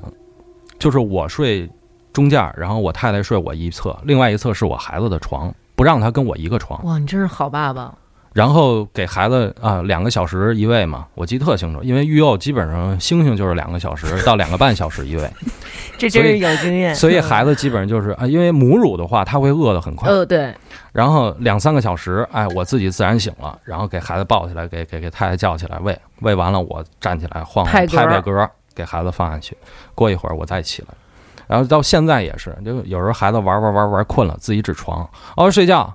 Speaker 6: 就是我睡中间儿，然后我太太睡我一侧，另外一侧是我孩子的床，不让他跟我一个床。
Speaker 5: 哇，你真是好爸爸。
Speaker 6: 然后给孩子啊、两个小时一喂嘛，我记得特清楚，因为育幼基本上猩猩就是两个小时到两个半小时一喂，
Speaker 4: 这
Speaker 6: 所
Speaker 4: 真
Speaker 6: 以
Speaker 4: 是有经验。
Speaker 6: 所以孩子基本上就是啊、因为母乳的话，他会饿得很快，
Speaker 5: 呃，对，
Speaker 6: 然后两三个小时，哎，我自己自然醒了，然后给孩子抱起来，给给给太太叫起来喂，喂完了我站起来晃晃
Speaker 5: 拍
Speaker 6: 拍
Speaker 5: 嗝
Speaker 6: 拍嗝，给孩子放下去，过一会儿我再起来。然后到现在也是，就有时候孩子玩玩玩玩困了，自己指床，哦睡觉，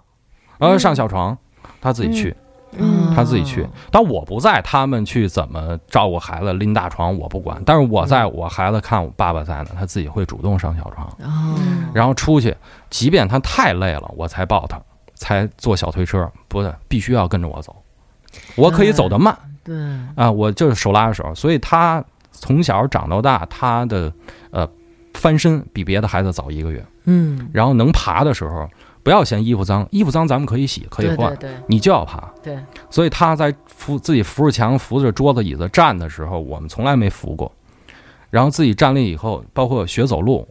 Speaker 6: 然后上小床，他自己去，
Speaker 4: 嗯
Speaker 6: 他自己去。但我不在，他们去怎么照顾孩子拎大床我不管，但是我在我孩子看我爸爸在呢，他自己会主动上小床，
Speaker 5: 哦，
Speaker 6: 然后出去，即便他太累了，我才抱他，才坐小推车，不是必须要跟着我走，我可以走得慢
Speaker 5: 对，
Speaker 6: 啊，我就是手拉着手，所以他从小长到大，他的呃翻身比别的孩子早一个月，
Speaker 5: 嗯，
Speaker 6: 然后能爬的时候。不要嫌衣服脏，衣服脏咱们可以洗，可以
Speaker 5: 对
Speaker 6: 换，
Speaker 5: 对对
Speaker 6: 你就要爬。
Speaker 5: 对，
Speaker 6: 所以他在扶自己扶着墙、扶着桌子、椅子站的时候，我们从来没扶过。然后自己站立以后，包括学走路，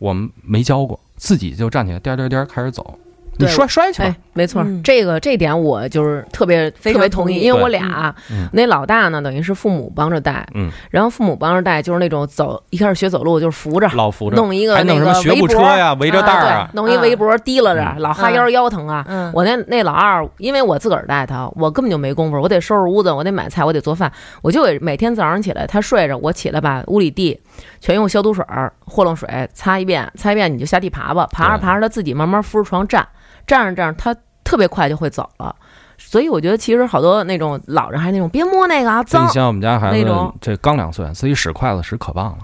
Speaker 6: 我们没教过，自己就站起来，颠儿颠儿颠儿开始走，你
Speaker 5: 对
Speaker 6: 摔摔去吧
Speaker 5: 哎。，没错儿，
Speaker 4: 嗯
Speaker 5: 这个这点我就是特别
Speaker 4: 非
Speaker 5: 特
Speaker 4: 常
Speaker 5: 别同
Speaker 4: 同
Speaker 5: 意，
Speaker 4: 意
Speaker 5: 因为我
Speaker 6: 对
Speaker 5: 俩啊
Speaker 6: 嗯
Speaker 5: 那老大呢，等于是父母帮着带，
Speaker 6: 嗯，
Speaker 5: 然后父母帮着带就是那种走，一开始学走路就是扶着，
Speaker 6: 老扶着，
Speaker 5: 弄一个
Speaker 6: 还弄
Speaker 5: 那
Speaker 6: 什么
Speaker 5: 个
Speaker 6: 学
Speaker 5: 围
Speaker 6: 步车
Speaker 5: 脖儿
Speaker 6: 呀，围着带儿啊
Speaker 5: 对，弄一围脖提拉着，
Speaker 6: 嗯
Speaker 5: 老哈腰腰疼啊。
Speaker 4: 嗯
Speaker 5: 我那那老二，因为我自个儿带他，我根本就没工夫，我得收拾屋子，我得买菜，我得做饭，我就得每天早上起来，他睡着，我起来把屋里地全用消毒水儿、和楞水擦一遍，擦一遍你就下地爬吧，爬着
Speaker 6: 对
Speaker 5: 爬着他自己慢慢扶着床站，站着站着他特别快就会走了。所以我觉得其实好多那种老人还那种别摸那个啊
Speaker 6: 你
Speaker 5: 脏
Speaker 6: 像我们家孩
Speaker 5: 那
Speaker 6: 子
Speaker 5: 种，
Speaker 6: 这刚两岁，自己使筷子使可棒了。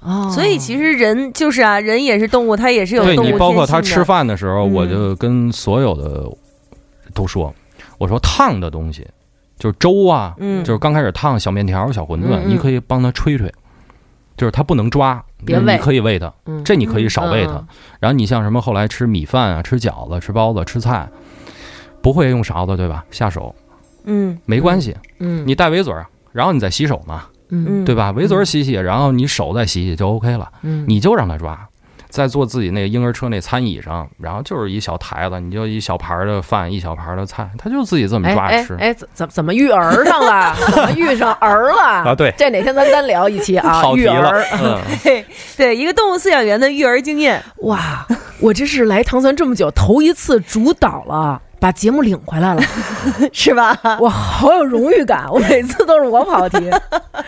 Speaker 5: 哦，
Speaker 4: 所以其实人就是啊，人也是动物，它也是有
Speaker 6: 对
Speaker 4: 动物
Speaker 6: 你，包括他
Speaker 4: 天性的
Speaker 6: 吃饭的时候，
Speaker 4: 嗯
Speaker 6: 我就跟所有的都说，我说烫的东西，就是粥啊，
Speaker 4: 嗯
Speaker 6: 就是刚开始烫小面条、小馄饨
Speaker 5: 嗯，嗯
Speaker 6: 你可以帮他吹吹，就是他不能抓，
Speaker 5: 别
Speaker 6: 那
Speaker 5: 喂
Speaker 6: 你可以喂他，
Speaker 5: 嗯
Speaker 6: 这你可以少喂他
Speaker 5: 嗯。
Speaker 6: 然后你像什么后来吃米饭啊、吃饺子、吃包子、吃菜，不会用勺子对吧？下手
Speaker 4: 嗯
Speaker 6: 没关系，
Speaker 5: 嗯
Speaker 6: 你带围嘴儿，然后你再洗手嘛，
Speaker 5: 嗯
Speaker 4: 嗯，
Speaker 6: 对吧？围嘴儿洗洗，然后你手再洗洗就 OK 了。
Speaker 5: 嗯
Speaker 6: 你就让他抓，在坐自己那个婴儿车那餐椅上，然后就是一小台子，你就一小盘儿的饭，一小盘儿的菜，他就自己这么
Speaker 5: 哎
Speaker 6: 抓着
Speaker 5: 哎
Speaker 6: 吃。
Speaker 5: 哎，怎怎怎么育儿上了？ (laughs) 怎么遇上儿了？啊
Speaker 6: 对
Speaker 5: 这哪天咱单聊一期
Speaker 6: (laughs)
Speaker 5: 啊？
Speaker 6: 跑
Speaker 5: 育
Speaker 6: 题了
Speaker 5: 儿，，
Speaker 6: 嗯，
Speaker 4: 对对，一个动物饲养员的育儿经
Speaker 5: (laughs)
Speaker 4: 验，
Speaker 5: 哇，我这是来唐山这么久，头一次主导了。把节目领回来了，
Speaker 4: 是吧？
Speaker 5: 我好有荣誉感。我每次都是我跑题，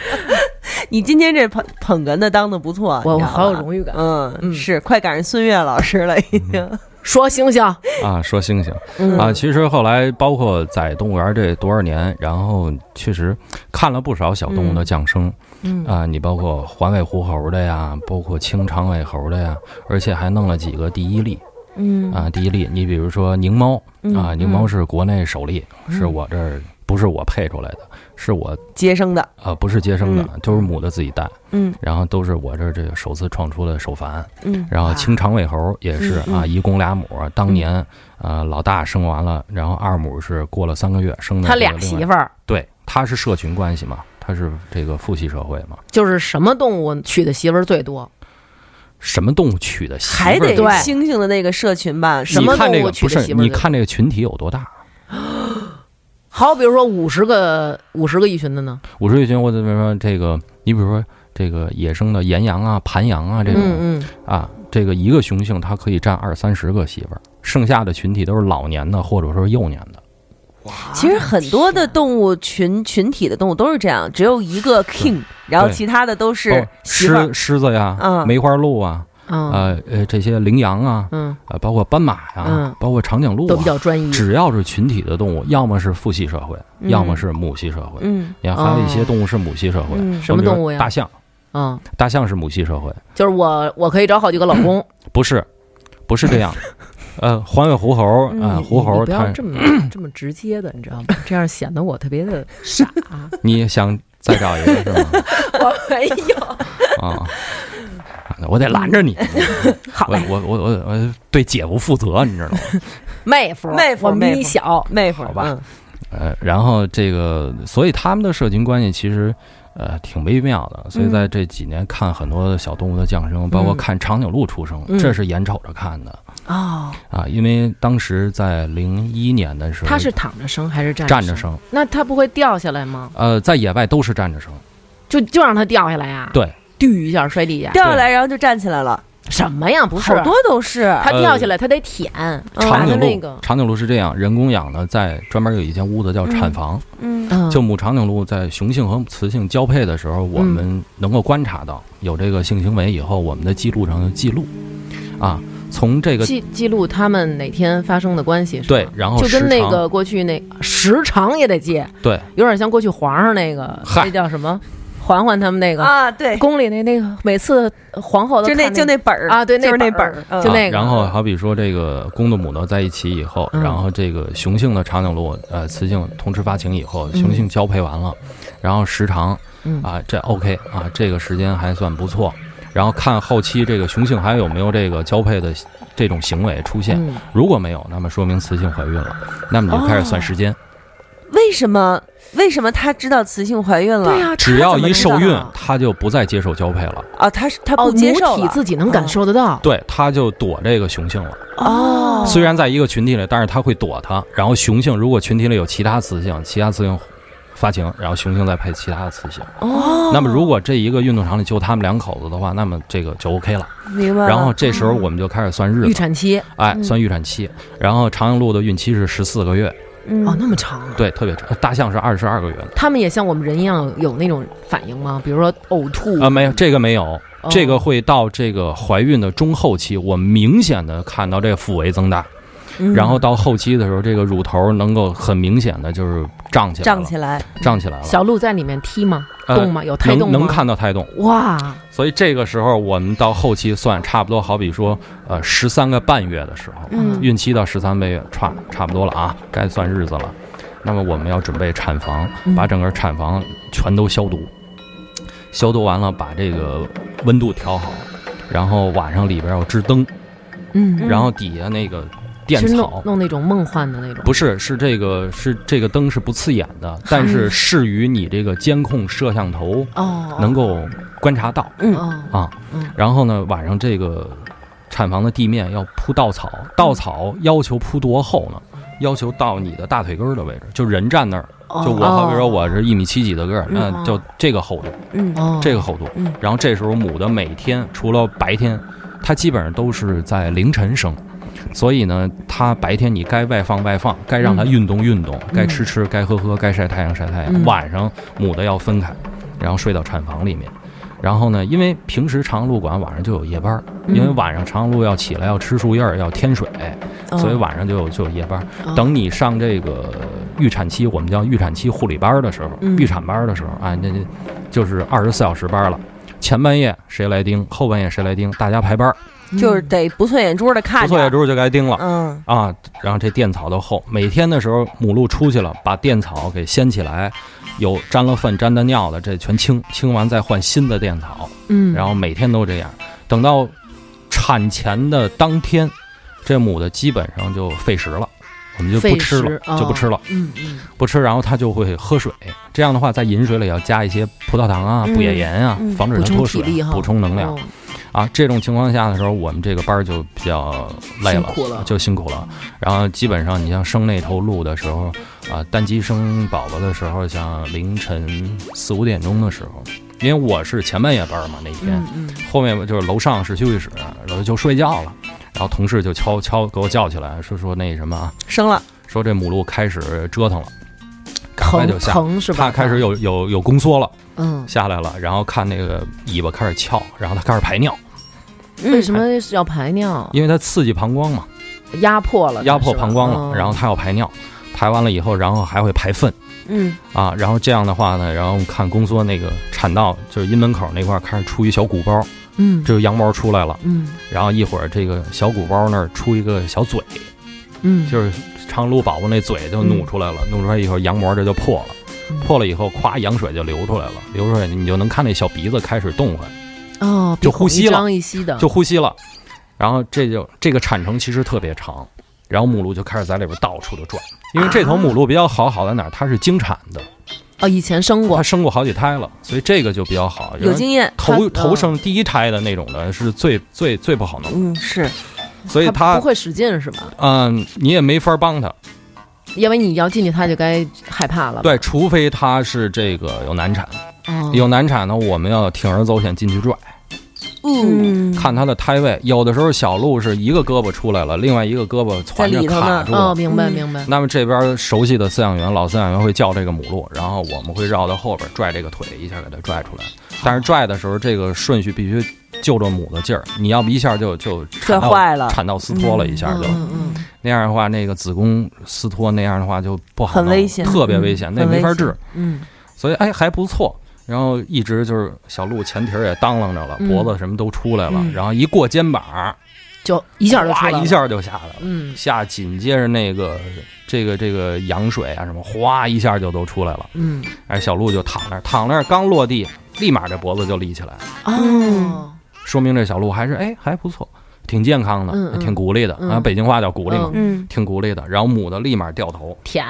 Speaker 4: (laughs) 你今天这捧捧哏的当的不错，
Speaker 5: 我
Speaker 4: 你
Speaker 5: 我
Speaker 4: 知道吧
Speaker 5: 好有荣誉感。
Speaker 4: 嗯，是快赶上孙悦老师了，已经。
Speaker 5: 说星星，
Speaker 6: (laughs) 啊，说星星
Speaker 5: 嗯
Speaker 6: 啊，其实后来包括在动物园这多少年，然后确实看了不少小动物的降生，
Speaker 5: 嗯
Speaker 6: 啊，你包括环尾狐猴的呀，包括青长尾猴的呀，而且还弄了几个第一例
Speaker 4: 嗯
Speaker 6: 啊，第一例，你比如说狞猫
Speaker 5: 嗯
Speaker 6: 啊，狞猫是国内首例，是我这儿不是我配出来的，是我
Speaker 4: 接生的，
Speaker 6: 啊，不是接生的，就是母的自己带，
Speaker 4: 嗯
Speaker 6: 然后都是我这儿这个首次创出的首繁，
Speaker 4: 嗯
Speaker 6: 然后青长尾猴也是
Speaker 4: 嗯
Speaker 6: 啊，一公俩母，当年呃老大生完了，然后二母是过了三个月生的，
Speaker 5: 他俩媳
Speaker 6: 儿，
Speaker 5: 妇儿
Speaker 6: 对，他是社群关系嘛，他是这个父系社会嘛，
Speaker 5: 就是什么动物娶的媳妇儿最多？
Speaker 6: 什么动物娶的媳妇
Speaker 4: 还得
Speaker 6: 儿
Speaker 5: 对
Speaker 4: 猩猩哎的那个社群吧，什
Speaker 5: 什
Speaker 6: 你
Speaker 5: 么
Speaker 4: 么
Speaker 6: 看这
Speaker 5: 动
Speaker 6: 个
Speaker 5: 物娶
Speaker 6: 不
Speaker 5: 的
Speaker 6: 是？
Speaker 5: 媳妇儿
Speaker 6: 你
Speaker 5: 最
Speaker 6: 看这个群体有多大？
Speaker 5: 好，比如说五十个五十个一群的呢？
Speaker 6: 五十岁群，我怎么说这个？你比如说这个野生的岩羊啊、盘羊啊这种，
Speaker 5: 嗯嗯，
Speaker 6: 啊，这个一个雄性它可以占二三十个媳妇儿，剩下的群体都是老年的或者说幼年的。
Speaker 4: 其实很多的动物群群体的动物都是这样，只有一个 king，然后其他的都
Speaker 6: 包
Speaker 4: 是
Speaker 6: 括
Speaker 4: 媳妇儿
Speaker 6: 狮狮子呀、
Speaker 4: 嗯
Speaker 6: 梅花鹿啊、
Speaker 5: 嗯
Speaker 6: 呃呃这些羚羊啊，
Speaker 5: 嗯，
Speaker 6: 呃包括斑马呀、
Speaker 5: 嗯
Speaker 6: 包括长颈鹿
Speaker 5: 都比
Speaker 6: 啊，
Speaker 5: 较专一。
Speaker 6: 只要是群体的动物，要么是父系社会，
Speaker 4: 嗯
Speaker 6: 要么是母系社会。
Speaker 4: 嗯
Speaker 6: 你看，还有一些动物是母系社会，
Speaker 4: 嗯
Speaker 5: 哦什么动物呀
Speaker 6: 比如大象，
Speaker 5: 嗯，
Speaker 6: 大象是母系社会，
Speaker 5: 就是我我可以找好几个老公，
Speaker 6: 不是，不是这样。
Speaker 5: (laughs)
Speaker 6: 呃，环尾狐猴
Speaker 4: 嗯
Speaker 6: 啊，
Speaker 5: 你
Speaker 6: 狐
Speaker 5: 你
Speaker 6: 猴
Speaker 5: 不要
Speaker 6: 它，
Speaker 5: 这么这么直接的，你知道吗？这样显得我特别的傻。
Speaker 6: 你想再找一个是吗？
Speaker 5: 我没有，
Speaker 6: 啊， (laughs) 那我得拦着你。
Speaker 5: (laughs) 好
Speaker 6: 我
Speaker 5: 嘞，
Speaker 6: 我我我我对姐夫负责，你知道吗？
Speaker 5: (laughs) 妹夫，
Speaker 4: 妹夫
Speaker 5: 我比
Speaker 4: 妹
Speaker 5: 你
Speaker 4: 夫
Speaker 5: 小，
Speaker 4: 妹夫，
Speaker 6: 好吧
Speaker 4: 嗯，
Speaker 6: 呃，然后这个，所以他们的社群关系其实呃挺微妙的。所以
Speaker 5: 嗯
Speaker 6: 在这几年看很多的小动物的降生，包括看长颈鹿出生，
Speaker 5: 嗯
Speaker 6: 这是眼瞅着看的
Speaker 5: 哦，
Speaker 6: 啊，因为当时在零一年的时候，
Speaker 5: 他是躺着生还是站
Speaker 6: 站着
Speaker 5: 生？
Speaker 6: 生，
Speaker 5: 那他不会掉下来吗？
Speaker 6: 呃，在野外都是站着生，
Speaker 5: 就就让他掉下来呀？
Speaker 6: 对，
Speaker 5: düü 一下摔地下，
Speaker 4: 掉下来然后就站起来了，
Speaker 5: 什么呀？不是啊
Speaker 4: 好，多都是，啊
Speaker 5: 他掉下来他得舔，把
Speaker 6: 呃长
Speaker 5: 他
Speaker 6: 颈
Speaker 5: 那
Speaker 6: 鹿
Speaker 5: 个，
Speaker 6: 长颈鹿是这样，人工养的，在专门有一间屋子叫产房，
Speaker 4: 嗯
Speaker 5: 嗯
Speaker 6: 就母长颈鹿在雄性和雌性交配的时候，我们能够观察到有这个性行为以后，我们的记录上的记录，啊，从这个
Speaker 5: 记记录他们哪天发生的关系是吧
Speaker 6: 对，然后
Speaker 5: 就
Speaker 6: 时
Speaker 5: 跟
Speaker 6: 长
Speaker 5: 那个过去那时长也得记，
Speaker 6: 对
Speaker 5: 有点像过去皇上那个，
Speaker 6: 嗨
Speaker 5: 那叫什么？嬛嬛他们那个
Speaker 4: 啊，对，
Speaker 5: 宫里那那个每次皇嗯后都
Speaker 4: 就那
Speaker 5: 看
Speaker 4: 就那本儿
Speaker 5: 啊对那
Speaker 4: 就是那
Speaker 5: 本儿
Speaker 4: 本
Speaker 5: 就
Speaker 4: 嗯
Speaker 5: 那个
Speaker 6: 啊然后好比说这个公的母的在一起以后，
Speaker 5: 嗯
Speaker 6: 然后这个雄性的长颈鹿呃雌性同时发情以后，雄性交配完了，然后时长
Speaker 5: 嗯
Speaker 6: 啊这 OK 啊这个时间还算不错，然后看后期这个雄性还有没有这个交配的这种行为出现。
Speaker 5: 嗯哦
Speaker 6: 如果没有，那么说明雌性怀孕了，那么你就开始算时间。
Speaker 4: 为为什么？为什么她知道雌性怀孕了？
Speaker 5: 对呀、
Speaker 6: 嗯只要一受孕，
Speaker 5: 啊
Speaker 6: 她就不再接受交配了，
Speaker 4: 啊，她是她
Speaker 5: 哦，
Speaker 4: 不接
Speaker 5: 母
Speaker 4: 受
Speaker 5: 体
Speaker 4: 了
Speaker 5: 自己能感受得到。
Speaker 6: 对，她就躲这个雄性了。
Speaker 4: 哦，
Speaker 6: 虽然在一个群体里，但是它会躲它。然后雄性如果群体里有其他雌性，其他雌性发情，然后雄性再配其他的雌性。
Speaker 4: 哦，
Speaker 6: 那么如果这一个运动场里就他们两口子的话，那么这个就 OK 了。
Speaker 4: 明白了。
Speaker 6: 然后这时候我们就开始算日
Speaker 5: 预
Speaker 6: 子，
Speaker 5: 产期
Speaker 6: 哎，算预产期。然后长颈鹿的孕期是十四个月，
Speaker 4: 嗯
Speaker 5: 哦，那么长啊！
Speaker 6: 对，特别长。大象是二十二个月的。
Speaker 5: 他们也像我们人一样有那种反应吗？比如说呕吐
Speaker 6: 啊、没有这个没有，
Speaker 5: 嗯哦
Speaker 6: 这个会到这个怀孕的中后期，我明显的看到这个腹围增大，然后到后期的时候，这个乳头能够很明显的就是胀起来了，
Speaker 4: 胀起来，
Speaker 6: 胀起来了，
Speaker 5: 小鹿在里面踢吗？
Speaker 6: 呃
Speaker 5: 动吗？有胎动
Speaker 6: 能
Speaker 5: 吗？
Speaker 6: 能看到胎动。
Speaker 5: 哇，
Speaker 6: 所以这个时候我们到后期算，差不多好比说，呃，十三个半月的时候，
Speaker 4: 嗯
Speaker 6: 孕期到十三个月，差差不多了啊，该算日子了。那么我们要准备产房，
Speaker 5: 嗯
Speaker 6: 把整个产房全都消毒，消毒完了把这个温度调好，然后晚上里边要支灯，
Speaker 5: 嗯，
Speaker 6: 然后底下那个
Speaker 5: 是
Speaker 6: 垫
Speaker 5: 弄
Speaker 6: 草。
Speaker 5: 弄那种梦幻的那种，
Speaker 6: 不是，是这个是这个灯是不刺眼的，但是
Speaker 5: 嗯
Speaker 6: 适于你这个监控摄像头
Speaker 5: 哦，
Speaker 6: 能够观察到。
Speaker 5: 哦，
Speaker 6: 啊
Speaker 5: 嗯，
Speaker 6: 然后呢，晚上这个产房的地面要铺稻草，
Speaker 5: 嗯
Speaker 6: 稻草要求铺多厚呢？要求到你的大腿根儿的位置，就人站那儿，
Speaker 5: 哦
Speaker 6: 就我好比说我是一米七几的个儿，那
Speaker 5: 嗯
Speaker 6: 就这个厚度，
Speaker 4: 嗯
Speaker 5: 哦，
Speaker 6: 这个厚度
Speaker 4: 嗯。
Speaker 6: 然后这时候母的每天除了白天，它基本上都是在凌晨生。所以呢，它白天你该外放外放，该让它
Speaker 5: 嗯
Speaker 6: 运动运动，该吃吃，该喝喝，该晒太阳晒太阳。
Speaker 5: 嗯
Speaker 6: 晚上母的要分开，然后睡到产房里面。然后呢，因为平时长颈鹿馆晚上就有夜班儿，
Speaker 5: 嗯
Speaker 6: 因为晚上长颈鹿要起来要吃树叶儿要添水，
Speaker 5: 嗯
Speaker 4: 哦
Speaker 6: 所以晚上就有就有夜班儿。
Speaker 5: 哦
Speaker 6: 等你上这个预产期，我们叫预产期护理班儿的时候，
Speaker 5: 嗯
Speaker 6: 预产班儿的时候啊，那那就是二十四小时班儿了。前半夜谁来盯，后半夜谁来盯，大家排班儿，
Speaker 5: 嗯哦
Speaker 4: 就是得不错眼珠的看
Speaker 6: 不
Speaker 4: 着，
Speaker 6: 错，也之后就该盯了。
Speaker 4: 嗯
Speaker 6: 啊，然后这垫草都厚，每天的时候母鹿出去了，把垫草给掀起来，有沾了粪、沾的尿的，这全清，清完再换新的垫草，
Speaker 5: 嗯，
Speaker 6: 然后每天都这样。等到产前的当天，这母的基本上就废食了，我们就不
Speaker 5: 费
Speaker 6: 吃了
Speaker 5: 时，哦
Speaker 6: 就不吃了，
Speaker 5: 嗯嗯，
Speaker 6: 不吃，然后它就会喝水。这样的话，在饮水里要加一些葡萄糖啊、
Speaker 4: 嗯
Speaker 6: 补液盐啊，
Speaker 4: 嗯
Speaker 6: 防止
Speaker 5: 补
Speaker 6: 它
Speaker 5: 充
Speaker 6: 脱
Speaker 5: 体
Speaker 6: 水
Speaker 5: 力，哈，
Speaker 6: 补充能量。
Speaker 5: 哦，
Speaker 6: 啊，这种情况下的时候，我们这个班儿就比较累
Speaker 5: 辛
Speaker 6: 了，
Speaker 5: 苦了
Speaker 6: 就辛苦了。然后基本上，你像生那头鹿的时候，啊，单鸡生宝宝的时候，像凌晨四五点钟的时候，因为我是前半夜班儿嘛，那天、
Speaker 5: 嗯嗯，
Speaker 6: 后面就是楼上是休息室，然后就睡觉了。然后同事就敲敲给我叫起来，说说那什么啊，
Speaker 4: 生了，
Speaker 6: 说这母鹿开始折腾了，赶快就
Speaker 5: 疼
Speaker 6: 下，
Speaker 5: 疼是吧？
Speaker 6: 它开始有有有宫缩了，
Speaker 5: 嗯，
Speaker 6: 下来了，然后看那个尾巴开始翘，然后它开始排尿，
Speaker 4: 嗯
Speaker 5: 为什么是要排尿？
Speaker 6: 因为它刺激膀胱嘛。
Speaker 5: 压迫了它，
Speaker 6: 嗯压迫
Speaker 5: 是吧
Speaker 6: 膀胱
Speaker 5: 哦
Speaker 6: 了，然后它要排尿，排完了以后，然后还会排粪
Speaker 4: 嗯
Speaker 6: 啊，然后这样的话呢，然后我们看宫缩那个产道，就是阴门口那块儿开始出一小鼓包，
Speaker 5: 嗯
Speaker 6: 这个羊毛出来了，
Speaker 5: 嗯
Speaker 6: 然后一会儿这个小鼓包那儿出一个小嘴，
Speaker 5: 嗯，
Speaker 6: 就是长鹿宝宝那嘴就努出来了，努出来以后羊膜这就破了，
Speaker 5: 嗯
Speaker 6: 破了以后咵羊水就流出来了，流出来你就能看那小鼻子开始动唤，
Speaker 5: 哦，
Speaker 6: 就呼吸了
Speaker 5: 一张一吸的，
Speaker 6: 就呼吸了，然后这就这个产程其实特别长，然后母鹿就开始在里边到处的转，因
Speaker 5: 啊
Speaker 6: 为这头母鹿比较好，好在哪儿？它是经产的，
Speaker 5: 哦，以前生过
Speaker 6: 它，生过好几胎了，所以这个就比较好。
Speaker 4: 有经验，
Speaker 6: 头
Speaker 5: 它
Speaker 6: 头生第一胎的那种的是最最最不好弄，
Speaker 4: 嗯是，
Speaker 6: 所以
Speaker 5: 它
Speaker 6: 它
Speaker 5: 不会使劲是吧？
Speaker 6: 嗯，你也没法帮它，
Speaker 5: 因为你要进去，它就该害怕了。，
Speaker 6: 对，除非它是这个有难产，
Speaker 5: 哦、
Speaker 6: 有难产呢，我们要铤而走险进去拽，
Speaker 4: 嗯
Speaker 6: 看它的胎位。有的时候小鹿是一个胳膊出来了，另外一个胳膊
Speaker 4: 在
Speaker 6: 攒着
Speaker 4: 里头
Speaker 6: 卡
Speaker 4: 呢
Speaker 6: 住了，
Speaker 5: 哦，明白
Speaker 4: 嗯
Speaker 5: 明白。
Speaker 6: 那么这边熟悉的饲养员，老饲养员会叫这个母鹿，然后我们会绕到后边拽这个腿，一下给它拽出来。但是拽的时候，这个顺序必须就着母的劲儿，你要不一下就就
Speaker 4: 拽
Speaker 6: 铲到
Speaker 4: 坏了，
Speaker 6: 铲到撕脱了一下就，
Speaker 5: 嗯嗯
Speaker 6: 那样的话那个子宫撕脱，那样的话就不好弄，
Speaker 4: 很危险
Speaker 6: 特别危险，
Speaker 4: 嗯
Speaker 6: 那没法治。
Speaker 5: 嗯
Speaker 6: 所以哎还不错，然后一直就是小鹿前蹄儿也当啷着了，
Speaker 5: 嗯
Speaker 6: 脖子什么都出来了，
Speaker 5: 嗯
Speaker 6: 然后一过肩膀，
Speaker 5: 嗯，就一下就出
Speaker 6: 哗
Speaker 5: 来了
Speaker 6: 一，下就下来了。
Speaker 5: 嗯
Speaker 6: 下紧接着那个这个这个羊水啊什么，哗一下就都出来了。
Speaker 5: 嗯
Speaker 6: 哎，小鹿就躺那儿，躺那儿刚落地，立马这脖子就立起来，
Speaker 4: 嗯
Speaker 5: 哦，
Speaker 6: 说明这小鹿还是哎还不错，挺健康的，
Speaker 5: 嗯嗯
Speaker 6: 挺骨力的、
Speaker 5: 嗯
Speaker 6: 啊。北京话叫骨力嘛，
Speaker 5: 嗯
Speaker 4: 嗯
Speaker 6: 挺骨力的。然后母的立马掉头，
Speaker 5: 舔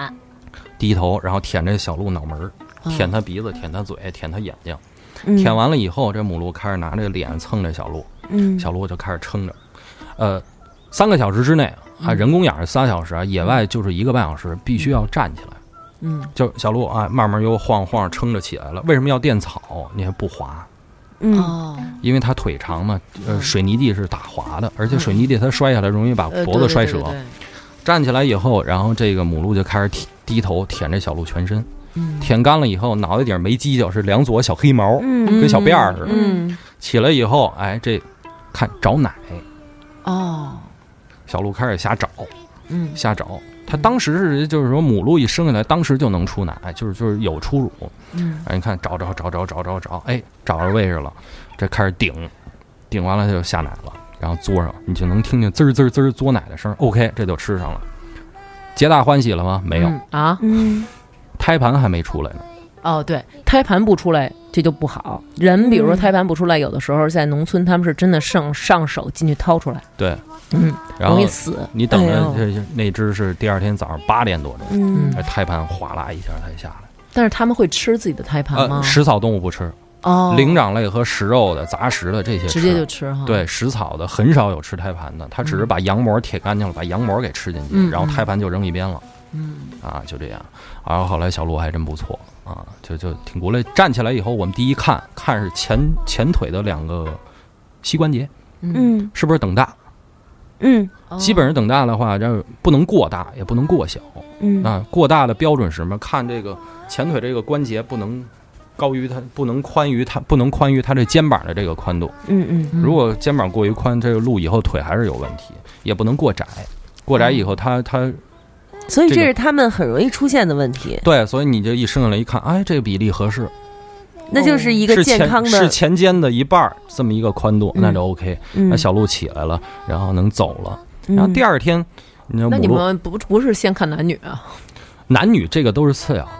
Speaker 6: 低头，然后舔这小鹿脑门儿，
Speaker 5: 嗯
Speaker 6: 舔它鼻子，舔它嘴，舔它眼睛。舔完了以后，这母鹿开始拿这个脸蹭这小鹿，
Speaker 4: 嗯
Speaker 6: 小鹿就开始撑着。呃，三个小时之内
Speaker 5: 嗯
Speaker 6: 啊，人工养是仨小时啊，野外就是一个半小时，必须要站起来。
Speaker 5: 嗯，
Speaker 6: 就小鹿啊，慢慢又晃晃撑着起来了。为什么要垫草？你还不滑？
Speaker 4: 嗯，
Speaker 5: 哦，
Speaker 6: 因为它腿长嘛，呃，
Speaker 5: 嗯
Speaker 6: 水泥地是打滑的，而且水泥地它摔下来容易把
Speaker 5: 呃
Speaker 6: 脖子摔折。
Speaker 5: 对对对对
Speaker 6: 站起来以后，然后这个母鹿就开始舔低头舔这小鹿全身，
Speaker 5: 嗯
Speaker 6: 舔干了以后，脑袋顶没犄角，是两撮小黑毛，
Speaker 4: 嗯
Speaker 6: 跟小辫儿似的。
Speaker 5: 嗯，
Speaker 6: 起来以后，哎，这看找奶，
Speaker 5: 哦，
Speaker 6: 小鹿开始瞎找，
Speaker 5: 嗯
Speaker 6: 瞎找。它当时是就是说母鹿一生下来，当时就能出奶，哎就是就是有出乳。
Speaker 5: 嗯，
Speaker 6: 哎，你看找找找找找找找，哎，找着位置了，这开始顶，顶完了它就下奶了，然后嘬上，你就能听见滋儿滋儿滋儿嘬奶的声儿。OK，这就吃上了，皆大欢喜了吗？没有。
Speaker 5: 嗯啊，
Speaker 4: 嗯，
Speaker 6: 胎盘还没出来呢。
Speaker 5: 哦，对，胎盘不出来这就不好。人比
Speaker 4: 嗯
Speaker 5: 如说胎盘不出来，有的时候在农村他们是真的上上手进去掏出来，
Speaker 6: 对，
Speaker 5: 嗯，
Speaker 6: 然后
Speaker 5: 容易死。
Speaker 6: 你等
Speaker 4: 哎
Speaker 6: 着
Speaker 4: 呦
Speaker 6: 这那只是第二天早上八点多钟，
Speaker 4: 嗯，
Speaker 6: 哎胎盘哗啦一下才下来。
Speaker 5: 但是他们会吃自己的胎盘吗？
Speaker 6: 呃，食草动物不吃，
Speaker 5: 哦，
Speaker 6: 灵长类和食肉的、杂食的这些
Speaker 5: 直接就嗯
Speaker 6: 吃。
Speaker 5: 吃哈。，
Speaker 6: 对，食草的很少有吃胎盘的，它只是把羊膜舔干净了，把羊膜给吃进去，
Speaker 5: 嗯
Speaker 6: 然后
Speaker 5: 嗯
Speaker 6: 胎盘就扔一边了。
Speaker 5: 嗯，
Speaker 6: 啊，就这样。然后后来小鹿还真不错啊，就就挺过来。站起来以后，我们第一看看是前前腿的两个膝关节
Speaker 4: 嗯
Speaker 6: 是不是等大？
Speaker 4: 嗯
Speaker 5: 哦
Speaker 6: 基本上等大的话，这不能过大，也不能过小。
Speaker 4: 嗯
Speaker 6: 啊，过大的标准是什么？看这个前腿这个关节不能高于它，不能宽于它，不能宽于它这肩膀的这个宽度。
Speaker 4: 嗯嗯，
Speaker 6: 如果肩膀过于宽，这个路以后腿还是有问题，也不能过窄。过窄以后它，
Speaker 4: 嗯
Speaker 6: 它
Speaker 4: 所以
Speaker 6: 这
Speaker 4: 这
Speaker 6: 个
Speaker 4: 是他们很容易出现的问题，
Speaker 6: 对，所以你就一生下来一看，哎，这个比例合适，
Speaker 4: 那就是一
Speaker 6: 一
Speaker 4: 个健康
Speaker 6: 哦是
Speaker 4: 的，
Speaker 6: 前肩的一半儿这么一个宽度，那就 OK。那
Speaker 4: 嗯，
Speaker 6: 小鹿起来了，然后能走了。
Speaker 4: 嗯，
Speaker 6: 然后第二天，你知道
Speaker 5: 那你
Speaker 6: 哦母鹿
Speaker 5: 们不不是先看男女啊？
Speaker 6: 男女这个都是次要的，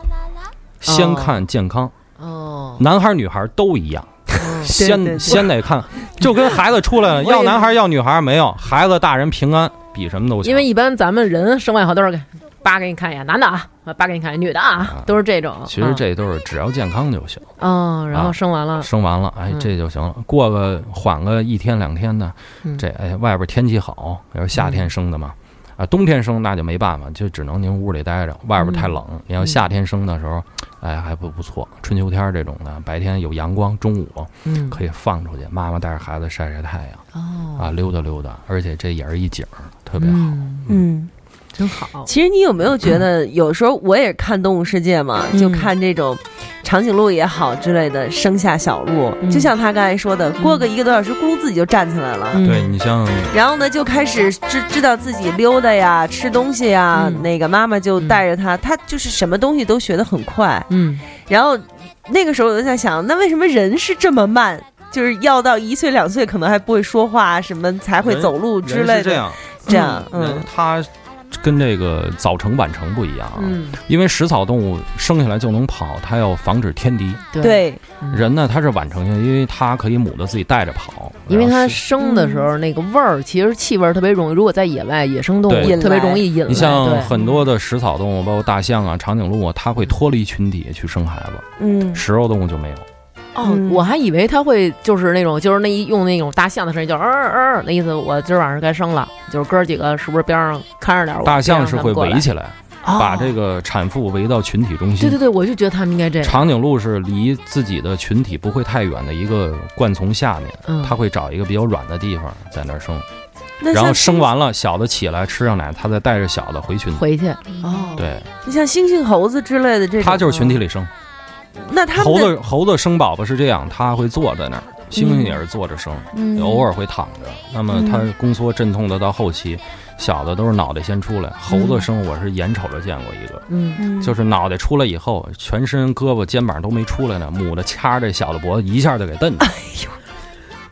Speaker 6: 先
Speaker 5: 哦
Speaker 6: 看健康。
Speaker 5: 哦，
Speaker 6: 男孩儿女孩儿都一样，
Speaker 4: 哦对对
Speaker 6: 先先得看，就跟孩子出来
Speaker 4: (laughs)
Speaker 6: 了，
Speaker 5: 我也
Speaker 6: 要男孩儿要女孩儿没有，孩子大人平安比什么都强。
Speaker 5: 因为一般咱们人生完以后都是给叭给你看一眼，男的啊，叭给你看一眼，女的啊
Speaker 6: 啊，
Speaker 5: 都是这种。
Speaker 6: 其实这都是只要健康就行，
Speaker 5: 嗯，然后
Speaker 6: 啊
Speaker 5: 生完了，
Speaker 6: 生完了哎
Speaker 5: 嗯
Speaker 6: 这就行了，过个缓个一天两天的
Speaker 5: 嗯，
Speaker 6: 这哎外边天气好，要是夏天生的嘛，啊冬天生那就没办法，就只能您屋里待着，外边太冷。
Speaker 5: 嗯
Speaker 6: 你要夏天生的时候，哎还不不错，春秋天这种的，白天有阳光，中午
Speaker 5: 嗯，
Speaker 6: 可以放出去，妈妈带着孩子晒晒太阳。
Speaker 5: 哦，
Speaker 6: 啊，溜达溜达，而且这也是一景儿，特别好。
Speaker 5: 嗯，
Speaker 4: 嗯。
Speaker 5: 真好。
Speaker 4: 其实你有没有觉得，
Speaker 6: 嗯
Speaker 4: 有时候我也看《动物世界》嘛，
Speaker 5: 嗯
Speaker 4: 就看这种长颈鹿也好之类的，生下小鹿，
Speaker 5: 嗯
Speaker 4: 就像他刚才说的，过个一个多小时，咕噜自己就站起来了。
Speaker 5: 嗯
Speaker 6: 对你像
Speaker 4: 然后呢，就开始知知道自己溜达呀、吃东西呀。
Speaker 5: 嗯
Speaker 4: 那个妈妈就带着他，他就是什么东西都学得很快。
Speaker 5: 嗯，
Speaker 4: 然后那个时候我就在想，那为什么人是这么慢？就是要到一岁两岁可能还不会说话，什么才会
Speaker 6: 人
Speaker 4: 走路之
Speaker 6: 人
Speaker 4: 类的。
Speaker 6: 是这，样，
Speaker 4: 这样，
Speaker 6: 人
Speaker 4: 嗯
Speaker 6: 它跟这个早成晚成不一样啊。
Speaker 5: 嗯，
Speaker 6: 因为食草动物生下来就能跑，它要防止天敌。
Speaker 5: 对，
Speaker 4: 对，
Speaker 5: 嗯
Speaker 6: 人呢，它是晚成性，因为它可以母的自己带着跑，
Speaker 5: 因为它
Speaker 6: 然后是。
Speaker 5: 生的时候那个味儿，其实气味儿特别容易，如果在野外野生动
Speaker 6: 对
Speaker 5: 物
Speaker 4: 引
Speaker 5: 特别
Speaker 4: 来
Speaker 5: 容易引来。哦
Speaker 6: 你像
Speaker 5: 对
Speaker 6: 很多的食草动物，包括大象啊、长颈鹿啊，它会脱离群体去生孩子，
Speaker 4: 嗯，
Speaker 6: 食肉动物就没有。
Speaker 5: 哦，
Speaker 4: 嗯
Speaker 5: 我还以为它会就是那种就是那一用那种大象的声音，就呃呃呃那意思，我今儿晚上该生了，就是哥儿几个是不是边上看着点儿我？
Speaker 6: 大象是
Speaker 5: 别
Speaker 6: 会
Speaker 5: 让他们过来
Speaker 6: 围起来，
Speaker 5: 哦
Speaker 6: 把这个产妇围到群体中心
Speaker 5: 对。对对，我就觉得他们应该这样。
Speaker 6: 长颈鹿是离自己的群体不会太远的一个灌丛下面，
Speaker 5: 嗯，
Speaker 6: 它会找一个比较软的地方在那儿生，
Speaker 4: 那
Speaker 6: 然后
Speaker 4: 像
Speaker 6: 生完了小的起来吃上奶，它再带着小的回群体。
Speaker 5: 回去哦，
Speaker 6: 对，
Speaker 4: 你像猩猩、猴子之类的这种，
Speaker 6: 它就是群体里生。
Speaker 4: 那他们
Speaker 6: 猴
Speaker 4: 的
Speaker 6: 子猴子生宝宝是这样，它会坐在
Speaker 5: 嗯
Speaker 6: 那儿，猩猩也是坐着生，偶尔会躺着。那
Speaker 5: 嗯
Speaker 6: 么它宫缩阵痛的到后期，小的都是脑袋先出来。猴子生我是眼瞅着见过一个，
Speaker 5: 嗯，
Speaker 6: 就是脑袋出来以后，全身胳膊肩膀都没出来呢，母的掐着小的脖子一下就给
Speaker 5: (laughs)
Speaker 6: 蹬住。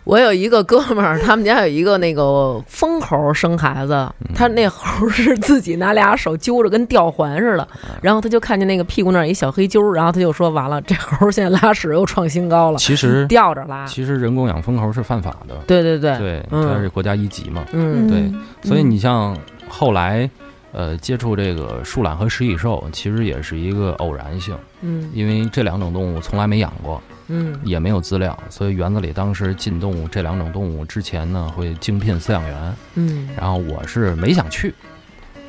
Speaker 5: 我有一个哥们儿，他们家有一个那个疯猴生孩子，他那猴是自己拿俩手揪着，跟吊环似的，然后他就看见那个屁股那儿一小黑揪儿，然后他就说完了，这猴现在拉屎又创新高了，(laughs)
Speaker 6: 其实
Speaker 5: 吊着拉。
Speaker 6: 其实人工养蜂猴是犯法的，
Speaker 5: 对对对，
Speaker 6: 对，它
Speaker 5: 嗯
Speaker 6: 是国家一级嘛。
Speaker 5: 嗯
Speaker 6: 对，所以你像后来，呃，接触这个树懒和食蚁兽其实也是一个偶然性，
Speaker 5: 嗯
Speaker 6: 因为这两种动物从来没养过，
Speaker 5: 嗯
Speaker 6: 也没有资料，所以园子里当时进动物这两种动物之前呢，会精聘饲养员。
Speaker 5: 嗯
Speaker 6: 然后我是没想去，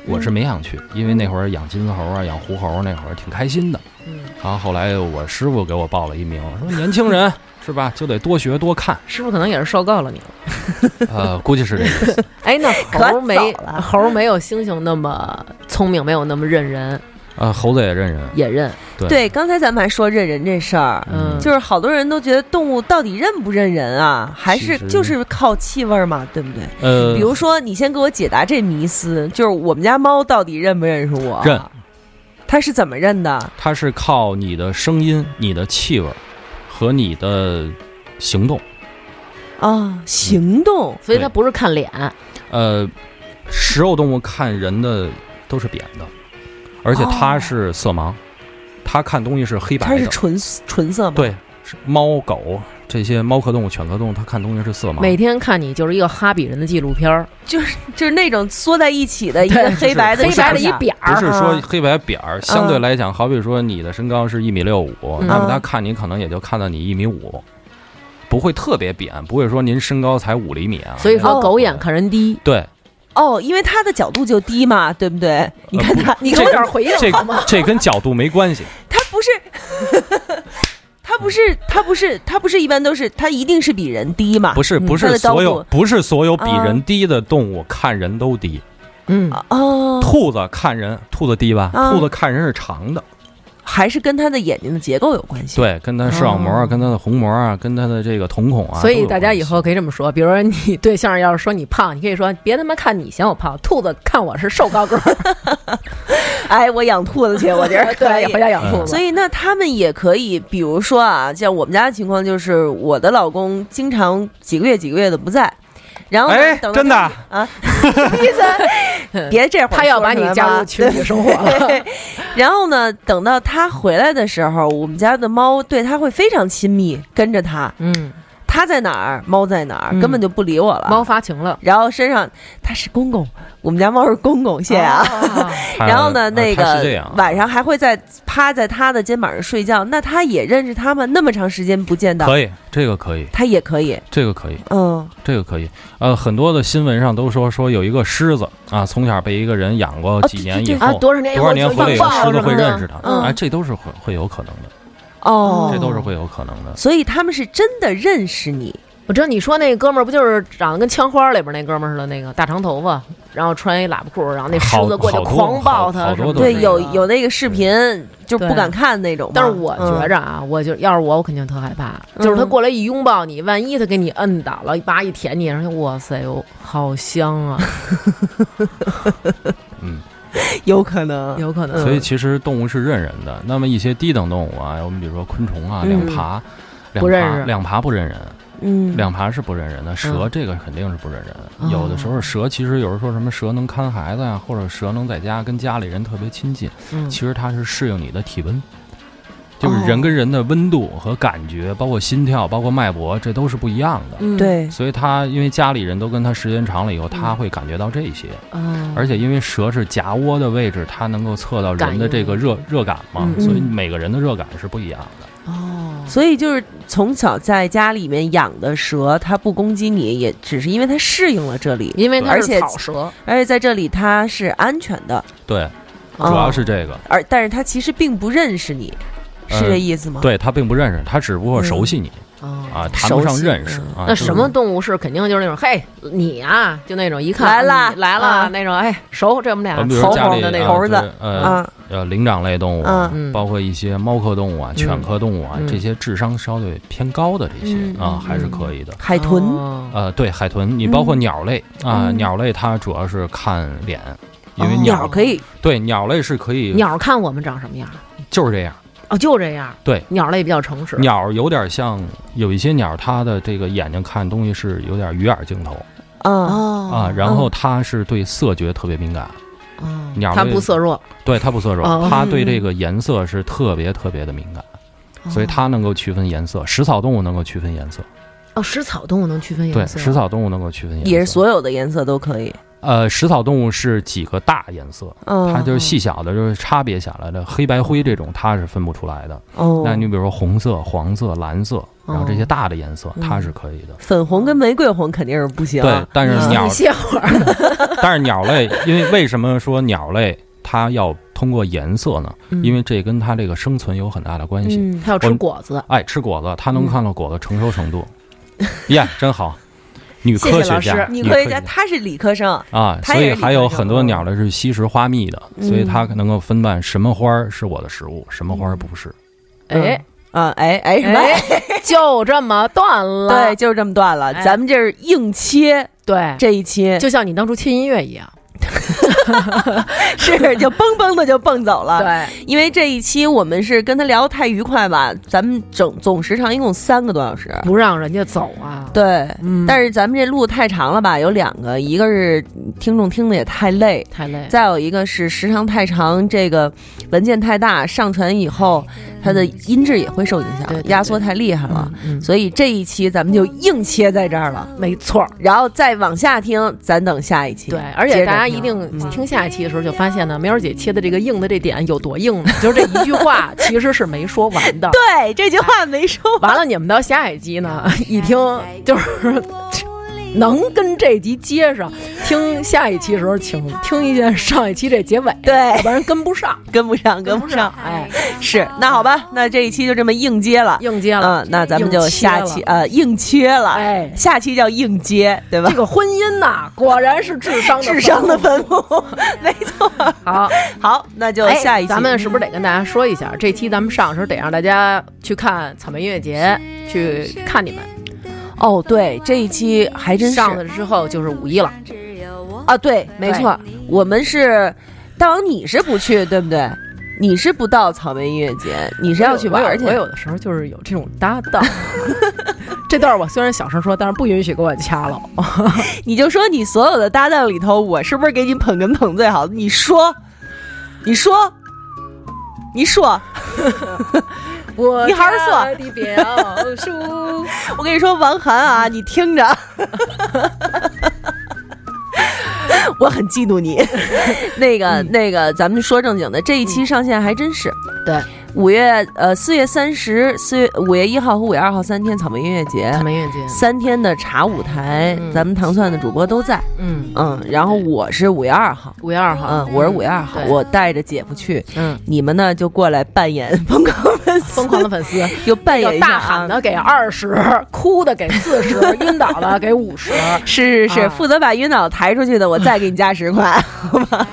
Speaker 6: 我
Speaker 4: 嗯
Speaker 6: 是没想去，因为那会儿养金丝猴啊、养狐猴那会儿挺开心的。
Speaker 5: 嗯，
Speaker 6: 然后后来我师傅给我报了一名，说年轻人是吧，就得多学
Speaker 4: (laughs)
Speaker 6: 多看。
Speaker 5: 是不是可能也是受够了你了？
Speaker 6: 呃，估计是这个。
Speaker 5: 哎，那
Speaker 4: 可
Speaker 5: 猴儿没
Speaker 4: 早了
Speaker 5: 猴儿没有猩猩那么聪明，没有那么认人，
Speaker 6: 呃，猴子也认人。
Speaker 5: 也认。
Speaker 6: 对
Speaker 4: 对，刚才咱们还说认人这事儿，
Speaker 5: 嗯，
Speaker 4: 就是好多人都觉得动物到底认不认人啊，还是
Speaker 6: 其实
Speaker 4: 就是靠气味儿嘛，对不对？
Speaker 6: 呃，
Speaker 4: 比如说，你先给我解答这迷思，就是我们家猫到底认不认识我？
Speaker 6: 认，
Speaker 4: 它是怎么认的？
Speaker 6: 它是靠你的声音、你的气味儿和你的行动。
Speaker 4: 啊，行动。
Speaker 5: 所以它不是看脸，
Speaker 6: 呃，食肉动物看人的都是扁的，而且它
Speaker 5: 哦
Speaker 6: 是色盲，它看东西是黑
Speaker 4: 它
Speaker 6: 白
Speaker 4: 是
Speaker 6: 的。
Speaker 4: 纯纯色吗？
Speaker 6: 对，是猫狗这些猫科动物、犬科动物，它看东西是色盲。
Speaker 5: 每天看你就是一个哈比人的纪录片儿，
Speaker 4: 就是就是那种缩在一起的一
Speaker 5: 对
Speaker 4: 个
Speaker 5: 就是
Speaker 4: 黑白的
Speaker 5: 黑白的一
Speaker 4: 小
Speaker 5: 点
Speaker 6: 不
Speaker 5: 儿。
Speaker 6: 是说
Speaker 4: 啊
Speaker 6: 黑白扁儿，相对来讲，好比说你的身高是一米六五，
Speaker 5: 嗯
Speaker 6: 那么他看你可能也就看到你一米五，不会特别扁，不会说您身高才五厘米啊。
Speaker 5: 所以说
Speaker 4: 哦
Speaker 5: 狗眼看人低，
Speaker 6: 对，
Speaker 4: 哦，因为它的角度就低嘛，对不对？你看它，你
Speaker 6: 这
Speaker 4: 看
Speaker 6: 跟
Speaker 4: 它，
Speaker 5: 回
Speaker 6: 这 (laughs) 这跟角度没关系。
Speaker 4: 它不是，它不是， (laughs) 它不是，它不是，一般都是它一定是比人低嘛？
Speaker 6: 不是
Speaker 5: 嗯
Speaker 6: 不
Speaker 4: 它
Speaker 6: 是
Speaker 4: 的高
Speaker 6: 所有
Speaker 4: 度
Speaker 6: 不是所有比
Speaker 4: 啊
Speaker 6: 人低的动物看人都低，
Speaker 5: 嗯，
Speaker 4: 哦，
Speaker 6: 兔子看人，兔子低吧？
Speaker 4: 啊
Speaker 6: 兔子看人是长的，
Speaker 4: 还是跟它的眼睛的结构有关系。
Speaker 6: 对，跟它视网膜啊，跟它的虹膜啊，跟它的这个瞳孔啊。
Speaker 5: 嗯所
Speaker 6: 都
Speaker 5: 以
Speaker 6: 有
Speaker 5: 大家
Speaker 6: 关
Speaker 5: 以
Speaker 6: 系
Speaker 5: 后可以这么说，比如说你对象要是说你胖，你可以说别他妈看你嫌我胖，兔子看我是瘦高个儿，
Speaker 4: 哎，我养兔子去， (laughs) 我觉
Speaker 5: (laughs)
Speaker 4: 得可以
Speaker 5: 对，回。家养兔子。
Speaker 4: 所以那他们也可以，比如说啊，像我们家的情况就是，我的老公经常几个月几个月的不在，然后呢
Speaker 6: 哎
Speaker 4: 等到
Speaker 6: 真的
Speaker 4: 他啊， (laughs) 什么意思？别这会儿
Speaker 5: 他要
Speaker 4: 说
Speaker 5: 把
Speaker 4: 出
Speaker 5: 你
Speaker 4: 来
Speaker 5: 加
Speaker 4: 嘛
Speaker 5: 入群体生活
Speaker 4: (laughs)
Speaker 5: 了，
Speaker 4: 对，然后呢，等到他回来的时候，我们家的猫对他会非常亲密，跟着他，
Speaker 5: 嗯，
Speaker 4: 他在哪儿，猫在哪儿，
Speaker 5: 嗯
Speaker 4: 根本就不理我了。
Speaker 5: 猫发情了，
Speaker 4: 然后身上它是公公，我们家猫是公公，谢谢啊。
Speaker 5: 啊，
Speaker 6: 它
Speaker 4: 然后呢，
Speaker 6: 呃
Speaker 4: 那
Speaker 6: 它是这
Speaker 4: 个
Speaker 6: 样，
Speaker 4: 晚上还会在趴在他的肩膀上睡觉，那他也认识他们，那么长时间不见到，
Speaker 6: 可以，这个可以，
Speaker 4: 他也可以，
Speaker 6: 这个可以。
Speaker 4: 嗯，
Speaker 6: 这个可以，呃，很多的新闻上都说说有一个狮子啊，从小被一个人养过几年以后，
Speaker 5: 啊，多少年以
Speaker 6: 哦多少
Speaker 5: 后
Speaker 6: 年
Speaker 5: 就
Speaker 6: 回来
Speaker 5: 放爆
Speaker 6: 有个狮子
Speaker 5: 什
Speaker 6: 会
Speaker 5: 么
Speaker 6: 认
Speaker 5: 的，
Speaker 6: 识它，
Speaker 4: 嗯
Speaker 6: 哎，这都是会会有可能的，
Speaker 4: 哦，
Speaker 6: 这都是会有可能的。
Speaker 4: 所以他们是真的认识你，
Speaker 5: 我知道你说那哥们儿不就是长得跟枪花里边那哥们儿似的，那个大长头发，然后穿一喇叭裤，然后那狮
Speaker 6: 好
Speaker 5: 子过去
Speaker 6: 好多
Speaker 5: 狂
Speaker 6: 好
Speaker 5: 抱他
Speaker 6: 好
Speaker 5: 什么的，
Speaker 6: 多都是
Speaker 4: 对，
Speaker 6: 这
Speaker 4: 有有那个视频就
Speaker 5: 对
Speaker 4: 不敢看那种嘛，
Speaker 5: 但是我觉
Speaker 4: 嗯
Speaker 5: 着啊，我就要是我，我肯定特害怕。就是他
Speaker 4: 嗯
Speaker 5: 过来一拥抱你，万一他给你摁倒了，一巴一舔你，然后哇塞哟，好香
Speaker 4: (laughs)
Speaker 5: 啊，
Speaker 4: 嗯有可能，
Speaker 5: 有可能。
Speaker 6: 所以其实动物是认人的，那么一些低等动物啊，我们比如说昆虫啊，
Speaker 4: 嗯
Speaker 6: 两爬，两
Speaker 5: 不认
Speaker 6: 爬
Speaker 5: 识
Speaker 6: 两爬不认人，
Speaker 4: 嗯，
Speaker 6: 两爬是不认人的，蛇
Speaker 5: 嗯
Speaker 6: 这个肯定是不认人。
Speaker 5: 哦
Speaker 6: 有的时候蛇其实有人说什么蛇能看孩子呀、或者蛇能在家跟家里人特别亲近，
Speaker 5: 嗯哦
Speaker 6: 其实它是适应你的体温，就是人跟人的温度和感觉，包括心跳，包括脉搏，这都是不一样的。
Speaker 5: 嗯，
Speaker 4: 对，
Speaker 6: 所以它因为家里人都跟它时间长了以后，它会感觉到这些，
Speaker 5: 嗯
Speaker 6: 而且因为蛇是夹窝的位置，它能够测到人的这个热热感嘛，
Speaker 5: 嗯
Speaker 6: 所以每个人的热感是不一样的。
Speaker 5: 哦，
Speaker 4: 所以就是从小在家里面养的蛇，它不攻击你，也只是因为它适应了这里，
Speaker 5: 因为它
Speaker 4: 而
Speaker 5: 是
Speaker 4: 且
Speaker 5: 草蛇，
Speaker 4: 而且在这里它是安全的，
Speaker 6: 对，
Speaker 4: 哦
Speaker 6: 主要是这个，
Speaker 4: 而但是它其实并不认识你，是
Speaker 6: 呃
Speaker 4: 这意思吗？
Speaker 6: 对它并不认识，它只不过熟悉你、
Speaker 5: 哦
Speaker 6: 啊，谈不上
Speaker 4: 熟悉
Speaker 6: 认识
Speaker 4: 嗯
Speaker 6: 啊。
Speaker 5: 那
Speaker 6: 就是
Speaker 5: 什么动物是肯定就是那种嘿你啊，就那种一看
Speaker 4: 来了
Speaker 5: 嗯来了
Speaker 4: 啊
Speaker 5: 那种哎熟，这我们俩
Speaker 6: 我们比如
Speaker 5: 猴
Speaker 6: 说家
Speaker 5: 猴
Speaker 6: 里
Speaker 5: 的那
Speaker 6: 啊
Speaker 5: 种，
Speaker 4: 猴子
Speaker 6: 就是呃
Speaker 4: 啊，
Speaker 6: 呃灵长类动物啊，
Speaker 4: 嗯
Speaker 5: 嗯
Speaker 6: 包括一些猫科动物啊、犬科动物啊
Speaker 5: 嗯，
Speaker 6: 这些智商稍微偏高的这些
Speaker 4: 嗯
Speaker 6: 啊
Speaker 4: 嗯，
Speaker 6: 还是可以的。
Speaker 4: 海豚、
Speaker 5: 哦
Speaker 6: 呃，对，海豚，你包括鸟类啊，
Speaker 4: 嗯
Speaker 6: 鸟类它主要是看脸，因为
Speaker 5: 哦
Speaker 4: 鸟
Speaker 6: 鸟
Speaker 4: 可以，
Speaker 6: 对鸟类是可以，
Speaker 5: 鸟看我们长什么样
Speaker 6: 就是这样。
Speaker 5: 哦，就这样。
Speaker 6: 对，
Speaker 5: 鸟类比较诚实。
Speaker 6: 鸟有点像有一些鸟，它的这个眼睛看东西是有点鱼眼镜头
Speaker 4: 嗯，
Speaker 5: 哦
Speaker 6: 啊，然后它是对色觉特别敏感，
Speaker 5: 哦
Speaker 6: 鸟
Speaker 5: 它
Speaker 6: 类
Speaker 5: 不色弱，
Speaker 6: 对它不色弱
Speaker 5: 哦，
Speaker 6: 它对这个颜色是特别特别的敏感。
Speaker 5: 哦
Speaker 6: 所以它能够区分颜色，食草动物能够区分颜色，
Speaker 5: 哦，食草动物能区分
Speaker 6: 对，
Speaker 5: 颜色，
Speaker 6: 食草动物能够区分颜色，
Speaker 4: 也是所有的颜色都可以，
Speaker 6: 呃，食草动物是几个大颜色，
Speaker 4: 嗯，
Speaker 6: 它就是细小的，就是差别下来的，黑白灰这种它是分不出来的。
Speaker 4: 哦，
Speaker 6: 那你比如说红色、黄色、蓝
Speaker 5: 哦
Speaker 6: 色，然后这些大的颜色，
Speaker 5: 嗯
Speaker 6: 它是可以的。
Speaker 4: 粉红跟玫瑰红肯定是不行，
Speaker 6: 对，但是鸟 (laughs)
Speaker 5: 你，歇会儿，
Speaker 6: 但是鸟类，因为为什么说鸟类它要通过颜色呢？因为这跟它这个生存有很大的关系。
Speaker 5: 嗯，他要吃果子，
Speaker 6: 爱哎吃果子，他
Speaker 5: 嗯
Speaker 6: 能看到果子成熟程度， (laughs) 呀，真好，女
Speaker 5: 谢谢
Speaker 6: 科学
Speaker 5: 老师
Speaker 6: 家，
Speaker 4: 女
Speaker 6: 女
Speaker 4: 科学
Speaker 6: 家
Speaker 4: 家她是理科生，
Speaker 6: 啊，
Speaker 4: 她
Speaker 6: 所
Speaker 4: 也
Speaker 6: 以
Speaker 4: 是理
Speaker 6: 还有
Speaker 4: 科生
Speaker 6: 很多鸟类是吸食花蜜的，所
Speaker 5: 嗯
Speaker 6: 以它能够分辨什么花儿是我的食物，什么花儿不是。
Speaker 5: 哎
Speaker 4: 啊，哎哎什么？
Speaker 5: 哎，
Speaker 6: 嗯
Speaker 5: 就这么断了，
Speaker 4: 对，就是这么断了。
Speaker 5: 哎
Speaker 4: 咱们这是硬切
Speaker 5: 对，
Speaker 4: 这一期，
Speaker 5: 就像你当初切音乐一样，
Speaker 4: (laughs) 是 (laughs) 就蹦蹦的就蹦走了。
Speaker 5: 对，
Speaker 4: 因为这一期我们是跟他聊得太愉快吧，咱们整总时长一共三个多小时。
Speaker 5: 不让人家走啊，
Speaker 4: 对，
Speaker 5: 嗯，
Speaker 4: 但是咱们这录得太长了吧，有两个，一个是听众听的也太累，
Speaker 5: 太累，
Speaker 4: 再有一个是时长太长，这个文件太大，上传以后它的音质也会受影响，
Speaker 5: 对对对
Speaker 4: 压缩太厉害了。
Speaker 5: 嗯，
Speaker 4: 所以这一期咱们就硬切在这儿了，
Speaker 5: 没错儿。
Speaker 4: 然后再往下听，咱等下一期。
Speaker 5: 对，而且大家一
Speaker 4: 嗯接着嗯听
Speaker 5: 定听下一期的时候就发现呢，梅儿姐切的这个硬的这点有多硬呢？就是这一句话其实是没说完的。
Speaker 4: 对这句话没说完。
Speaker 5: 完了，你们到下一
Speaker 4: (laughs)
Speaker 5: 集呢，一听就是能跟这集接上。听下一期的时候，请听一下上一期这结尾，
Speaker 4: 对
Speaker 5: 要不然跟不上，
Speaker 4: 跟不上，跟
Speaker 5: 跟
Speaker 4: 不
Speaker 5: 不
Speaker 4: 上
Speaker 5: 上，，哎，
Speaker 4: 是那好吧，那这一期就这么硬接了，
Speaker 5: 硬接
Speaker 4: 啊、
Speaker 5: 了。
Speaker 4: 那咱们就下期
Speaker 5: 硬切
Speaker 4: 呃硬切了，
Speaker 5: 哎
Speaker 4: 下期叫硬接，对吧
Speaker 5: 这？个婚姻呐、果然是 (laughs) 智商
Speaker 4: (laughs)
Speaker 5: 的
Speaker 4: 智商的
Speaker 5: 坟
Speaker 4: 坟墓， (laughs) 没错。
Speaker 5: 墓好。
Speaker 4: 好，那就
Speaker 5: 哎，
Speaker 4: 下一期，
Speaker 5: 咱们是不是得跟大家说一下？这期咱们上的时候得让大家去看草莓音乐节，去看你们。
Speaker 4: 哦，对，这一期还真是
Speaker 5: 上了之后就是五一了，
Speaker 4: 啊，对，没错，我们是大王，你是不去对不对？你是不到草莓音乐节，你是要去玩
Speaker 5: 我
Speaker 4: 儿
Speaker 5: 有
Speaker 4: 去
Speaker 5: 我。有的时候就是有这种搭档。 (laughs) 这段我虽然小声说，但是不允许给我掐了。
Speaker 4: 你就说你所有的搭档里头，我是不是给你捧哏捧最好？你说，你说，你说，
Speaker 5: 我
Speaker 4: 你好好说
Speaker 5: 家的 (laughs) 表叔，
Speaker 4: 我跟你说，王涵啊，你听
Speaker 5: (laughs)
Speaker 4: 着，我很嫉妒
Speaker 5: (laughs)
Speaker 4: 你。那个、
Speaker 5: 嗯
Speaker 4: 那个，咱们说正经的，这一期上线还真是
Speaker 5: 对
Speaker 4: 五月呃四月三十、四月五月一号和五月二号三天草莓音乐节
Speaker 5: 草。莓音乐节，
Speaker 4: 三天的茶舞台，
Speaker 5: 嗯
Speaker 4: 咱们糖蒜的主播都在，
Speaker 5: 嗯，
Speaker 4: 嗯，然后我是五月二号，
Speaker 5: 五月二号，
Speaker 4: 嗯，我是五月二号，
Speaker 5: 对
Speaker 4: 我带着姐夫去，
Speaker 5: 嗯，
Speaker 4: 你们呢就过来扮演 (laughs) 疯狂粉丝，
Speaker 5: 疯狂的 (laughs) 粉丝
Speaker 4: 就扮演
Speaker 5: 要
Speaker 4: 一下
Speaker 5: 大
Speaker 4: 啊
Speaker 5: 喊的给二十，哭的给四 (laughs) 十，晕倒的给五十。
Speaker 4: 是是是，
Speaker 5: 啊
Speaker 4: 负责把晕倒抬出去的，我再给你加十
Speaker 5: (laughs)
Speaker 4: 块，好吧？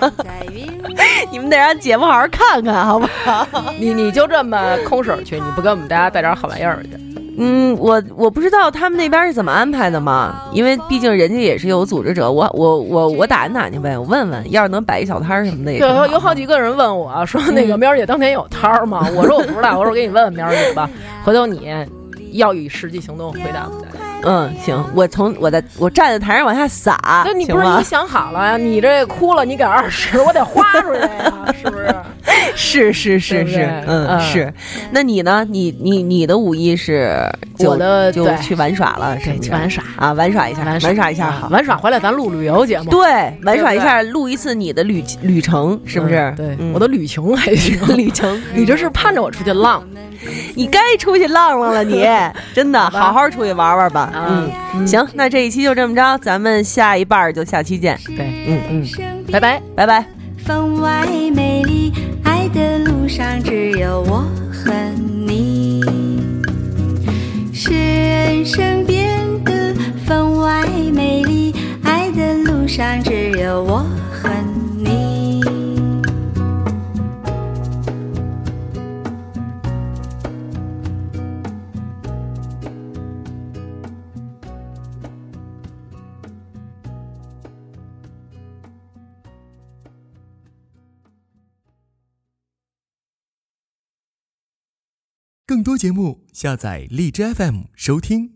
Speaker 4: 你们得让姐夫好好看看，好不
Speaker 5: (laughs)
Speaker 4: 好？
Speaker 5: 你你就这么空手去，你不给我们大家带点好玩意儿去？
Speaker 4: 嗯，我我不知道他们那边是怎么安排的嘛，因为毕竟人家也是有组织者，我我我我打听打听呗，我问问，要是能摆一小摊儿什么的也挺
Speaker 5: 有
Speaker 4: 好。
Speaker 5: 有好几个人问我说：“那个喵儿姐当年有摊儿 (laughs) 吗？”我说：“我不知道。”我说：“我给你问问喵儿姐吧，回头你要以实际行动回答我们。 (laughs)
Speaker 4: 嗯，行，我从我在我站在台上往下撒，
Speaker 5: 那你
Speaker 4: 行
Speaker 5: 不是
Speaker 4: 吗 (laughs)
Speaker 5: 你想好了，你这哭了，你给二十，我得花出去呀，是不是？
Speaker 4: 是是是
Speaker 5: 对不
Speaker 4: 是
Speaker 5: 对，
Speaker 4: 嗯
Speaker 5: 嗯
Speaker 4: 是。那你呢？你你你的五一是就
Speaker 5: 我的
Speaker 4: 就
Speaker 5: 对
Speaker 4: 去玩耍了，是
Speaker 5: 对
Speaker 4: 不是
Speaker 5: 去玩耍
Speaker 4: 啊，玩耍一下，玩耍一下好。
Speaker 5: 嗯玩耍回来咱录旅游节目，
Speaker 4: 对，玩耍一
Speaker 5: 对
Speaker 4: 下，录一次你的旅旅程，是不是
Speaker 5: 嗯？对嗯
Speaker 4: 嗯，
Speaker 5: (laughs) 我的旅行还行。
Speaker 4: 旅程，
Speaker 5: 你这是盼着我出去浪
Speaker 4: 你该出去浪浪了你，真的，好好出去玩玩吧。
Speaker 5: 啊
Speaker 4: 嗯，？行，那这一期就这么着，咱们下一半儿就下期见，
Speaker 5: (laughs) 对，
Speaker 4: 嗯嗯，
Speaker 5: 拜拜。
Speaker 4: 拜拜。
Speaker 8: 分外美丽，爱的路上只有我和你，使人生变得分外美丽，爱的路上只有我和你。
Speaker 9: 更多节目，下载荔枝 FM 收听。